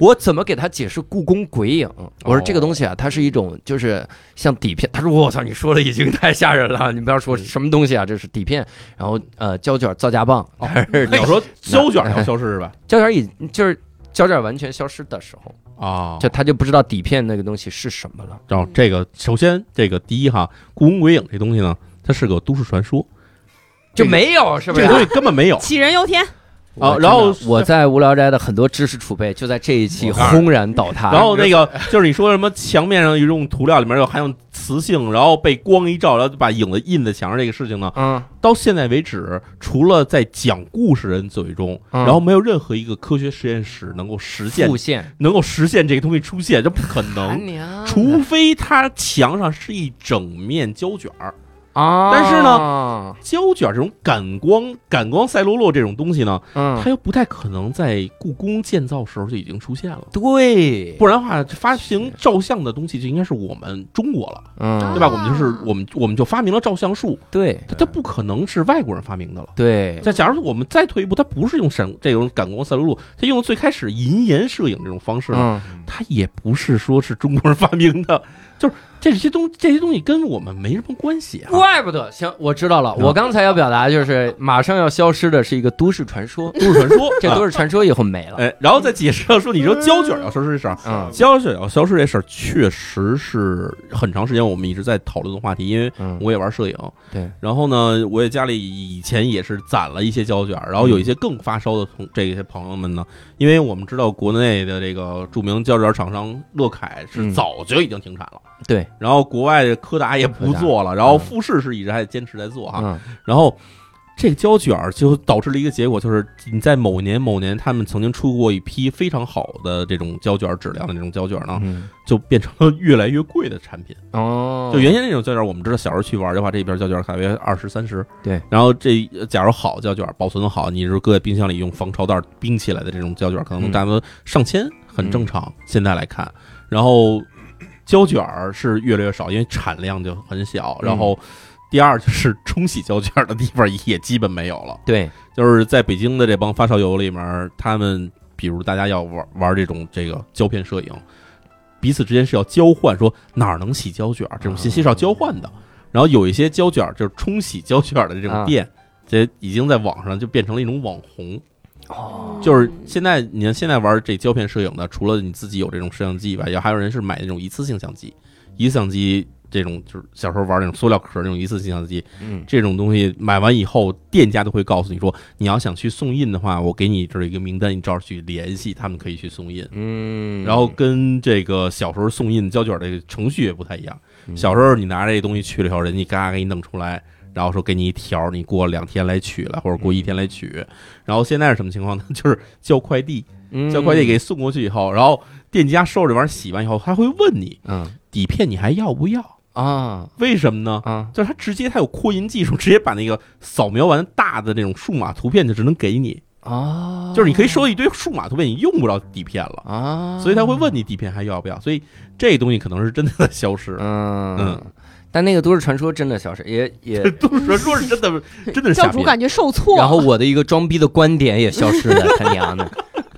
我怎么给他解释故宫鬼影？我说这个东西啊，它是一种就是像底片。他说我操，你说的已经太吓人了， (laughs) 你不要说什么东西啊，这是底片，然后呃胶卷造价棒， (laughs) 还是你要说胶卷要消失是吧？胶卷已就是胶卷完全消失的时候， (laughs) 啊就他就不知道底片那个东西是什么了。然后这个，首先这个第一哈，故宫鬼影这东西呢，它是个都市传说，就没有，是不这是 (laughs) 个？东西根本没有。杞人忧天，啊我然后真的哦我在无聊斋的很多知识储备就在这一期轰然倒塌。然后那个 (laughs) 就是你说什么墙面上有一种涂料里面有含有磁性，然后被光一照，然后就把影子印在墙上这个事情呢，嗯，到现在为止，除了在讲故事人嘴中，嗯然后没有任何一个科学实验室能够实现复现能够实现这个东西出现，这不可能。娘除非它墙上是一整面胶卷儿，啊，但是呢，胶卷这种感光感光赛璐珞这种东西呢，嗯，它又不太可能在故宫建造时候就已经出现了。对，不然的话，发行照相的东西就应该是我们中国了，嗯，对吧？我们就是我们我们就发明了照相术，对它它不可能是外国人发明的了。对再假如我们再退一步，它不是用闪这种感光赛璐珞，它用最开始银盐摄影这种方式呢，嗯它也不是说是中国人发明的，就是这些东这些东西跟我们没什么关系啊。怪不得，行，我知道了。嗯我刚才要表达就是，马上要消失的是一个都市传 (laughs) 说，，都市传说这都啊市传说以后没了。哎，然后再解释到说，你说胶卷要消失这事儿啊，嗯胶卷要消失这事儿确实是很长时间我们一直在讨论的话题，因为嗯，我也玩摄影，对，然后呢，我也家里以前也是攒了一些胶卷儿，然后有一些更发烧的同这些朋友们呢，因为我们知道国内的这个著名胶卷厂商乐凯是嗯早就已经停产了，对，然后国外的柯达也不柯达做了，然后嗯富士是一直还坚持在做哈，嗯然后这个胶卷儿就导致了一个结果，就是你在某年某年，他们曾经出过一批非常好的这种胶卷儿质量的这种胶卷儿呢，嗯，就变成了越来越贵的产品。哦，就原先那种胶卷，我们知道小时候去玩的话，这边胶卷大约二十三十。对，然后这假如好胶卷保存得好，你是搁在冰箱里用防潮袋冰起来的这种胶卷，可嗯能大约上千，很嗯正常。现在来看，然后胶卷儿是越来越少，因为产量就很小。嗯然后第二就是冲洗胶卷的地方也基本没有了。对，就是在北京的这帮发烧友里面，他们比如大家要玩玩这种这个胶片摄影，彼此之间是要交换，说哪儿能洗胶卷儿，这种信息是要交换的。然后有一些胶卷儿就是冲洗胶卷儿的这种店，这已经在网上就变成了一种网红。哦就是现在，你看现在玩这胶片摄影的，除了你自己有这种摄像机以外，也还有人是买那种一次性相机，一次相机。这种就是小时候玩那种塑料壳儿那种一次性相机，嗯这种东西买完以后，店家都会告诉你说，你要想去送印的话，我给你这儿一个名单，你照着去联系，他们可以去送印。嗯，然后跟这个小时候送印胶卷儿这个程序也不太一样，嗯小时候你拿这东西去了以后，人家嘎给你弄出来，然后说给你一条儿，你过两天来取了，或者过一天来取。嗯然后现在是什么情况呢？就是叫快递，嗯叫快递给送过去以后，然后店家收着这玩意儿洗完以后，他会问你嗯底片你还要不要？啊为什么呢？啊，就是它直接它有扩音技术，直接把那个扫描完大的那种数码图片就只能给你，哦，就是你可以收一堆数码图片，你用不着底片了，啊，所以他会问你底片还要不要，所以这东西可能是真的在消 (laughs) 失。嗯嗯，但那个都市传说真的消失，也也这都是说说是真的，真的是教瞎主编。感觉受挫，然后我的一个装逼的观点也消失了，他娘 (laughs) 的！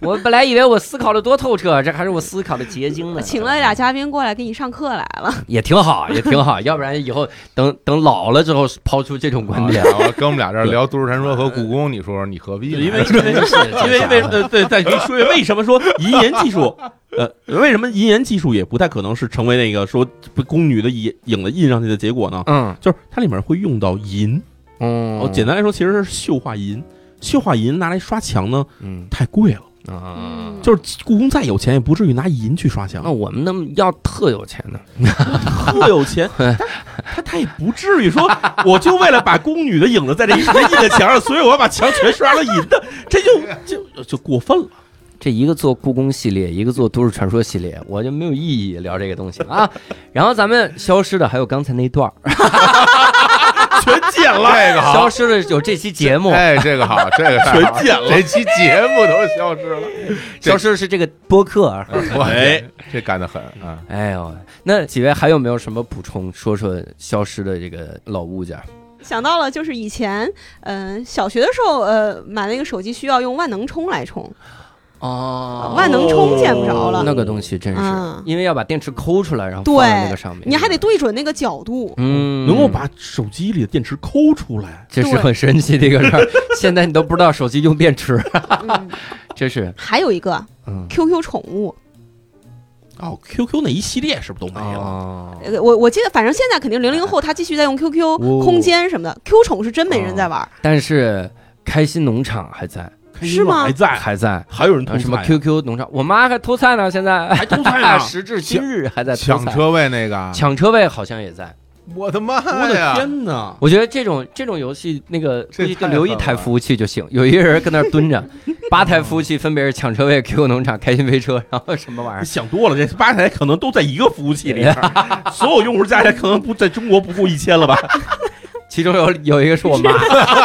我本来以为我思考的多透彻，这还是我思考的结晶呢。请了俩嘉宾过来给你上课来了， (laughs) 也挺好，也挺好，要不然以后等等老了之后抛出这种观 (laughs) 点，然后跟啊我们俩这儿聊都市传说和故宫，你说说你何必呢？(laughs) 因为因为 (laughs) 因为为呃对，再说为什么说银盐技术，呃，为什么银盐技术也不太可能是成为那个说宫女的影影子印上去的结果呢？嗯就是它里面会用到银，嗯哦，简单来说其实是锈化银，锈化银拿来刷墙呢嗯太贵了。啊。就是故宫再有钱，也不至于拿银去刷墙那。我们那么要特有钱呢？哦特有 (laughs) 钱，他他他也不至于说，我就为了把宫女的影子在这一直印在墙上，所以我要把墙全刷了银的，这就就就过分了。这一个做故宫系列，一个做都市传说系列，我就没有意义聊这个东西了啊。 (laughs) 然后咱们消失的还有刚才那段儿，全剪了，这啊个好消，失的有这期节目，哎，这个好，这个太 (laughs) 好全剪了这期节目都消失了。消失的是这个播客。啊嗯哇，哎这干得很啊！哎呦，那几位还有没有什么补充？说说消失的这个老物件儿？ (laughs) 想到了就是以前，嗯、小学的时候，呃，买那个手机需要用万能充来充，哦万能充见不着了，那个东西真是，嗯因为要把电池抠出来，然后放在那个上面，你还得对准那个 (laughs) 角度。嗯，能够把手机里的电池抠出来，这是很神奇的一个事儿。 (laughs) 现在你都不知道手机用电池，嗯、这是还有一个嗯 QQ 宠物，哦，QQ 那一系列是不是都没了？哦，呃我我记得，反正现在肯定零零后他继续在用 QQ 哦空间什么的，Q 宠是真没人在玩儿。但是开心农场还在，是吗还？在，还在。还有人偷啊，什么菜啊 QQ 农场，我妈还偷菜呢，现在 (laughs) 还偷菜呢？时至今日还在偷抢菜，车位那个，啊抢车位好像也在。我的妈哎我的呀！天哪！我觉得这种这种游戏，那个这估计就太留一狠台了服务器就行，有一个人跟那儿蹲着， (laughs) 八台服务器分别是抢车位、QQ 农场、开心飞车， (laughs) 然后什么玩意你儿。想多了，这吧台可能都在一个服务器里边儿，所有用户加起来可能不在中国不过一千了吧？其中有有一个是我妈，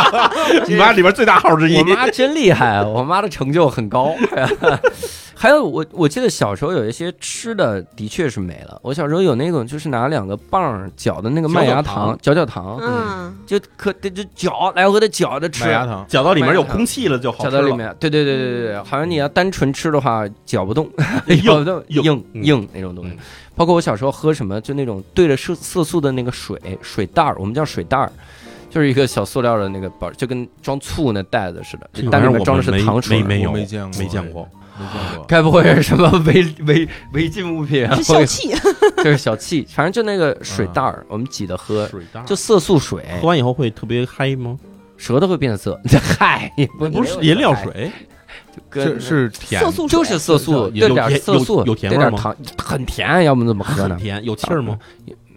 (laughs) 你妈里边最大号之一我，妈真厉害，啊我妈的成就很高。 (laughs) 还有我我记得小时候有一些吃的的确是没了，我小时候有那种就是拿两个棒儿搅的那个麦搅芽搅糖，搅搅糖，嗯，就可就就搅来回的搅着吃麦，芽糖，搅到里面有空气了就好搅吃到里了。面，对对对对对对，好像你要单纯吃的话，搅不动， (laughs) (laughs) 硬搅不动，硬硬嗯硬那种东西嗯。包括我小时候喝什么，就那种兑着色色素的那个水水袋儿，我们叫水袋儿，就是一个小塑料的那个包，就跟装醋那袋子似的，这个但玩意里面儿我装的们是没糖水。没有我没见过，没见过，没见过。该不会是什么违违违禁物品啊？是笑气， (laughs) 就是小气，反正就那个水袋儿，我们挤着喝，水大就色素水，啊喝完以后会特别嗨吗？舌头会变色。 (laughs) 嗨，也不不是饮料，水，跟是是甜色，素水就是色素，有兑点有色素，有有甜兑味儿点吗糖，很甜，啊要不怎么喝很呢？甜，有气儿吗？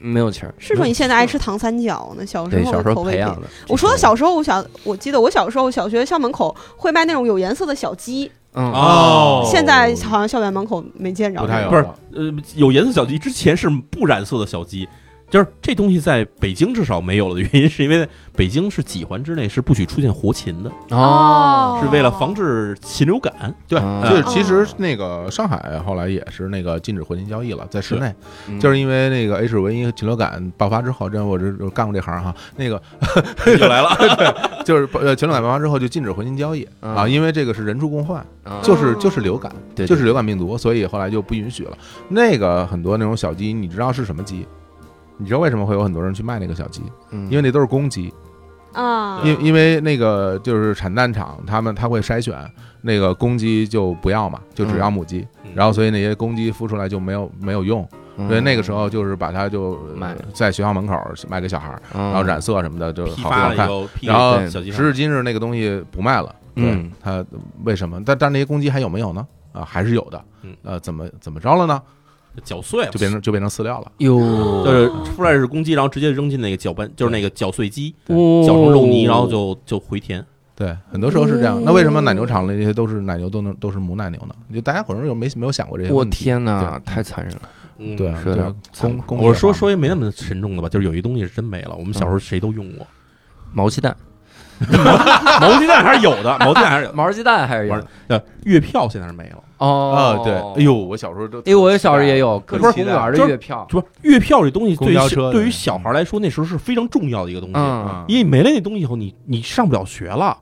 没有气儿。是说你现在爱吃糖三角呢？小时嗯对，候小时的候口味培变养的。我说到小时候，我想我记得我小时候小学校门口会卖那种有颜色的小鸡，嗯，哦现在好像校园门口没见着。不太有不是了呃，有颜色小鸡之前是不染色的小鸡，就是这东西在北京至少没有了的原因，是因为北京是几环之内是不许出现活禽的，哦是为了防止禽流感。对，嗯就是其实那个上海后来也是那个禁止婚姻交易了，在室内，嗯就是因为那个 H 五 N 一禽流感爆发之后，这我这我干过这行哈，那 (laughs) 个又来 (laughs) 了，就是呃禽流感爆发之后就禁止婚姻交易嗯啊，因为这个是人畜共患，嗯就是就是流感，对就是流感病毒，所以后来就不允许了。那个很多那种小鸡，你知道是什么鸡？你知道为什么会有很多人去卖那个小鸡？嗯因为那都是公鸡，啊，因因为那个就是产蛋场，他们他会筛选那个公鸡就不要嘛，就只要母鸡，嗯然后所以那些公鸡孵出来就没有没有用，嗯所以那个时候就是把它就呃卖了嗯在学校门口卖给小孩儿，然然后染色什么的就嗯批好发好了看以。后，批然后小鸡时至今日那个东西不卖了，对嗯，它为什么？但但那些公鸡还有没有呢？啊，还是有的嗯，呃，怎么怎么着了呢？搅碎了，就变成就变成饲料了。哟，就是出来是公鸡，然后直接扔进那个搅拌，就是那个搅碎机，哦搅成肉泥，然后就就回填。对，很多时候是这样嗯。那为什么奶牛场里那些都是奶牛都能都是母奶牛呢？就大家可能有没没有想过这些我问题？天哪，对太残忍了。嗯对，啊是对的，公公我血说嘛说一没那么沉重的吧，就是有一东西是真没了，我们小嗯时候谁都用过，毛鸡蛋，毛鸡蛋还是有的， (laughs) 毛鸡蛋还是有的。毛鸡蛋还是有玩呃，月票现在是没了，哦啊，对，哎，呦，我小时候都因为我小时候也有各特种期公待园儿的就是月票，就不是月票这东西对公交于车对于小孩来说，那时候是非常重要的一个东西，嗯啊因为没了那东西以后，你你上不了学了。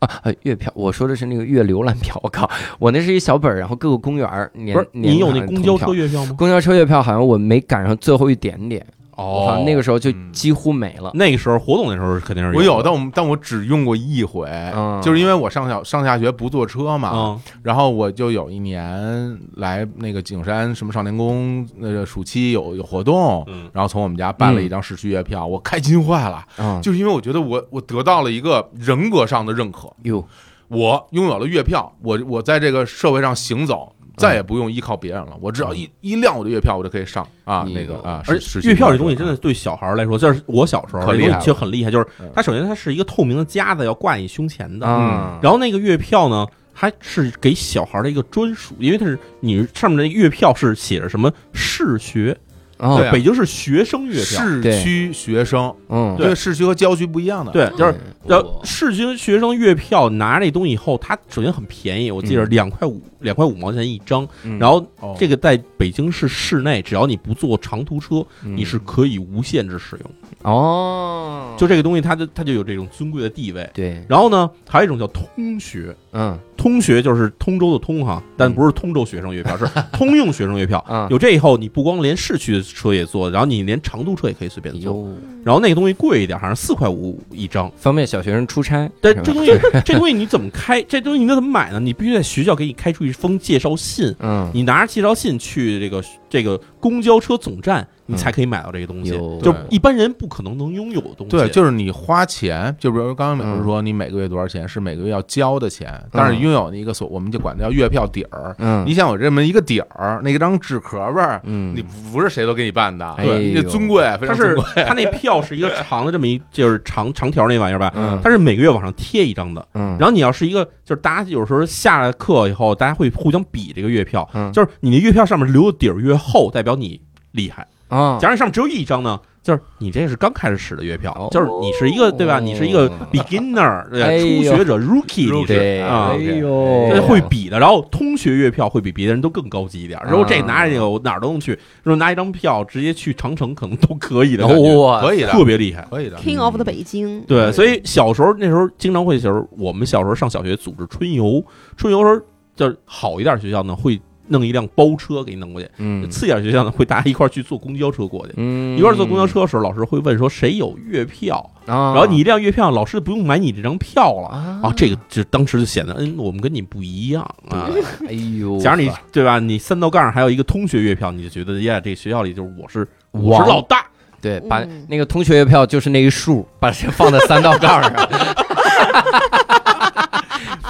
啊，呃月票，我说的是那个月浏览票。我靠，我那是一小本儿，然后各个公园儿年不是，年你有卡那的公通交票车月票吗？公交车月票好像我没赶上最后一点点，我靠，那个时候就嗯几乎没了。哦那个时候活动那时候肯定是我有，有但我们但我只用过一回，嗯就是因为我上小上下学不坐车嘛，啊，然后我就有一年来那个景山什么少年宫，那个暑期有有活动，嗯，然后从我们家办了嗯一张市区月票，我开心坏了，啊，就是因为我觉得我我得到了一个人格上的认可，哟，我拥有了月票，我我在这个社会上行走。嗯再也不用依靠别人了，我只要一一亮我的月票，我就可以上啊你那个啊，而市市区月票这东西真的对小孩来说，就是我小时候可厉害这东西就很厉害，就是嗯它首先它是一个透明的夹子，要挂你胸前的，啊，然后那个月票呢，它是给小孩的一个专属，因为它是你上面的月票是写着什么市学，后对啊北京是学生月票，市对区学生，嗯，因为市区和郊区不一样的，对，就是嗯然后市区学生月票拿那东西以后，它首先很便宜，我记得嗯两块五两块五毛钱一张，嗯然后哦这个在北京市市内，只要你不坐长途车，嗯你是可以无限制使用，哦，就这个东西它就它就有这种尊贵的地位。对，然后呢，还有一种叫通学。嗯通学就是通州的通哈，但不是通州学生月 (laughs) 票，是通用学生月票。嗯啊，有这以后，你不光连市区的车也坐，然后你连长途车也可以随便坐。有然后那个东西贵一点，好像四块五一张。方便小学生出差， (laughs) 但是吧这东西，这东西你怎么开？这东西你怎么买呢？你必须在学校给你开出一封介绍信，嗯你拿着介绍信去这个这个公交车总站，你才可以买到这个东西，有就嗯对一般人不可能能拥有的东西。嗯对，就是你花钱，就比如刚刚美术说你每个月多少钱是每个月要交的钱，但是拥有那一个所，我们就管它叫月票底儿。嗯你想有这么一个底儿，那张纸壳儿，嗯你不是谁都给你办的，哎对，呦那尊贵，非它常尊是贵。它那票是一个长的这么一就是长长条那玩意儿吧，嗯它是每个月往上贴一张的。嗯然后你要是一个，就是大家有时候下了课以后，大家会互相比这个月票，嗯就是你的月票上面留的底儿越厚，代表你厉害。啊，假如你上面只有一张呢，就是你这是刚开始使的月票，就是你是一个对吧？你是一个 beginner，对吧、哦哎呦初学者 rookie，你是。对，啊哎这呦，会比的，然后通学月票会比别人都更高级一点。然后这啊拿着这个我哪儿都能去，然后拿一张票直接去长城可能都可以的感觉，哇，可以的，特别厉害。可以嗯的。啊 King of the 北京，对，所以小时候那时候经常会，小时候我们小时候上小学组织春游，春游时候就是好一点学校呢会弄一辆包车给你弄过去，嗯次一点学校呢会大家一块儿去坐公交车过去。嗯，一块儿坐公交车的时候，老师会问说谁有月票，啊，然后你一辆月票，老师不用买你这张票了啊啊。这个就当时就显得，嗯，我们跟你不一样 (laughs) 啊。哎呦，假如你对吧，你三道杠还有一个通学月票，你就觉得呀，这学校里就是我是我王是老大，对，把嗯那个同学月票就是那一竖，把这放在三道杠 (laughs) 上，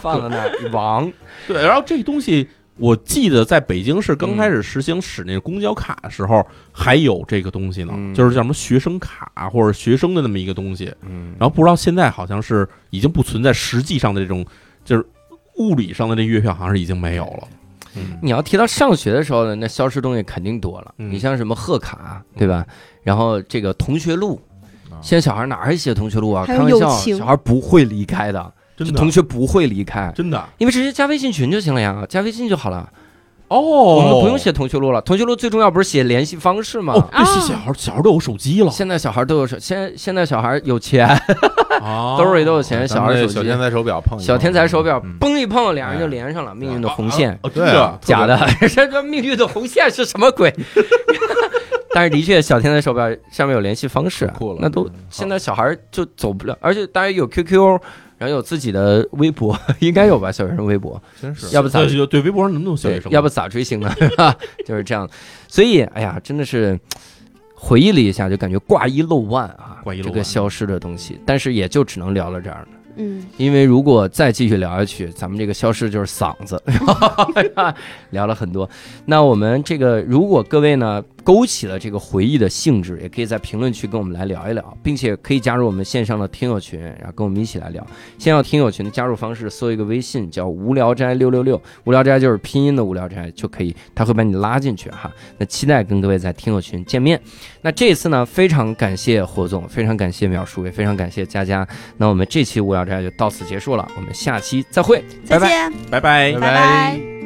放在那儿王，对，然后这东西我记得在北京市刚开始实行使那个公交卡的时候，还有这个东西呢，嗯就是叫什么学生卡啊或者学生的那么一个东西。嗯然后不知道现在好像是已经不存在实际上的这种，就是物理上的这月票，好像是已经没有了。嗯，你要提到上学的时候呢，那消失东西肯定多了。嗯你像什么贺卡，对吧？然后这个同学录，啊现在小孩哪儿还写同学录啊？还开玩有笑，友情小孩不会离开的，真就的啊同学不会离开，真的因为直接加微信群就行了呀，加微信就好了。哦，我我们不用写同学录了，同学录最重要不是写联系方式吗？哦，这些啊小孩小孩都有手机了，现在小孩都有手，现在现在小孩有钱，兜兜里都有钱，小孩手的机哦小天才手表碰一碰小天才手表嗯嘣一碰，俩人就连上了命运的红线，哦，真对啊的，假的， (laughs) 这这命运的红线是什么鬼？ (laughs) 但是的确，小天才手表上面有联系方式啊太酷了，那都嗯现在小孩就走不了，而且大家有 QQ，然后有自己的微博， (laughs) 应该有吧？小学生微博，啊真是要不咋对对对，微博上能不能小学对生，？啊要不咋追 (laughs) 星呢？是吧就是这样，所以哎呀，真的是回忆了一下，就感觉挂一漏万啊，挂一漏这万个消失的东西，但是也就只能聊到这儿了。嗯，因为如果再继续聊下去，咱们这个消失就是嗓子， (laughs) 聊了很多。那我们这个，如果各位呢勾起了这个回忆的兴致，也可以在评论区跟我们来聊一聊，并且可以加入我们线上的听友群，然后跟我们一起来聊。线上听友群的加入方式，搜一个微信叫“无聊斋六六六”，无聊斋就是拼音的无聊斋，就可以，他会把你拉进去哈。那期待跟各位在听友群见面。那这次呢，非常感谢火总，非常感谢淼叔，也非常感谢佳佳。那我们这期无聊斋就到此结束了，我们下期再会，再拜拜。见，拜拜拜拜